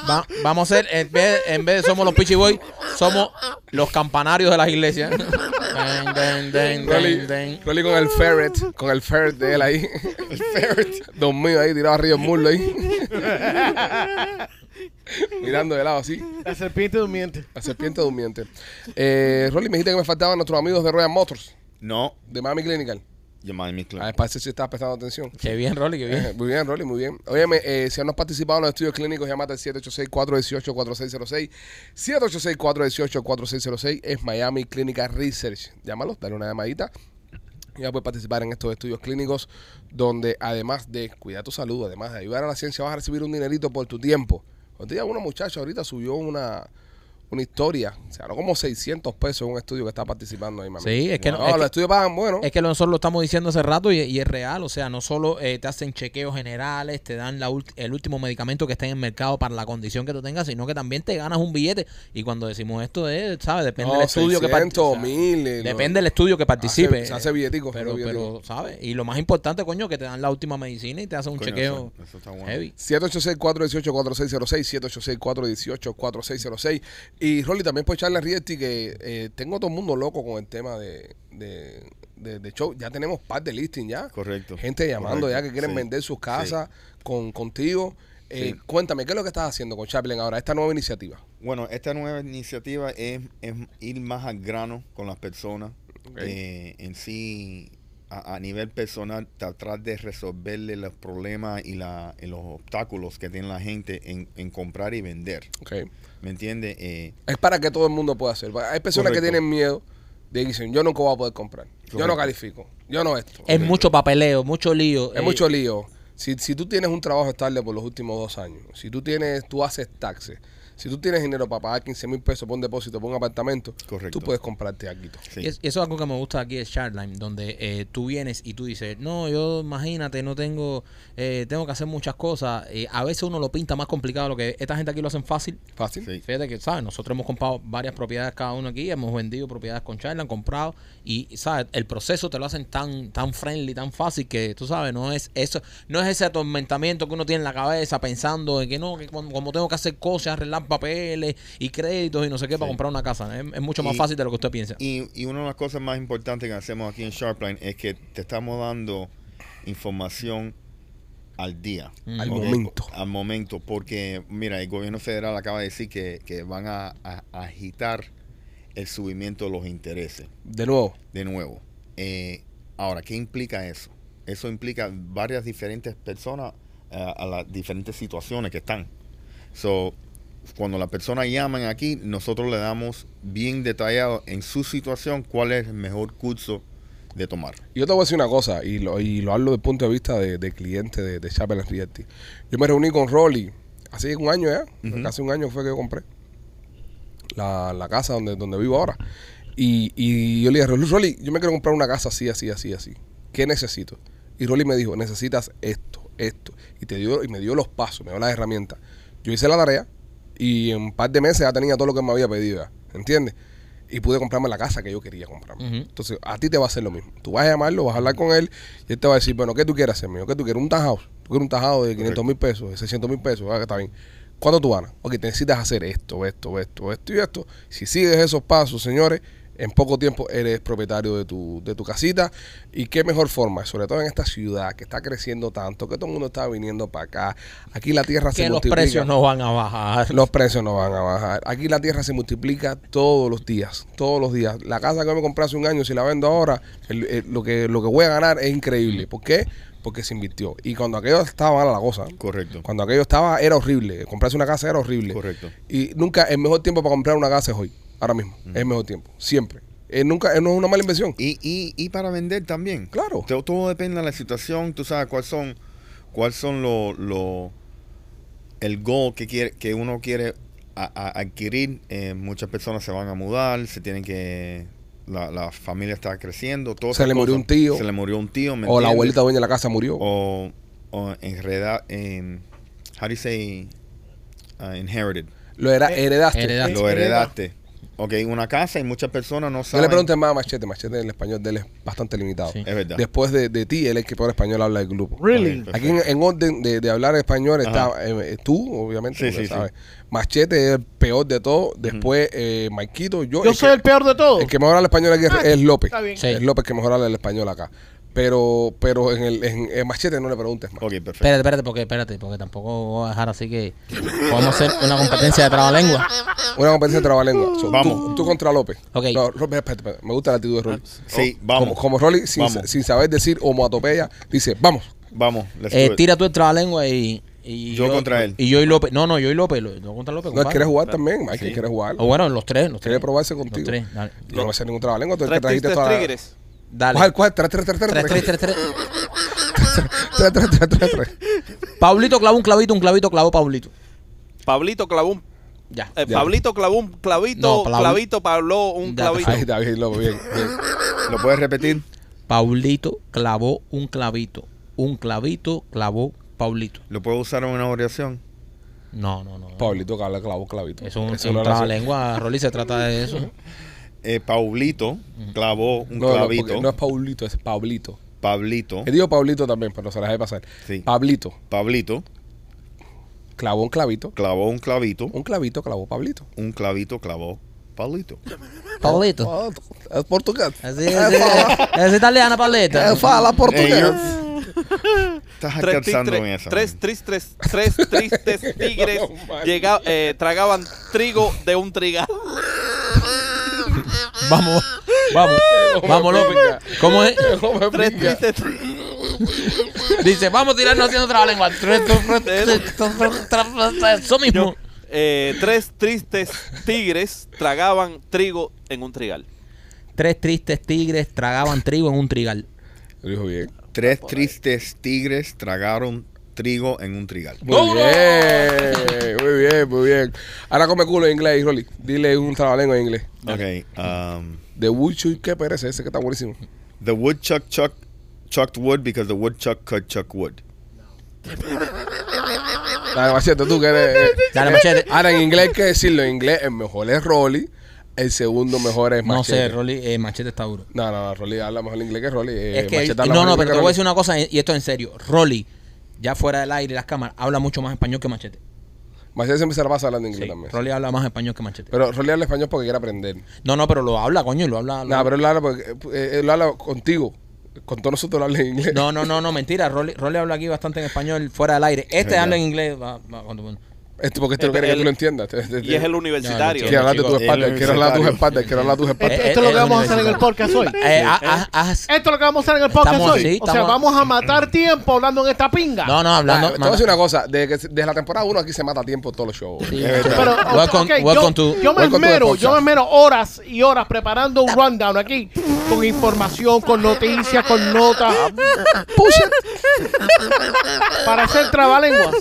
[SPEAKER 2] Va- vamos a ser, en vez, en vez de somos los Pichi Boys, somos los campanarios de
[SPEAKER 4] [LAUGHS]
[SPEAKER 2] las iglesias. Den, den, den,
[SPEAKER 3] Rolly,
[SPEAKER 2] den, den.
[SPEAKER 3] Rolly con el ferret, con el ferret de él ahí. El ferret. Dormido ahí, tirado arriba del muslo ahí. Mirando de lado así.
[SPEAKER 4] La serpiente durmiente.
[SPEAKER 3] La serpiente durmiente. Eh, Rolly, me dijiste que me faltaban nuestros amigos de Royal Motors,
[SPEAKER 8] No.
[SPEAKER 3] de Miami Clinical.
[SPEAKER 8] Llamada mi
[SPEAKER 3] A ver,
[SPEAKER 8] clave.
[SPEAKER 3] parece si estás prestando atención.
[SPEAKER 2] Qué bien, Rolly, qué bien.
[SPEAKER 3] Eh, Muy bien, Rolly, muy bien. Óyeme, eh, si aún no has participado en los estudios clínicos, llámate al 786-418-4606. 786-418-4606 es Miami Clinical Research. Llámalos, dale una llamadita. Y Ya puedes participar en estos estudios clínicos donde además de cuidar tu salud, además de ayudar a la ciencia, vas a recibir un dinerito por tu tiempo. Otro día una muchacha ahorita subió una, una historia, se ganó como 600 pesos en un estudio que está participando ahí, mami.
[SPEAKER 2] Sí, es que no-
[SPEAKER 3] Wow,
[SPEAKER 2] es
[SPEAKER 3] los
[SPEAKER 2] que-
[SPEAKER 3] estudios pagan bueno.
[SPEAKER 2] Es que nosotros lo estamos diciendo hace rato y, y es real, o sea, no solo eh, te hacen chequeos generales, te dan la ult- el último medicamento que esté en el mercado para la condición que tú tengas, sino que también te ganas un billete. Y cuando decimos esto, es, ¿sabes? Depende
[SPEAKER 3] No,
[SPEAKER 2] del estudio que
[SPEAKER 3] 600,
[SPEAKER 2] participe.
[SPEAKER 3] miles, no.
[SPEAKER 2] depende del estudio que participe.
[SPEAKER 3] Hace- se hace billetico, se
[SPEAKER 2] Pero,
[SPEAKER 3] hace billetico.
[SPEAKER 2] pero, ¿sabes? Y lo más importante, coño, que te dan la última medicina y te hacen un
[SPEAKER 8] Coño, eso-
[SPEAKER 2] chequeo
[SPEAKER 8] eso está bueno.
[SPEAKER 2] heavy.
[SPEAKER 3] 786-418-4606, 786-418-4606. Y Rolly, también puede echarle a Rieti que eh, tengo todo el mundo loco con el tema de, de, de- de show. Ya tenemos par de listing ya.
[SPEAKER 8] Correcto.
[SPEAKER 3] Gente llamando
[SPEAKER 8] Correcto,
[SPEAKER 3] ya que quieren
[SPEAKER 8] sí,
[SPEAKER 3] vender sus casas con, contigo. Eh, Cuéntame, ¿qué es lo que estás haciendo con Chaplin ahora? Esta nueva iniciativa.
[SPEAKER 8] Bueno, esta nueva iniciativa es, es ir más al grano con las personas.
[SPEAKER 3] Ok.
[SPEAKER 8] Eh, en sí, a, a nivel personal, tratar de resolverle los problemas y, la, y los obstáculos que tiene la gente en, en comprar y vender.
[SPEAKER 3] Ok.
[SPEAKER 8] ¿Me entiendes? Eh,
[SPEAKER 3] Es para que todo el mundo pueda hacer. Hay personas que
[SPEAKER 8] Correcto.
[SPEAKER 3] tienen miedo de dicen, yo nunca voy a poder comprar. Yo no
[SPEAKER 8] Correcto.
[SPEAKER 3] califico. Yo no esto.
[SPEAKER 2] Es mucho papeleo, mucho lío.
[SPEAKER 3] Es
[SPEAKER 2] eh,
[SPEAKER 3] mucho lío. Si, si tú tienes un trabajo estable por los últimos dos años, si tú tienes, tú haces taxes, si tú tienes dinero para pagar 15 mil pesos por un depósito, por un apartamento,
[SPEAKER 8] Correcto.
[SPEAKER 3] tú puedes comprarte algo.
[SPEAKER 8] sí.
[SPEAKER 2] Y es- y eso es algo que me gusta aquí de Charline, donde eh, tú vienes y tú dices, no, yo imagínate, no tengo, eh, tengo que hacer muchas cosas. Eh, a veces uno lo pinta más complicado de lo que es. esta gente aquí lo hacen fácil.
[SPEAKER 3] Fácil.
[SPEAKER 8] Sí.
[SPEAKER 2] Fíjate que, ¿sabes? Nosotros hemos comprado varias propiedades cada uno aquí, hemos vendido propiedades con Charlan, comprado y, ¿sabes? El proceso te lo hacen tan tan friendly, tan fácil que, tú sabes, no es eso, no es ese atormentamiento que uno tiene en la cabeza pensando en que no, que como, como tengo que hacer cosas, arreglar papeles y créditos y no sé qué para
[SPEAKER 8] Sí.
[SPEAKER 2] comprar una casa. Es, es mucho más
[SPEAKER 8] Y-
[SPEAKER 2] fácil de lo que usted piensa.
[SPEAKER 8] Y, y una de las cosas más importantes que hacemos aquí en Sharpline es que te estamos dando información al día.
[SPEAKER 3] Al
[SPEAKER 8] ¿ok?
[SPEAKER 3] momento.
[SPEAKER 8] Al momento, porque mira, el gobierno federal acaba de decir que, que van a, a- a agitar el subimiento de los intereses
[SPEAKER 3] De nuevo,
[SPEAKER 8] de nuevo. Eh, ahora, ¿qué implica eso? Eso implica varias diferentes personas eh, a las diferentes situaciones que están. So, cuando las personas llaman aquí, nosotros le damos bien detallado en su situación cuál es el mejor curso de tomar.
[SPEAKER 3] yo te voy a decir una cosa, y lo, y lo hablo desde el punto de vista de, de cliente de, de Chapel Realty. Yo me reuní con Rolly hace un año ya, casi un año fue que yo compré la, la casa donde, donde vivo ahora. Y, y yo le dije, Rolly, Rolly, yo me quiero comprar una casa así, así, así, así. ¿Qué necesito? Y Rolly me dijo, necesitas esto, esto. Y, te dio, y me dio los pasos, me dio las herramientas. Yo hice la tarea y en un par de meses ya tenía todo lo que me había pedido, ya, ¿entiendes? Y pude comprarme la casa que yo quería comprarme.
[SPEAKER 2] Ujú.
[SPEAKER 3] Entonces, a ti te va a hacer lo mismo. Tú vas a llamarlo, vas a hablar con él y él te va a decir, bueno, ¿qué tú quieres hacer, mío? ¿Qué tú quieres? ¿Un tajado? ¿Tú quieres un tajado de 500 mil pesos, de 600 mil pesos? Ah, está bien. ¿Cuánto tú ganas? Ok, necesitas hacer esto, esto, esto, esto y esto. Si sigues esos pasos, señores, en poco tiempo eres propietario de tu, de tu casita. Y qué mejor forma, sobre todo en esta ciudad que está creciendo tanto, que todo el mundo está viniendo para acá. Aquí la tierra se
[SPEAKER 2] que los
[SPEAKER 3] multiplica.
[SPEAKER 2] precios no van a bajar.
[SPEAKER 3] Los precios no van a bajar. Aquí la tierra se multiplica todos los días, todos los días. La casa que me compré hace un año, si la vendo ahora, el- el- lo, que, lo que voy a ganar es increíble. ¿Por qué? Porque se invirtió. Y cuando aquello estaba mala la cosa.
[SPEAKER 8] Correcto.
[SPEAKER 3] Cuando aquello estaba, era horrible. Comprarse una casa era horrible.
[SPEAKER 8] Correcto.
[SPEAKER 3] Y nunca, el mejor tiempo para comprar una casa es hoy, ahora mismo. Es el mejor tiempo, siempre. Eh, nunca, eh, no es una mala inversión.
[SPEAKER 8] Y, y, y para vender también.
[SPEAKER 3] Claro.
[SPEAKER 8] Todo, todo depende de la situación. Tú sabes cuáles son, cuáles son los, lo, el goal que quiere, que uno quiere a- a- adquirir. Eh, muchas personas se van a mudar, se tienen que, la, la familia está creciendo. Todo
[SPEAKER 3] Se le murió un tío.
[SPEAKER 8] Se le murió un tío. ¿me
[SPEAKER 3] o la
[SPEAKER 8] entiendes?
[SPEAKER 3] abuelita dueña de la casa murió.
[SPEAKER 8] O, o enreda, en, how do you say, uh, inherited.
[SPEAKER 3] lo era, heredaste.
[SPEAKER 2] heredaste.
[SPEAKER 8] Lo heredaste. Ok, una casa y muchas personas no
[SPEAKER 3] Yo
[SPEAKER 8] saben.
[SPEAKER 3] le pregunté más a Machete. Machete, el español de él es bastante limitado.
[SPEAKER 2] Sí.
[SPEAKER 8] Es verdad.
[SPEAKER 3] Después de, de ti, él es el que peor español habla del grupo.
[SPEAKER 4] Really?
[SPEAKER 8] Ok,
[SPEAKER 3] Aquí en, en orden de, de hablar español
[SPEAKER 8] Ajá.
[SPEAKER 3] está eh, tú, obviamente,
[SPEAKER 8] Sí,
[SPEAKER 3] porque
[SPEAKER 8] sí, sí.
[SPEAKER 3] sabes. Machete es el peor de todo. Después, eh, Marquito, yo.
[SPEAKER 4] Yo soy
[SPEAKER 3] que,
[SPEAKER 4] el peor de todos.
[SPEAKER 3] el que mejor habla español aquí es,
[SPEAKER 4] Ah,
[SPEAKER 3] es López.
[SPEAKER 4] está bien.
[SPEAKER 2] Sí.
[SPEAKER 3] Es López que mejor habla el español acá. Pero pero en el en, en Machete no le preguntes más.
[SPEAKER 8] Ok, perfecto.
[SPEAKER 2] Espérate, espérate, porque, espérate, porque tampoco voy a dejar así que podemos hacer una competencia de trabalengua.
[SPEAKER 3] Una competencia de trabalengua. So,
[SPEAKER 8] Vamos. Ah,
[SPEAKER 3] Tú, tú contra López.
[SPEAKER 2] Ok.
[SPEAKER 3] No, López, espérate, espérate. Me gusta la actitud de Rolly.
[SPEAKER 8] Sí, vamos.
[SPEAKER 3] Como, como Rolly, sin,
[SPEAKER 8] Vamos.
[SPEAKER 3] sin saber decir homoatopeya, dice, vamos.
[SPEAKER 8] Vamos, let's
[SPEAKER 2] Eh,
[SPEAKER 8] do it.
[SPEAKER 2] tira tú el trabalengua y, y
[SPEAKER 8] Yo contra él.
[SPEAKER 2] Y yo y López. No, no, yo y López. lo- Yo contra López.
[SPEAKER 3] No, él
[SPEAKER 2] compadre.
[SPEAKER 3] quiere jugar también. Mike quiere jugar.
[SPEAKER 2] O bueno, los tres. Los
[SPEAKER 3] Quiere
[SPEAKER 2] tres.
[SPEAKER 3] probarse
[SPEAKER 2] Los
[SPEAKER 3] contigo.
[SPEAKER 2] Oh, tres, dale.
[SPEAKER 3] Yo no voy a hacer ningún trabalengo, tú que
[SPEAKER 7] Tres
[SPEAKER 3] trajiste
[SPEAKER 7] tristes
[SPEAKER 3] toda la...
[SPEAKER 7] tigres.
[SPEAKER 2] Dale.
[SPEAKER 3] ¿Cuál, cuál? Tres, tres, tres, tres,
[SPEAKER 2] Tres, tres, tres, tres.
[SPEAKER 3] Tres, tres, tres, tres, tres.
[SPEAKER 2] Pablito clavó un clavito, un clavito clavó Pablito.
[SPEAKER 7] Pablito clavó un,
[SPEAKER 2] Ya.
[SPEAKER 7] eh,
[SPEAKER 3] Ya.
[SPEAKER 7] Pablito clavó un clavito,
[SPEAKER 2] No, Pablo-
[SPEAKER 7] clavito, Pablo un
[SPEAKER 2] Ya,
[SPEAKER 7] clavito.
[SPEAKER 3] Ahí está, bien, López, bien, bien.
[SPEAKER 8] ¿Lo puedes repetir?
[SPEAKER 2] Pablito clavó un clavito. Un clavito clavó Pablito.
[SPEAKER 8] ¿Lo puedo usar en una oración?
[SPEAKER 2] No, no, no.
[SPEAKER 3] Pablito, cala, clavo, clavito.
[SPEAKER 2] Eso es
[SPEAKER 3] Eso
[SPEAKER 2] un,
[SPEAKER 3] no
[SPEAKER 2] un
[SPEAKER 3] era así.
[SPEAKER 2] trabalengua. Rolly se trata de eso.
[SPEAKER 8] Eh, Paulito clavó un
[SPEAKER 3] No, no, porque
[SPEAKER 8] clavito.
[SPEAKER 3] no Eh, es Paulito, es Pablito.
[SPEAKER 8] Pablito.
[SPEAKER 3] He dicho Pablito también, pero se las dejé pasar.
[SPEAKER 8] Sí.
[SPEAKER 3] Pablito
[SPEAKER 8] Pablito
[SPEAKER 3] clavó un clavito.
[SPEAKER 8] clavó un clavito.
[SPEAKER 3] Un clavito clavó Pablito.
[SPEAKER 8] Un clavito clavó Pablito.
[SPEAKER 2] Pablito.
[SPEAKER 3] Ah, Es portugués.
[SPEAKER 2] Así, así, es italiana, Pablito.
[SPEAKER 3] Eh, Fala
[SPEAKER 8] Hey,
[SPEAKER 7] [LAUGHS]
[SPEAKER 3] portugués.
[SPEAKER 8] you're- Estás
[SPEAKER 7] Tres,
[SPEAKER 8] alcanzando
[SPEAKER 7] tistre-
[SPEAKER 8] en esa.
[SPEAKER 7] tres, tris- tres- tres
[SPEAKER 3] [LAUGHS]
[SPEAKER 7] tristes tigres llega- eh, tragaban trigo de un
[SPEAKER 3] [LAUGHS]
[SPEAKER 7] trigal.
[SPEAKER 2] Vamos, vamos, vamos, López. ¿Cómo es?
[SPEAKER 3] [LAUGHS] No me
[SPEAKER 7] Tres
[SPEAKER 3] pica.
[SPEAKER 7] tristes tigres.
[SPEAKER 2] Dice, vamos a tirarnos haciendo otra lengua. Eso mismo.
[SPEAKER 7] Eh, tres tristes tigres tragaban trigo en un trigal.
[SPEAKER 2] Tres tristes tigres tragaban trigo en un trigal.
[SPEAKER 3] Lo dijo bien.
[SPEAKER 8] Tres tristes tigres tragaron trigo en un trigal.
[SPEAKER 3] Muy bien, muy bien, muy bien. Ahora come culo en inglés, Rolly. Dile un trabalengo en inglés.
[SPEAKER 8] Ok. um,
[SPEAKER 3] De Wuchu, qué perece ese que está buenísimo.
[SPEAKER 8] the woodchuck chuck, chucked wood because the woodchuck could chuck wood.
[SPEAKER 3] Dale, machete, tú que eres. eh.
[SPEAKER 2] Dale, machete.
[SPEAKER 3] Ahora en inglés hay que decirlo. En inglés el mejor es Rolly, el segundo mejor es
[SPEAKER 2] No
[SPEAKER 3] Machete.
[SPEAKER 2] sé, Rolly, eh, machete está duro.
[SPEAKER 3] No, no, no, Rolly habla mejor inglés que Rolly. eh,
[SPEAKER 2] Es que,
[SPEAKER 3] Machete habla
[SPEAKER 2] no, no,
[SPEAKER 3] mejor
[SPEAKER 2] pero
[SPEAKER 3] inglés
[SPEAKER 2] te
[SPEAKER 3] que
[SPEAKER 2] voy a decir
[SPEAKER 3] Rolly.
[SPEAKER 2] una cosa, y esto en serio. Rolly, ya fuera del aire y las cámaras, habla mucho más español que machete.
[SPEAKER 3] Machete siempre se la pasa hablando inglés
[SPEAKER 2] Sí,
[SPEAKER 3] también.
[SPEAKER 2] Rolly habla más español que machete.
[SPEAKER 3] Pero Rolly habla español porque quiere aprender.
[SPEAKER 2] No, no, pero lo habla, coño, y lo habla. lo-
[SPEAKER 3] No, pero él habla, porque, eh, él habla contigo. Con todos nosotros habla en inglés.
[SPEAKER 2] No, no, no, no, mentira. Rolly, Rolly habla aquí bastante en español, fuera del aire. Este
[SPEAKER 8] verdad.
[SPEAKER 2] habla en inglés. va- va cuando-
[SPEAKER 3] Esto porque esto no
[SPEAKER 7] Eh, pero
[SPEAKER 3] quiere que
[SPEAKER 7] él-
[SPEAKER 3] tú lo entiendas. Te- te-
[SPEAKER 7] Y es el universitario.
[SPEAKER 3] Quiero hablar de tus
[SPEAKER 2] Chicos,
[SPEAKER 3] espaldas,
[SPEAKER 8] el
[SPEAKER 3] quiero hablar de tus
[SPEAKER 8] universitario.
[SPEAKER 3] espaldas, quiero hablar de tus
[SPEAKER 4] Este Esto,
[SPEAKER 3] espaldas.
[SPEAKER 2] Eh,
[SPEAKER 4] esto es lo
[SPEAKER 2] eh,
[SPEAKER 4] que vamos a hacer en
[SPEAKER 2] universidad.
[SPEAKER 4] el podcast hoy.
[SPEAKER 2] Eh, ah, ah, ah, s-
[SPEAKER 4] Esto es lo que vamos a hacer en el podcast
[SPEAKER 2] Estamos
[SPEAKER 4] hoy.
[SPEAKER 2] así,
[SPEAKER 4] o sea,
[SPEAKER 2] estamos-
[SPEAKER 4] vamos a matar tiempo hablando en esta pinga.
[SPEAKER 2] no, no,
[SPEAKER 3] Ah,
[SPEAKER 2] hablando.
[SPEAKER 3] te voy a
[SPEAKER 2] manda-
[SPEAKER 3] decir una cosa, desde, que, desde la temporada 1 aquí se mata tiempo todos los shows.
[SPEAKER 2] Sí,
[SPEAKER 8] Es verdad.
[SPEAKER 4] Pero, o-
[SPEAKER 2] Welcome-
[SPEAKER 4] ok,
[SPEAKER 2] welcome
[SPEAKER 4] yo,
[SPEAKER 2] to-
[SPEAKER 4] yo me
[SPEAKER 3] welcome to the
[SPEAKER 4] esmero, yo
[SPEAKER 3] podcast.
[SPEAKER 4] me esmero horas y horas preparando un rundown aquí con información, con noticias, con notas. Para hacer trabalenguas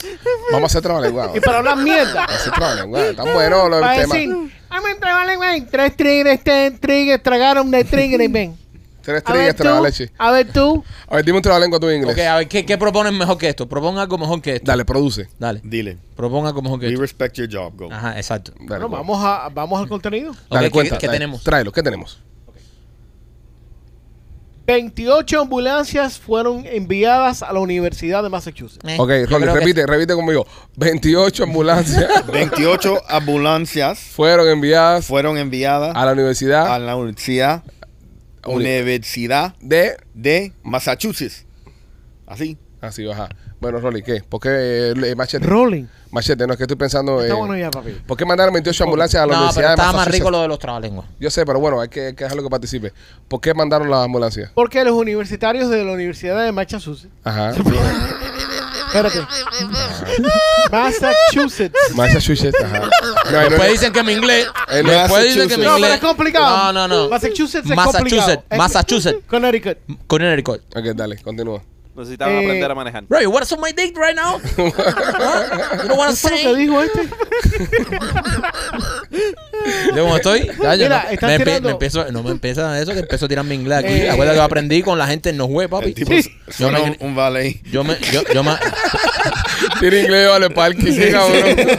[SPEAKER 3] Vamos a hacer trabalenguado.
[SPEAKER 4] y para hablar mierda.
[SPEAKER 3] [LAUGHS] Vamos a hacer trabalenguado. Están buenos los
[SPEAKER 4] Para
[SPEAKER 3] temas.
[SPEAKER 4] decir, "Vamos a trabalenguas". tres tigres, tres tigres, tragaron de tigres, ven.
[SPEAKER 3] Tres
[SPEAKER 4] A ver
[SPEAKER 3] trigas,
[SPEAKER 4] tú,
[SPEAKER 3] trabaleche.
[SPEAKER 4] a ver tú.
[SPEAKER 3] A ver, dime un trabalengo tú en inglés.
[SPEAKER 2] Ok, a ver, ¿qué, qué proponen mejor que esto? Propon algo mejor que esto.
[SPEAKER 3] Dale, produce.
[SPEAKER 2] Dale.
[SPEAKER 8] Dile.
[SPEAKER 2] Propon algo mejor que
[SPEAKER 8] We
[SPEAKER 2] esto.
[SPEAKER 8] respect your job.
[SPEAKER 3] Ah.
[SPEAKER 8] Go.
[SPEAKER 2] Ajá, exacto.
[SPEAKER 3] Dale,
[SPEAKER 4] Bueno,
[SPEAKER 3] go.
[SPEAKER 4] vamos, a, vamos al contenido.
[SPEAKER 3] Dale
[SPEAKER 2] Ok, ¿qué-
[SPEAKER 3] cuenta.
[SPEAKER 2] ¿Qué
[SPEAKER 3] dale.
[SPEAKER 2] tenemos?
[SPEAKER 3] Tráelo, ¿qué tenemos?
[SPEAKER 4] 28 ambulancias fueron enviadas a la Universidad de Massachusetts.
[SPEAKER 2] Eh,
[SPEAKER 3] Ok, Rolly,
[SPEAKER 2] yo creo que-
[SPEAKER 3] repite, repite conmigo. 28 ambulancias
[SPEAKER 2] [LAUGHS]
[SPEAKER 8] 28 ambulancias
[SPEAKER 3] fueron enviadas
[SPEAKER 8] fueron enviadas
[SPEAKER 3] a la universidad
[SPEAKER 8] a la universidad, universidad
[SPEAKER 3] de...
[SPEAKER 8] de Massachusetts. Así.
[SPEAKER 3] Así, baja. Bueno, Rolly, ¿qué? ¿Por qué eh, machete?
[SPEAKER 4] Rolling.
[SPEAKER 3] Machete, no, es que estoy pensando
[SPEAKER 4] Está
[SPEAKER 3] en-
[SPEAKER 4] bueno ya, papi.
[SPEAKER 3] ¿Por qué mandaron 28 ambulancias a la
[SPEAKER 2] No, pero
[SPEAKER 3] Universidad de
[SPEAKER 2] estaba más
[SPEAKER 3] Massachusetts?
[SPEAKER 2] rico lo de los trabalenguas.
[SPEAKER 3] Yo sé, pero bueno, hay que, hay que dejarlo que participe. ¿Por qué mandaron las ambulancias?
[SPEAKER 4] Porque los universitarios de la Universidad de Massachusetts. [LAUGHS]
[SPEAKER 3] Ajá.
[SPEAKER 4] Espérate. Massachusetts.
[SPEAKER 3] Massachusetts, ajá. No, no,
[SPEAKER 2] Después
[SPEAKER 3] no.
[SPEAKER 2] dicen que mi inglés.
[SPEAKER 3] Eh, no,
[SPEAKER 2] Después dicen que
[SPEAKER 4] No,
[SPEAKER 8] Massachusetts.
[SPEAKER 2] mi
[SPEAKER 4] pero
[SPEAKER 2] inglés.
[SPEAKER 4] es complicado.
[SPEAKER 2] No, no, no.
[SPEAKER 4] Massachusetts es
[SPEAKER 2] Massachusetts.
[SPEAKER 4] complicado.
[SPEAKER 2] Massachusetts.
[SPEAKER 4] Connecticut.
[SPEAKER 2] Connecticut.
[SPEAKER 3] Ok, dale, continúa.
[SPEAKER 7] Necesitaban
[SPEAKER 4] Eh,
[SPEAKER 7] aprender a manejar.
[SPEAKER 2] Bro, you wanna suck my dick
[SPEAKER 3] [LAUGHS]
[SPEAKER 2] right now? Huh? You don't wanna
[SPEAKER 4] ¿Qué fue lo que
[SPEAKER 2] say?
[SPEAKER 4] dijo este?
[SPEAKER 2] ¿De cómo estoy? Ya, yo
[SPEAKER 4] Mira,
[SPEAKER 2] no-
[SPEAKER 4] estás
[SPEAKER 2] me, empie-
[SPEAKER 4] tirando-
[SPEAKER 2] me empiezo, no me empieza eso, que empiezo a tirar mi inglés aquí.
[SPEAKER 4] Eh.
[SPEAKER 2] Acuérdate que aprendí con la gente en los web,
[SPEAKER 8] El
[SPEAKER 2] papi.
[SPEAKER 8] tipo
[SPEAKER 2] Yo
[SPEAKER 8] suena
[SPEAKER 2] me,
[SPEAKER 8] un, un ballet.
[SPEAKER 2] yo me, yo, yo me,
[SPEAKER 3] Tiene inglés, vale, parking, qué cabrón.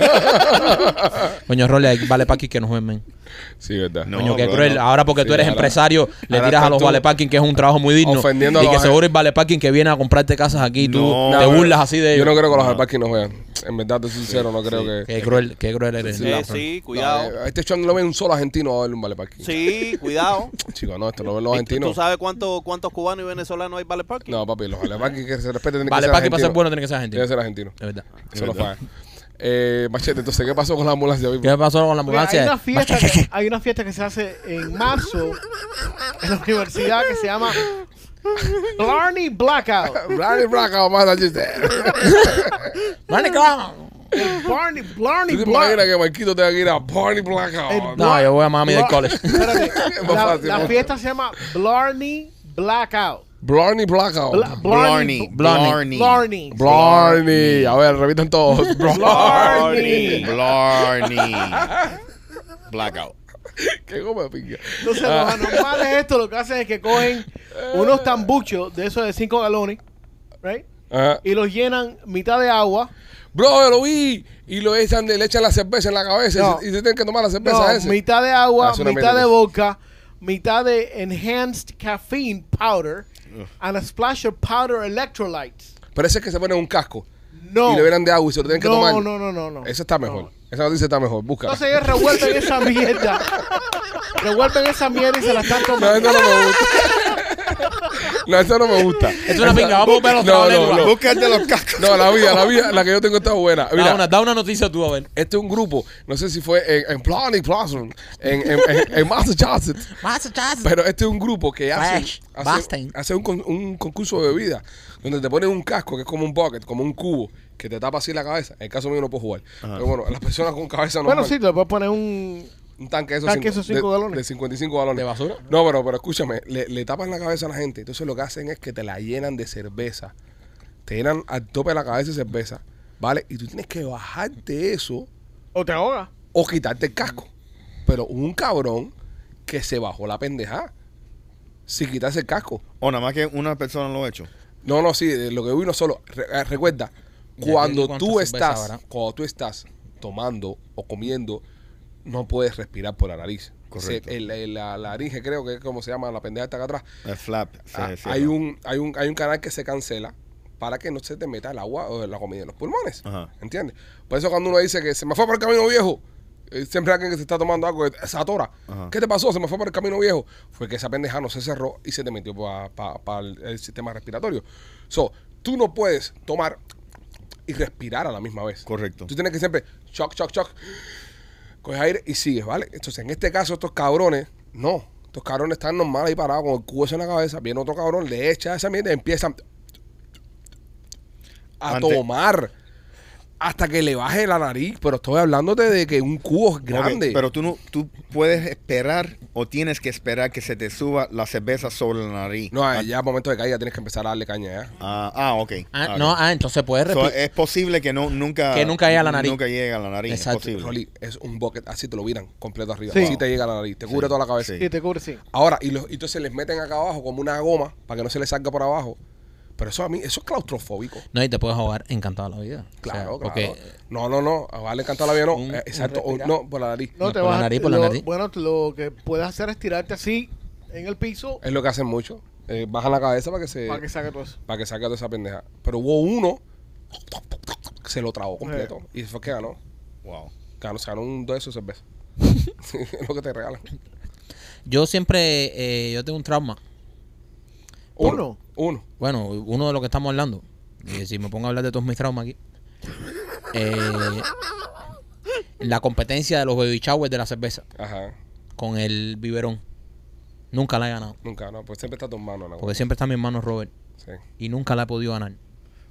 [SPEAKER 2] coño, Rolly, ahí vale paqui que nos ven, men.
[SPEAKER 3] [LAUGHS] Sí, verdad.
[SPEAKER 8] No.
[SPEAKER 2] Coño, qué
[SPEAKER 8] bro,
[SPEAKER 2] cruel.
[SPEAKER 8] no.
[SPEAKER 2] Ahora porque tú
[SPEAKER 3] Sí,
[SPEAKER 2] eres
[SPEAKER 3] ahora-
[SPEAKER 2] empresario, le
[SPEAKER 3] ahora
[SPEAKER 2] tiras a
[SPEAKER 3] estás
[SPEAKER 2] los
[SPEAKER 3] tú
[SPEAKER 2] vale parking, que es un trabajo muy digno.
[SPEAKER 3] ofendiendo a
[SPEAKER 2] y
[SPEAKER 3] los
[SPEAKER 2] que
[SPEAKER 3] agen-
[SPEAKER 2] seguro el vale parking que viene a comprarte casas aquí, tú
[SPEAKER 8] No,
[SPEAKER 2] te
[SPEAKER 3] No, pero
[SPEAKER 2] burlas así de
[SPEAKER 3] Yo
[SPEAKER 2] ellos.
[SPEAKER 3] no creo que los alparking nos vean. En verdad, te soy sincero, no creo que...
[SPEAKER 2] Qué cruel, qué cruel eres.
[SPEAKER 7] Eh, sí, Eh, cuidado.
[SPEAKER 3] No, eh, este show no lo ven un solo argentino a ver un vale parking.
[SPEAKER 7] Sí, cuidado.
[SPEAKER 3] Chicos, [LAUGHS] no, esto lo ven los
[SPEAKER 7] ¿Y tú- ¿Tú
[SPEAKER 3] argentinos.
[SPEAKER 7] sabes cuánto, cuántos cubanos y venezolanos hay vale parking?
[SPEAKER 3] No, papi, los vale parking que se respeten tienen que
[SPEAKER 2] Vale
[SPEAKER 3] ser
[SPEAKER 2] parking para ser
[SPEAKER 3] argentinos.
[SPEAKER 2] bueno tiene que ser gente.
[SPEAKER 3] Tiene que
[SPEAKER 2] De
[SPEAKER 3] ser argentino.
[SPEAKER 2] verdad.
[SPEAKER 3] Eso no
[SPEAKER 8] verdad.
[SPEAKER 3] falla. Eh, machete, entonces, ¿qué pasó con la ambulancia? hoy?
[SPEAKER 2] ¿Qué pasó con la
[SPEAKER 4] Mira, hay,
[SPEAKER 2] ambulancia?
[SPEAKER 4] una fiesta que, hay una fiesta que se hace en marzo en la universidad que se llama Blarney Blackout.
[SPEAKER 3] Blarney Blackout,
[SPEAKER 4] [LAUGHS]
[SPEAKER 3] Massachusetts.
[SPEAKER 2] Vale, claro.
[SPEAKER 4] El Barney, Blarney
[SPEAKER 3] ¿Tú te
[SPEAKER 4] Black-
[SPEAKER 3] imaginas que Marquito tenga que ir a Barney Blackout?
[SPEAKER 4] El
[SPEAKER 2] No, yo voy a Miami del
[SPEAKER 4] Bla-
[SPEAKER 2] college.
[SPEAKER 3] [LAUGHS]
[SPEAKER 4] Espérate.
[SPEAKER 3] Es más
[SPEAKER 4] la,
[SPEAKER 3] fácil,
[SPEAKER 4] la
[SPEAKER 3] ¿no?
[SPEAKER 4] fiesta se llama Blarney Blackout.
[SPEAKER 3] Blarney Blackout.
[SPEAKER 4] Bla-
[SPEAKER 8] Blarney. Blarney.
[SPEAKER 2] Blarney.
[SPEAKER 4] Blarney.
[SPEAKER 3] Blarney. A ver, repitan
[SPEAKER 4] [LAUGHS]
[SPEAKER 3] todos. Blarney.
[SPEAKER 4] Blarney.
[SPEAKER 8] Blarney. Blackout.
[SPEAKER 3] [LAUGHS] Qué goma pica.
[SPEAKER 4] Entonces,
[SPEAKER 3] Ah.
[SPEAKER 4] los anormales esto lo que hacen es que cogen unos tambuchos de esos de 5 galones, right?
[SPEAKER 3] Ajá.
[SPEAKER 4] Y los llenan mitad de agua.
[SPEAKER 3] Bro, yo lo vi. Y lo echan, de- le echan la cerveza en la cabeza.
[SPEAKER 4] No.
[SPEAKER 3] Y, se, y se tienen que tomar la cerveza
[SPEAKER 4] No,
[SPEAKER 3] ese.
[SPEAKER 4] mitad de
[SPEAKER 3] Ah,
[SPEAKER 4] agua,
[SPEAKER 3] es una
[SPEAKER 4] mitad de
[SPEAKER 3] mierda.
[SPEAKER 4] vodka, mitad de enhanced caffeine powder and a splash of powder electrolytes.
[SPEAKER 3] Pero ese es que se ponen un casco.
[SPEAKER 4] No.
[SPEAKER 3] Y le vienen de agua y se lo tienen que tomar.
[SPEAKER 4] No, no, no, no, no.
[SPEAKER 3] Esa está mejor. Esa noticia está mejor. Búscala.
[SPEAKER 4] Entonces ellos revuelven
[SPEAKER 3] [LAUGHS]
[SPEAKER 4] esa mierda. revuelven esa mierda y se la están
[SPEAKER 3] No,
[SPEAKER 4] tomando. [LAUGHS]
[SPEAKER 3] esto no me gusta. No, eso no me gusta.
[SPEAKER 2] Es una pinga, vamos a ver los
[SPEAKER 3] No,
[SPEAKER 2] trabalenguas.
[SPEAKER 3] no, no.
[SPEAKER 8] Búscate los cascos.
[SPEAKER 3] No, la vida, la vida, la que yo tengo está buena.
[SPEAKER 2] Da
[SPEAKER 3] Mira,
[SPEAKER 2] Ah, una, da una noticia tú, a ver.
[SPEAKER 3] este es un grupo, no sé si fue en, en Plano Plaza, en, en, en- en Massachusetts, pero este es un grupo que hace,
[SPEAKER 2] Flash,
[SPEAKER 3] hace,
[SPEAKER 2] Bastard.
[SPEAKER 3] hace un, con- un concurso de bebida donde te ponen un casco que es como un bucket, como un cubo, que te tapa así la cabeza. En el caso mío no puedo jugar. Pero bueno, las personas con cabeza no
[SPEAKER 4] Bueno, sí, te puedes poner un.
[SPEAKER 3] un tanque de esos,
[SPEAKER 4] Tanque
[SPEAKER 3] cinco-
[SPEAKER 4] esos cinco
[SPEAKER 3] de,
[SPEAKER 4] galones.
[SPEAKER 3] de 55 galones.
[SPEAKER 2] ¿De basura?
[SPEAKER 3] No, pero, pero escúchame, le, le tapan la cabeza a la gente. Entonces lo que hacen es que te la llenan de cerveza. Te llenan al tope de la cabeza de cerveza. ¿Vale? Y tú tienes que bajarte eso
[SPEAKER 4] O te ahoga.
[SPEAKER 3] o quitarte el casco. Pero hubo un cabrón que se bajó la pendeja sin quitarse el casco.
[SPEAKER 8] O nada más que una persona lo ha hecho.
[SPEAKER 3] No, no, sí, de lo que vino solo. Re- eh, recuerda,
[SPEAKER 2] Ya te
[SPEAKER 3] cuando
[SPEAKER 2] di cuánta
[SPEAKER 3] tú
[SPEAKER 2] cerveza
[SPEAKER 3] estás,
[SPEAKER 2] habrá.
[SPEAKER 3] cuando tú estás tomando o comiendo, no puedes respirar por la nariz.
[SPEAKER 8] Correcto.
[SPEAKER 3] Se- el- el- la, la laringe, creo que es como se llama la pendeja está acá atrás.
[SPEAKER 8] El flap. se
[SPEAKER 3] Ah,
[SPEAKER 8] cierra.
[SPEAKER 3] hay, un, hay, un, hay un canal que se cancela para que no se te meta el agua o la comida en los pulmones.
[SPEAKER 8] Ajá.
[SPEAKER 3] ¿Entiendes? Por eso cuando uno dice que se me fue por el camino viejo, eh, siempre alguien que se está tomando algo que se atora.
[SPEAKER 8] Ajá.
[SPEAKER 3] ¿Qué te pasó? Se me fue por el camino viejo. Fue que esa pendeja no se cerró y se te metió para el, el sistema respiratorio. So, tú no puedes tomar y respirar a la misma vez.
[SPEAKER 8] Correcto.
[SPEAKER 3] Tú tienes que siempre choc, choc, choc, coges aire y sigues, ¿vale? Entonces, en este caso, estos cabrones, no. Estos cabrones están normal ahí parados con el cubo ese en la cabeza. Viene otro cabrón, le echa esa mierda y empiezan a
[SPEAKER 8] Ante-
[SPEAKER 3] tomar hasta que le baje la nariz. Pero estoy hablándote de que un cubo es
[SPEAKER 8] Ok,
[SPEAKER 3] grande.
[SPEAKER 8] pero tú no, tú puedes esperar o tienes que esperar que se te suba la cerveza sobre la nariz.
[SPEAKER 3] No, ah, ya momento de caída tienes que empezar a darle caña ¿eh? ya.
[SPEAKER 8] Ah, ah, ok.
[SPEAKER 2] Ah,
[SPEAKER 8] Ah,
[SPEAKER 2] no,
[SPEAKER 8] ok.
[SPEAKER 2] ah, entonces puedes
[SPEAKER 8] So,
[SPEAKER 2] respirar.
[SPEAKER 8] es posible que no nunca
[SPEAKER 2] Que nunca llegue a la nariz.
[SPEAKER 8] Nunca llegue a la nariz,
[SPEAKER 2] Exacto.
[SPEAKER 8] es posible.
[SPEAKER 3] Rolly, es un bucket, así te lo viran completo arriba.
[SPEAKER 4] Sí.
[SPEAKER 3] Así te llega la nariz, te cubre
[SPEAKER 8] Sí,
[SPEAKER 3] toda la cabeza.
[SPEAKER 8] sí.
[SPEAKER 4] Y te cubre, sí.
[SPEAKER 3] Ahora, y, los, y entonces les meten acá abajo como una goma para que no se les salga por abajo. Pero eso a mí, eso es claustrofóbico.
[SPEAKER 2] No, y te puedes ahogar encantado la vida. O
[SPEAKER 3] Claro, claro.
[SPEAKER 2] sea, Porque
[SPEAKER 3] No, no, no. A Vale cantar la vida, no.
[SPEAKER 2] Un-
[SPEAKER 3] Eh, Exacto.
[SPEAKER 2] un
[SPEAKER 3] o- no, por la nariz.
[SPEAKER 4] No,
[SPEAKER 2] No,
[SPEAKER 4] te
[SPEAKER 2] por la
[SPEAKER 4] vas a-
[SPEAKER 2] nariz, por la
[SPEAKER 4] lo-
[SPEAKER 2] nariz.
[SPEAKER 4] Bueno, lo que puedes hacer es tirarte así en el piso
[SPEAKER 3] Es lo que hacen muchos. Eh, bajan la cabeza para que se.
[SPEAKER 4] para que saque todo eso.
[SPEAKER 3] Para que saque toda esa pendeja. Pero hubo uno que se lo tragó
[SPEAKER 4] Eh.
[SPEAKER 3] completo. Y fue que ganó.
[SPEAKER 8] Wow.
[SPEAKER 3] Ganó, se ganó un de esos
[SPEAKER 4] [LAUGHS]
[SPEAKER 3] cerveza. es lo que te regalan.
[SPEAKER 2] yo siempre, eh, yo tengo un trauma.
[SPEAKER 4] Uno.
[SPEAKER 3] Uno.
[SPEAKER 2] Bueno, uno de los que estamos hablando. Y si me pongo a hablar de todos mis traumas aquí. Eh, la competencia de los baby showers de la cerveza
[SPEAKER 3] Ajá.
[SPEAKER 2] con el biberón. Nunca la he ganado.
[SPEAKER 3] Nunca, no. Pues siempre está tomando, ¿no?
[SPEAKER 2] Porque siempre está mi hermano Robert.
[SPEAKER 3] Sí.
[SPEAKER 2] Y nunca la he podido ganar.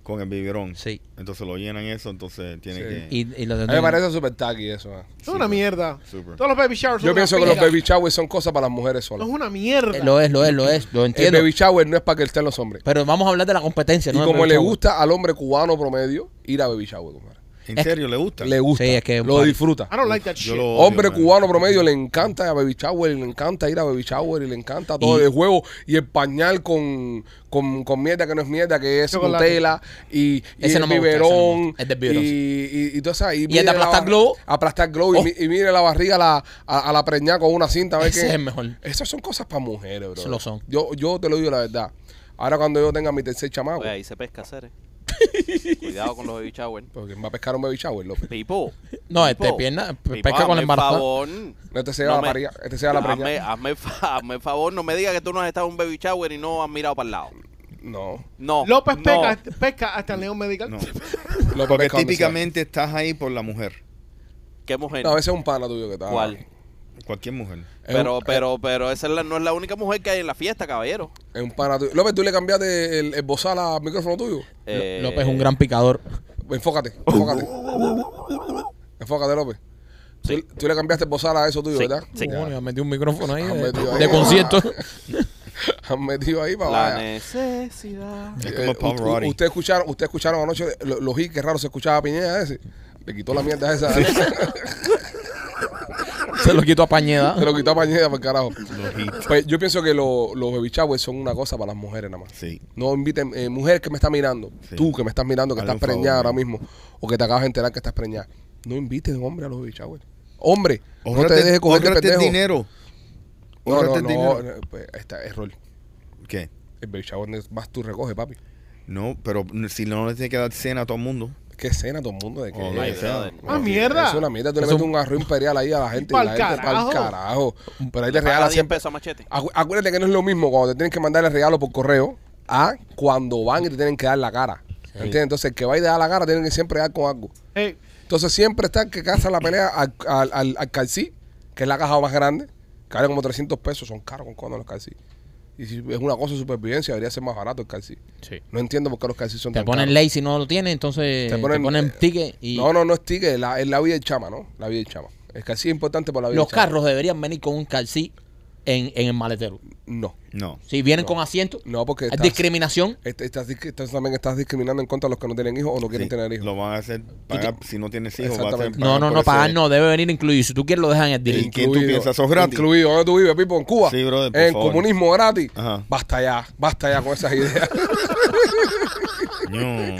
[SPEAKER 8] Con el biberón.
[SPEAKER 2] Sí.
[SPEAKER 8] Entonces lo llenan eso, entonces tiene
[SPEAKER 3] Sí.
[SPEAKER 8] que
[SPEAKER 2] Y, y lo
[SPEAKER 3] Eh. A mí me parece súper tacky eso. ah.
[SPEAKER 4] Es una mierda.
[SPEAKER 8] Super.
[SPEAKER 4] Todos los baby showers son
[SPEAKER 3] Yo
[SPEAKER 4] una
[SPEAKER 3] pienso que los
[SPEAKER 4] pinga.
[SPEAKER 3] baby showers son cosas para las mujeres
[SPEAKER 4] No
[SPEAKER 3] solas.
[SPEAKER 4] es una mierda.
[SPEAKER 2] Eh, Lo es, lo es, lo es. Lo
[SPEAKER 3] El
[SPEAKER 2] entiendo.
[SPEAKER 3] baby shower no es para que estén los hombres.
[SPEAKER 2] Pero vamos a hablar de la competencia. no
[SPEAKER 3] y
[SPEAKER 2] del
[SPEAKER 3] como
[SPEAKER 2] baby
[SPEAKER 3] le
[SPEAKER 2] shower.
[SPEAKER 3] gusta al hombre cubano promedio, ir a baby shower, compadre.
[SPEAKER 8] ¿En serio le gusta?
[SPEAKER 3] Le gusta.
[SPEAKER 2] Sí, es que es un
[SPEAKER 3] lo
[SPEAKER 2] party.
[SPEAKER 3] disfruta.
[SPEAKER 4] I don't like that
[SPEAKER 8] Yo
[SPEAKER 4] shit.
[SPEAKER 8] lo odio,
[SPEAKER 3] Hombre
[SPEAKER 8] man.
[SPEAKER 3] cubano promedio le encanta a Baby Shower, y le encanta ir a Baby Shower, y le encanta todo
[SPEAKER 2] Y-
[SPEAKER 3] el juego y el pañal con, con, con mierda que no es mierda, que es
[SPEAKER 4] Chocolate.
[SPEAKER 3] Nutella y, y
[SPEAKER 2] Ese
[SPEAKER 3] el
[SPEAKER 2] no me gusta, ese no me
[SPEAKER 3] biberón.
[SPEAKER 2] gusta. El del biberón,
[SPEAKER 3] Y, y, y todo eso. Y, mire la
[SPEAKER 2] aplastar
[SPEAKER 3] barri-
[SPEAKER 2] globo.
[SPEAKER 3] Aplastar globo y,
[SPEAKER 2] Oh.
[SPEAKER 3] mi- y mire la barriga a la, a, a la preñada con una cinta. a ver
[SPEAKER 2] Ese
[SPEAKER 3] qué-
[SPEAKER 2] es el mejor.
[SPEAKER 3] Esas son cosas para mujeres, bro.
[SPEAKER 2] Eso lo son.
[SPEAKER 3] Yo, yo te lo digo la verdad. Ahora cuando yo tenga mi tercer chamaco,
[SPEAKER 7] Oye, Pues ahí se pesca, Cere.
[SPEAKER 3] [LAUGHS]
[SPEAKER 7] Cuidado con los baby shower.
[SPEAKER 3] porque va a pescar un Baby Shower, López.
[SPEAKER 7] Pipo.
[SPEAKER 2] No,
[SPEAKER 7] Pipo,
[SPEAKER 2] este pierna- pe-
[SPEAKER 7] Pipo,
[SPEAKER 2] pesca con la
[SPEAKER 7] hazme el
[SPEAKER 2] embarazada.
[SPEAKER 7] favor.
[SPEAKER 3] No, este se va a la parrilla, este se va a la
[SPEAKER 7] hazme,
[SPEAKER 3] preñada.
[SPEAKER 7] hazme, el fa- hazme el favor, no me digas que tú no has estado en un baby shower y no has mirado para el lado.
[SPEAKER 3] No.
[SPEAKER 7] No.
[SPEAKER 4] López
[SPEAKER 7] no.
[SPEAKER 4] pesca, pesca hasta el León Medical. [LAUGHS]
[SPEAKER 8] No.
[SPEAKER 3] [LAUGHS] López
[SPEAKER 8] Porque
[SPEAKER 3] pesca donde sea.
[SPEAKER 8] típicamente estás ahí por la mujer,
[SPEAKER 7] ¿Qué mujer?
[SPEAKER 3] No, a veces es un pana tuyo que está.
[SPEAKER 7] ¿Cuál?
[SPEAKER 8] cualquier mujer.
[SPEAKER 3] Es
[SPEAKER 7] Pero,
[SPEAKER 3] un-
[SPEAKER 7] pero, pero esa es la- no es la única mujer que hay en la fiesta, caballero.
[SPEAKER 3] Es un pana tuyo. López, tú le cambiaste el, el bozal al micrófono tuyo.
[SPEAKER 7] Eh,
[SPEAKER 2] López es un gran picador.
[SPEAKER 7] [LAUGHS]
[SPEAKER 3] Enfócate, enfócate. enfócate, López. Tú-
[SPEAKER 7] Sí.
[SPEAKER 3] Tú, le cambiaste el bozal a eso tuyo,
[SPEAKER 7] Sí,
[SPEAKER 3] ¿verdad?
[SPEAKER 7] sí.
[SPEAKER 2] Coño, me metí un micrófono ahí
[SPEAKER 3] Ah,
[SPEAKER 2] de,
[SPEAKER 3] metido ahí.
[SPEAKER 2] de concierto.
[SPEAKER 3] [LAUGHS] Han metido ahí para
[SPEAKER 7] La
[SPEAKER 3] vaya.
[SPEAKER 7] necesidad.
[SPEAKER 8] Es
[SPEAKER 3] Eh,
[SPEAKER 8] como
[SPEAKER 3] u- u-
[SPEAKER 8] Pavarotti.
[SPEAKER 3] Ustedes escucharon, ustedes escucharon anoche lo- los hits que raro se escuchaba a Piñera ese. Le quitó la mierda esa.
[SPEAKER 2] [LAUGHS]
[SPEAKER 3] [LAUGHS]
[SPEAKER 2] Se lo quito a Pañeda.
[SPEAKER 3] se lo quitó a Pañeda por carajo.
[SPEAKER 8] Los hits.
[SPEAKER 3] Pues yo pienso que lo- los baby showers son una cosa para las mujeres nada más.
[SPEAKER 8] Sí.
[SPEAKER 3] No inviten, eh, mujer que me está mirando,
[SPEAKER 8] Sí.
[SPEAKER 3] tú que me estás mirando, que
[SPEAKER 8] Hazle
[SPEAKER 3] estás
[SPEAKER 8] un favor,
[SPEAKER 3] preñada ahora
[SPEAKER 8] man.
[SPEAKER 3] mismo, o que te acabas de enterar que estás preñada, no invites hombre a los baby shower. Hombre,
[SPEAKER 8] Ahórrate-
[SPEAKER 3] no te dejes coger de
[SPEAKER 8] ahórrate el
[SPEAKER 3] pendejo.
[SPEAKER 8] dinero.
[SPEAKER 3] No, no,
[SPEAKER 8] Ahórrate el
[SPEAKER 3] no,
[SPEAKER 8] dinero.
[SPEAKER 3] no, pues, ahí está, error.
[SPEAKER 8] ¿Qué?
[SPEAKER 3] El baby shower no es- vas tú recoge, papi.
[SPEAKER 8] No, pero si no le tiene que dar cena a todo el mundo.
[SPEAKER 3] Qué cena todo el mundo de que
[SPEAKER 8] Oh,
[SPEAKER 7] Ay,
[SPEAKER 8] my God.
[SPEAKER 7] brother.
[SPEAKER 4] ¡Ah, mierda!
[SPEAKER 3] es una mierda, tú le
[SPEAKER 2] Eso-
[SPEAKER 3] metes un arro imperial ahí a la gente y
[SPEAKER 4] Pa'l
[SPEAKER 3] la gente
[SPEAKER 4] carajo.
[SPEAKER 3] pa'l carajo. Pero ahí te
[SPEAKER 7] Paga
[SPEAKER 3] regalas
[SPEAKER 7] 10
[SPEAKER 3] siempre.
[SPEAKER 7] pesos a machete.
[SPEAKER 3] Acu- Acuérdate que no es lo mismo cuando te tienen que mandar el regalo por correo a cuando van y te tienen que dar la cara. ¿Entiendes? Entonces, el que va y te da la cara tiene que siempre dar con algo.
[SPEAKER 4] Hey,
[SPEAKER 3] Entonces, siempre está el que caza la pelea al, al, al- al calcí, que es la caja más grande, que vale como 300 pesos, son caros con cono los calcí. Y si es una cosa de supervivencia, debería ser más barato el calcí.
[SPEAKER 2] Sí.
[SPEAKER 3] No entiendo por qué los calcí son
[SPEAKER 2] Te
[SPEAKER 3] tan
[SPEAKER 2] ponen
[SPEAKER 3] caros. eh,
[SPEAKER 2] ley si no lo tienes, entonces te ponen, ticket y
[SPEAKER 3] No, no, no es ticket, es la, es la vida del chama, ¿no? La vida del chama. El calcí es importante por la vida
[SPEAKER 2] los
[SPEAKER 3] del chama.
[SPEAKER 2] carros deberían venir con un calcí en, en el maletero.
[SPEAKER 3] No.
[SPEAKER 8] No.
[SPEAKER 2] Si vienen con asiento,
[SPEAKER 3] No, porque
[SPEAKER 2] es
[SPEAKER 3] estás-
[SPEAKER 2] discriminación.
[SPEAKER 3] Est- Este, Estás, disc- estás- también estás discriminando en contra de los que no tienen hijos o no quieren
[SPEAKER 8] Sí,
[SPEAKER 3] tener hijos.
[SPEAKER 8] Lo van a hacer pagar si no tienes hijos. Va a hacer
[SPEAKER 3] Exactamente.
[SPEAKER 2] No, no, no, pagar no, debe venir incluido. Si tú quieres lo dejan en el deal.
[SPEAKER 8] ¿Y quién tú piensas? ¿Sos gratis?
[SPEAKER 3] Incluido. ¿Dónde tú vives, Pipo? ¿En Cuba?
[SPEAKER 8] Sí, brother, por
[SPEAKER 3] ¿En
[SPEAKER 8] favor.
[SPEAKER 3] comunismo gratis?
[SPEAKER 8] Ajá.
[SPEAKER 3] Basta ya, basta ya con esas [LAUGHS] ideas.
[SPEAKER 8] No,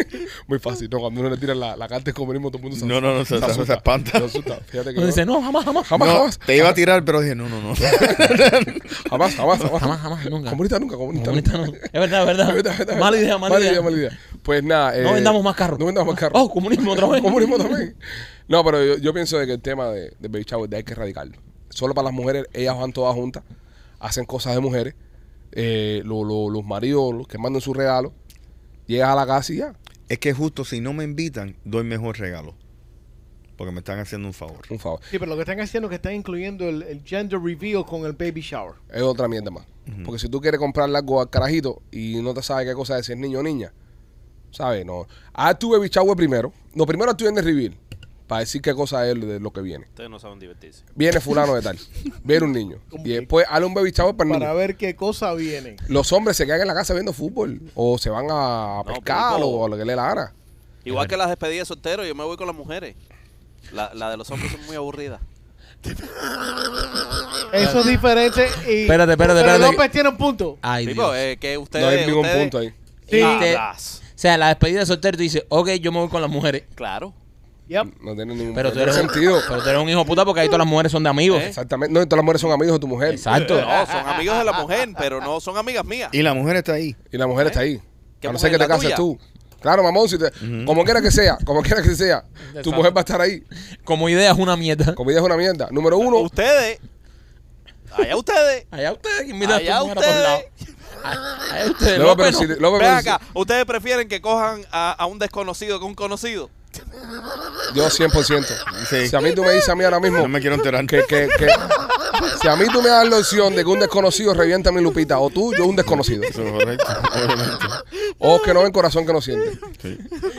[SPEAKER 3] [LAUGHS] Muy fácil, ¿no? Cuando uno le tira la, la carta de comunismo, todo el mundo se
[SPEAKER 8] no, no, no, se, se- se espanta.
[SPEAKER 3] se asusta. Fíjate que
[SPEAKER 2] Uno
[SPEAKER 3] no.
[SPEAKER 2] dice, no, jamás, jamás. [LAUGHS]
[SPEAKER 3] Jamás,
[SPEAKER 8] No,
[SPEAKER 3] jamás,
[SPEAKER 8] te iba a tirar, pero dije, no, no,
[SPEAKER 3] [LAUGHS]
[SPEAKER 8] no.
[SPEAKER 3] jamás, jamás, jamás.
[SPEAKER 2] Jamás, jamás, nunca.
[SPEAKER 3] Comunista nunca, comunista
[SPEAKER 2] Comunista
[SPEAKER 3] nunca.
[SPEAKER 2] no. Es verdad, es verdad.
[SPEAKER 3] Es verdad, es verdad, es
[SPEAKER 2] Mala
[SPEAKER 3] verdad.
[SPEAKER 2] idea, mala, idea.
[SPEAKER 3] mala idea. Pues nada.
[SPEAKER 2] No
[SPEAKER 3] eh,
[SPEAKER 2] vendamos más carros.
[SPEAKER 3] No vendamos más carros.
[SPEAKER 2] Oh, comunismo otra vez.
[SPEAKER 3] comunismo también. No, pero yo, yo pienso de que el tema de, de Baby Shower de hay que erradicarlo. Solo para las mujeres, ellas van todas juntas, hacen cosas de mujeres. eh, lo- lo- los maridos los que mandan sus regalos, llegas a la casa y ya.
[SPEAKER 8] es que justo si no me invitan, doy mejor regalo. Porque me están haciendo un favor.
[SPEAKER 3] Un favor.
[SPEAKER 4] sí, pero lo que están haciendo es que están incluyendo el, el gender reveal con el baby shower.
[SPEAKER 3] Es otra mierda más. Porque si tú quieres comprarle algo al carajito y no te sabes qué cosa es, si es niño o niña, ¿sabes? No. Ah, Haz tu baby shower primero. No, primero haz tu de reveal para decir qué cosa es de lo que viene.
[SPEAKER 7] Ustedes no saben divertirse.
[SPEAKER 3] viene fulano de tal, viene un niño. Y después hazle un baby shower para el
[SPEAKER 4] Para
[SPEAKER 3] niño.
[SPEAKER 4] ver qué cosa viene.
[SPEAKER 3] Los hombres se quedan en la casa viendo fútbol o se van a
[SPEAKER 7] No,
[SPEAKER 3] pescar
[SPEAKER 7] pico.
[SPEAKER 3] o a lo que le dé la gana.
[SPEAKER 7] Igual que las despedidas solteros, yo me voy con las mujeres. La, la de los hombres son muy aburridas.
[SPEAKER 4] Eso es diferente. Y,
[SPEAKER 2] Espérate, espérate,
[SPEAKER 4] Pero
[SPEAKER 2] espérate. Ah,
[SPEAKER 4] López tiene un punto.
[SPEAKER 2] Ay,
[SPEAKER 7] Tipo,
[SPEAKER 2] Dios.
[SPEAKER 7] eh, que ustedes.
[SPEAKER 3] no hay ningún
[SPEAKER 7] ustedes-
[SPEAKER 3] punto ahí.
[SPEAKER 4] Sí.
[SPEAKER 7] Hablas.
[SPEAKER 2] O sea, la despedida de soltero, tú dices, ok, yo me voy con las mujeres.
[SPEAKER 7] Claro.
[SPEAKER 4] Yep.
[SPEAKER 3] No tiene ningún
[SPEAKER 2] Pero
[SPEAKER 3] no
[SPEAKER 2] tú
[SPEAKER 3] tiene
[SPEAKER 2] eres un,
[SPEAKER 3] sentido.
[SPEAKER 2] [LAUGHS] pero tú eres un hijo puta porque ahí todas las mujeres son de amigos.
[SPEAKER 7] ¿Eh?
[SPEAKER 3] Exactamente. No, y todas las mujeres son amigos de tu mujer.
[SPEAKER 2] Exacto.
[SPEAKER 7] No, son amigos de la mujer, pero no son amigas mías.
[SPEAKER 8] Y la mujer está ahí.
[SPEAKER 3] Y la mujer está ahí.
[SPEAKER 7] ¿Eh? ¿Qué
[SPEAKER 3] a no ser que
[SPEAKER 7] mujer?
[SPEAKER 3] te
[SPEAKER 7] ¿La
[SPEAKER 3] cases tú.
[SPEAKER 7] tuya?
[SPEAKER 3] Claro, mamón, si te- como quiera que sea, como quiera que sea, tu mujer va a estar ahí.
[SPEAKER 2] Como idea es una mierda.
[SPEAKER 3] Como idea es una mierda. Número uno,
[SPEAKER 7] Ustedes. Allá ustedes.
[SPEAKER 2] Allá ustedes que invitan
[SPEAKER 7] Allá
[SPEAKER 2] a tu mujer a todos lados.
[SPEAKER 7] ustedes.
[SPEAKER 2] Allá allá ustedes.
[SPEAKER 3] luego,
[SPEAKER 2] López,
[SPEAKER 3] pero si-
[SPEAKER 2] no.
[SPEAKER 3] luego,
[SPEAKER 7] Ven
[SPEAKER 3] pero si-
[SPEAKER 7] acá. ¿Ustedes prefieren que cojan a, a un desconocido que un conocido?
[SPEAKER 3] yo 100%.
[SPEAKER 8] Sí.
[SPEAKER 3] Si a mí tú me dices a mí ahora mismo,
[SPEAKER 8] No me quiero enterar.
[SPEAKER 3] que, que, que si a mí tú me das la opción de que un desconocido revienta a mi Lupita, o tú, yo un desconocido.
[SPEAKER 8] [LAUGHS] Eso es correcto. obviamente.
[SPEAKER 3] O que no ven corazón que no siente.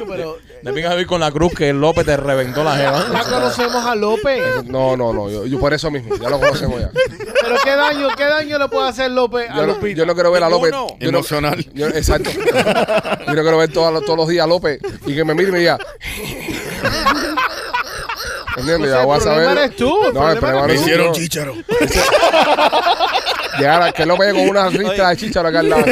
[SPEAKER 4] Pero
[SPEAKER 2] Me vengas a vivir con la cruz que López te reventó la
[SPEAKER 3] [LAUGHS]
[SPEAKER 4] ya
[SPEAKER 2] jeva.
[SPEAKER 4] conocemos a López.
[SPEAKER 3] No, no, no, yo, yo por eso mismo, ya lo conocemos ya.
[SPEAKER 4] Pero qué daño, qué daño le puede hacer López a
[SPEAKER 3] Yo no,
[SPEAKER 4] Lupita.
[SPEAKER 3] yo no quiero ver a López.
[SPEAKER 7] Ninguno.
[SPEAKER 3] Yo no-
[SPEAKER 8] Emocional.
[SPEAKER 3] yo- exacto. Yo no quiero ver todos los- todos los días a López y que me mire y me diga. ¿Entiendes?
[SPEAKER 4] Pues
[SPEAKER 3] Ya
[SPEAKER 4] el
[SPEAKER 3] voy a
[SPEAKER 4] problema
[SPEAKER 3] saber.
[SPEAKER 4] eres tú, el
[SPEAKER 3] No, el
[SPEAKER 4] problema
[SPEAKER 3] problema
[SPEAKER 4] eres
[SPEAKER 8] Me
[SPEAKER 3] eres tú.
[SPEAKER 8] hicieron
[SPEAKER 3] No.
[SPEAKER 8] chícharo.
[SPEAKER 3] Llegar a que López con una ristra de chicharo acá al
[SPEAKER 8] [LAUGHS]
[SPEAKER 3] lado.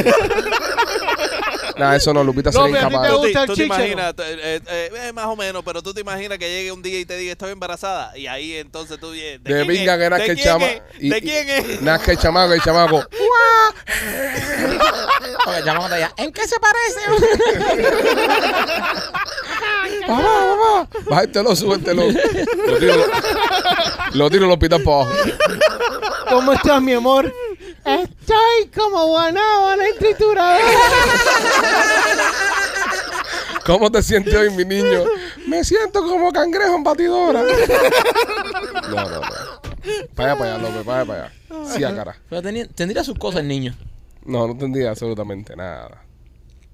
[SPEAKER 3] Nah, eso no, Lupita sería
[SPEAKER 4] López, ¿a ti
[SPEAKER 3] incapaz.
[SPEAKER 4] te
[SPEAKER 7] ¿Tú
[SPEAKER 4] gusta
[SPEAKER 7] te,
[SPEAKER 4] el
[SPEAKER 7] tú te
[SPEAKER 4] chícharo?
[SPEAKER 7] imaginas, tú- eh, eh, eh, más o menos, pero tú te imaginas que llegue un día y te diga estoy embarazada y ahí entonces tú eh,
[SPEAKER 3] De
[SPEAKER 7] quién
[SPEAKER 3] pinga
[SPEAKER 7] es?
[SPEAKER 3] que era
[SPEAKER 7] ¿De
[SPEAKER 3] que el
[SPEAKER 7] quién
[SPEAKER 3] chama.
[SPEAKER 7] es?
[SPEAKER 3] y-
[SPEAKER 7] ¿De
[SPEAKER 3] y- [LAUGHS]
[SPEAKER 7] quién es?
[SPEAKER 3] Nada que el chamaco, el
[SPEAKER 7] [LAUGHS]
[SPEAKER 2] [LAUGHS]
[SPEAKER 3] chamaco.
[SPEAKER 2] Ok, llamamos de allá. ¿En qué se
[SPEAKER 3] [LAUGHS]
[SPEAKER 2] parece?
[SPEAKER 3] Mamá, mamá. Bájatelo, súbetelo. Lo tiro, lo, lo tiro al hospital para abajo.
[SPEAKER 4] ¿Cómo estás, mi amor? Estoy como guanábana en trituradora.
[SPEAKER 3] ¿Cómo te sientes hoy, mi niño? Me siento como cangrejo en
[SPEAKER 7] [LAUGHS]
[SPEAKER 3] batidora. No, no, no. Vaya para allá, López, vaya para allá. Sí, a cara.
[SPEAKER 2] Pero tenía- tendría sus cosas el niño.
[SPEAKER 3] No, no tendría absolutamente nada.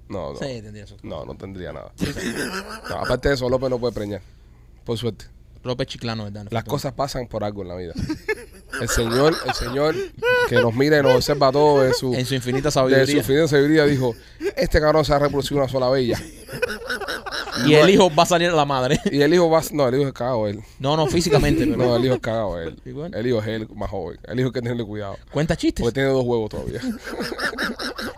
[SPEAKER 3] No, no.
[SPEAKER 2] Sí, tendría sus cosas.
[SPEAKER 3] No, no tendría nada. No, aparte de eso, López no puede preñar. Por suerte.
[SPEAKER 2] López Chiclano, ¿verdad?
[SPEAKER 3] Las cosas pasan por algo en la vida. El Señor, el Señor que nos mira y nos observa a todos de su,
[SPEAKER 2] En su infinita
[SPEAKER 3] de su
[SPEAKER 2] sabiduría.
[SPEAKER 3] fin de sabiduría dijo, este cabrón se ha reproducido una sola bella.
[SPEAKER 2] y el
[SPEAKER 3] eh.
[SPEAKER 2] hijo va a salir a la madre. [LAUGHS]
[SPEAKER 3] Y el hijo va, no, el hijo es cagado él.
[SPEAKER 2] No, no, físicamente, pero.
[SPEAKER 3] No, el hijo es cagado él.
[SPEAKER 2] Igual.
[SPEAKER 3] El hijo es él más joven. El hijo hay que tenerle cuidado.
[SPEAKER 2] Cuenta chistes.
[SPEAKER 3] Porque tiene dos huevos todavía.
[SPEAKER 2] [LAUGHS]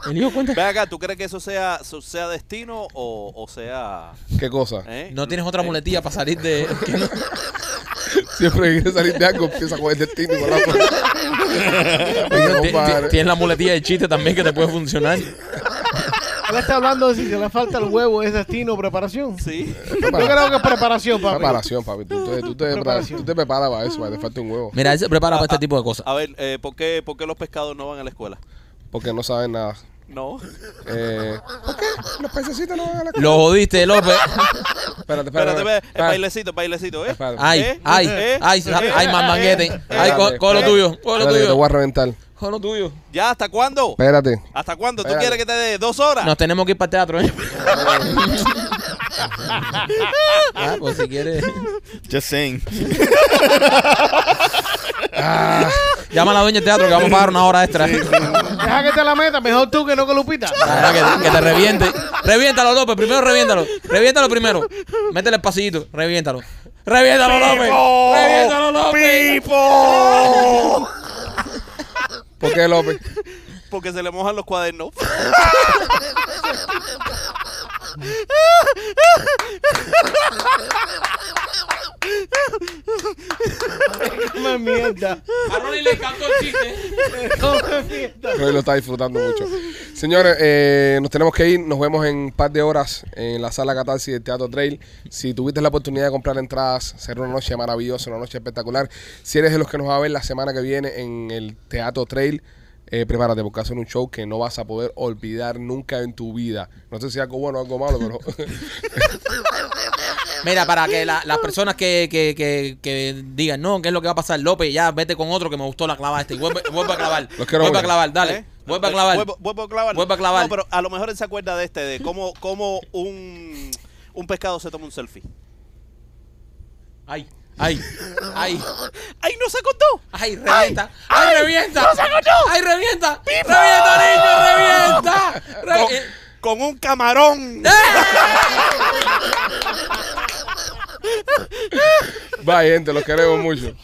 [SPEAKER 2] El hijo cuenta.
[SPEAKER 7] Ve acá, ¿tú crees que eso sea, eso sea destino o, o sea...
[SPEAKER 3] ¿Qué cosa?
[SPEAKER 7] eh?
[SPEAKER 2] No tienes otra
[SPEAKER 7] Eh,
[SPEAKER 2] muletilla para
[SPEAKER 3] [LAUGHS]
[SPEAKER 2] salir de. que no-
[SPEAKER 3] Siempre que quiere salir de algo empieza con el destino. con la-
[SPEAKER 2] [LAUGHS]
[SPEAKER 3] Venga,
[SPEAKER 2] Ti- ti-
[SPEAKER 3] compadre.
[SPEAKER 2] [LAUGHS] Tienes la muletilla de chiste también que te puede funcionar.
[SPEAKER 4] Él está hablando de si se le falta el huevo, es destino o preparación.
[SPEAKER 7] Sí.
[SPEAKER 4] Yo creo que es preparación, papi.
[SPEAKER 3] Preparación, papi. Tú, te- tú te,
[SPEAKER 4] Preparación.
[SPEAKER 3] tú te preparas para eso, para te falta un huevo.
[SPEAKER 2] Mira, él se prepara para este tipo de cosas.
[SPEAKER 7] A ver, eh, ¿por, qué, ¿por qué los pescados no van a la escuela?
[SPEAKER 3] Porque no saben nada.
[SPEAKER 7] No.
[SPEAKER 3] Eh, ¿Por qué? Los pececitos no van a la
[SPEAKER 2] Lo
[SPEAKER 3] [LAUGHS]
[SPEAKER 2] jodiste, López.
[SPEAKER 3] Espérate,
[SPEAKER 7] Espérate, espérate, el
[SPEAKER 3] espérate.
[SPEAKER 7] bailecito, el bailecito, ¿eh?
[SPEAKER 3] Espérate.
[SPEAKER 2] Ay,
[SPEAKER 7] ¿Eh?
[SPEAKER 2] ay,
[SPEAKER 7] ¿Eh?
[SPEAKER 2] ay, ay,
[SPEAKER 7] ¿Eh?
[SPEAKER 2] ay, manguete. Ay,
[SPEAKER 3] Espérate,
[SPEAKER 2] co- con lo
[SPEAKER 3] eh. espérate.
[SPEAKER 2] tuyo, con lo
[SPEAKER 3] Espérate, que Te voy a
[SPEAKER 2] tuyo.
[SPEAKER 3] reventar.
[SPEAKER 2] Con lo tuyo.
[SPEAKER 7] ¿Ya hasta cuándo?
[SPEAKER 3] Espérate.
[SPEAKER 7] ¿Hasta cuándo? ¿Tú
[SPEAKER 3] Espérate.
[SPEAKER 7] quieres que te dé dos horas?
[SPEAKER 2] Nos tenemos que ir para el teatro, ¿eh? [LAUGHS] ah, pues si quieres.
[SPEAKER 8] Just saying.
[SPEAKER 2] Llama a la dueña del teatro que vamos a pagar una hora extra.
[SPEAKER 4] Deja que te la meta, mejor tú que no con Lupita.
[SPEAKER 2] Ah, que, que te reviente. Reviéntalo, López. Primero reviéntalo. Reviéntalo primero. Métele el pasillito. Reviéntalo. Reviéntalo, López. Reviéntalo, López.
[SPEAKER 3] ¿Por qué, López?
[SPEAKER 7] Porque se le mojan los cuadernos.
[SPEAKER 4] Come mierda.
[SPEAKER 2] A Ronnie le encantó el chiste.
[SPEAKER 4] Come mierda.
[SPEAKER 3] Roy lo está disfrutando mucho. Señores, eh, nos tenemos que ir. Nos vemos en un par de horas en la sala Catarsis del Teatro Trail. Si tuviste la oportunidad de comprar entradas, será una noche maravillosa, una noche espectacular. Si eres de los que nos va a ver la semana que viene en el Teatro Trail, eh, prepárate porque hacen un show que no vas a poder olvidar nunca en tu vida. No sé si algo bueno o algo malo, pero [LAUGHS]
[SPEAKER 2] Mira, para que la- las personas que, que, que, que digan, no, ¿qué es lo que va a pasar? López, ya vete con otro que me gustó la clava este. Y vuelve, vuelve a clavar.
[SPEAKER 3] Los quiero
[SPEAKER 2] Vuelve a
[SPEAKER 3] ver.
[SPEAKER 2] clavar, [LAUGHS] dale.
[SPEAKER 7] ¿Eh?
[SPEAKER 2] Vuelve a clavar.
[SPEAKER 7] Vuelvo, vuelvo a clavar.
[SPEAKER 2] Vuelvo a clavar.
[SPEAKER 7] No, pero a lo mejor él se acuerda de este, de cómo, cómo un, un pescado se toma un
[SPEAKER 2] [LAUGHS]
[SPEAKER 7] selfie.
[SPEAKER 2] Ay, ay, ay.
[SPEAKER 7] ¡Ay, no se contó!
[SPEAKER 2] ¡Ay, revienta! ¡Ay, revienta! ¡Ay, revienta! ¡Revienta, niño! ¡Revienta!
[SPEAKER 7] Con,
[SPEAKER 2] Re- eh,
[SPEAKER 7] con un camarón.
[SPEAKER 3] va, gente, los queremos mucho.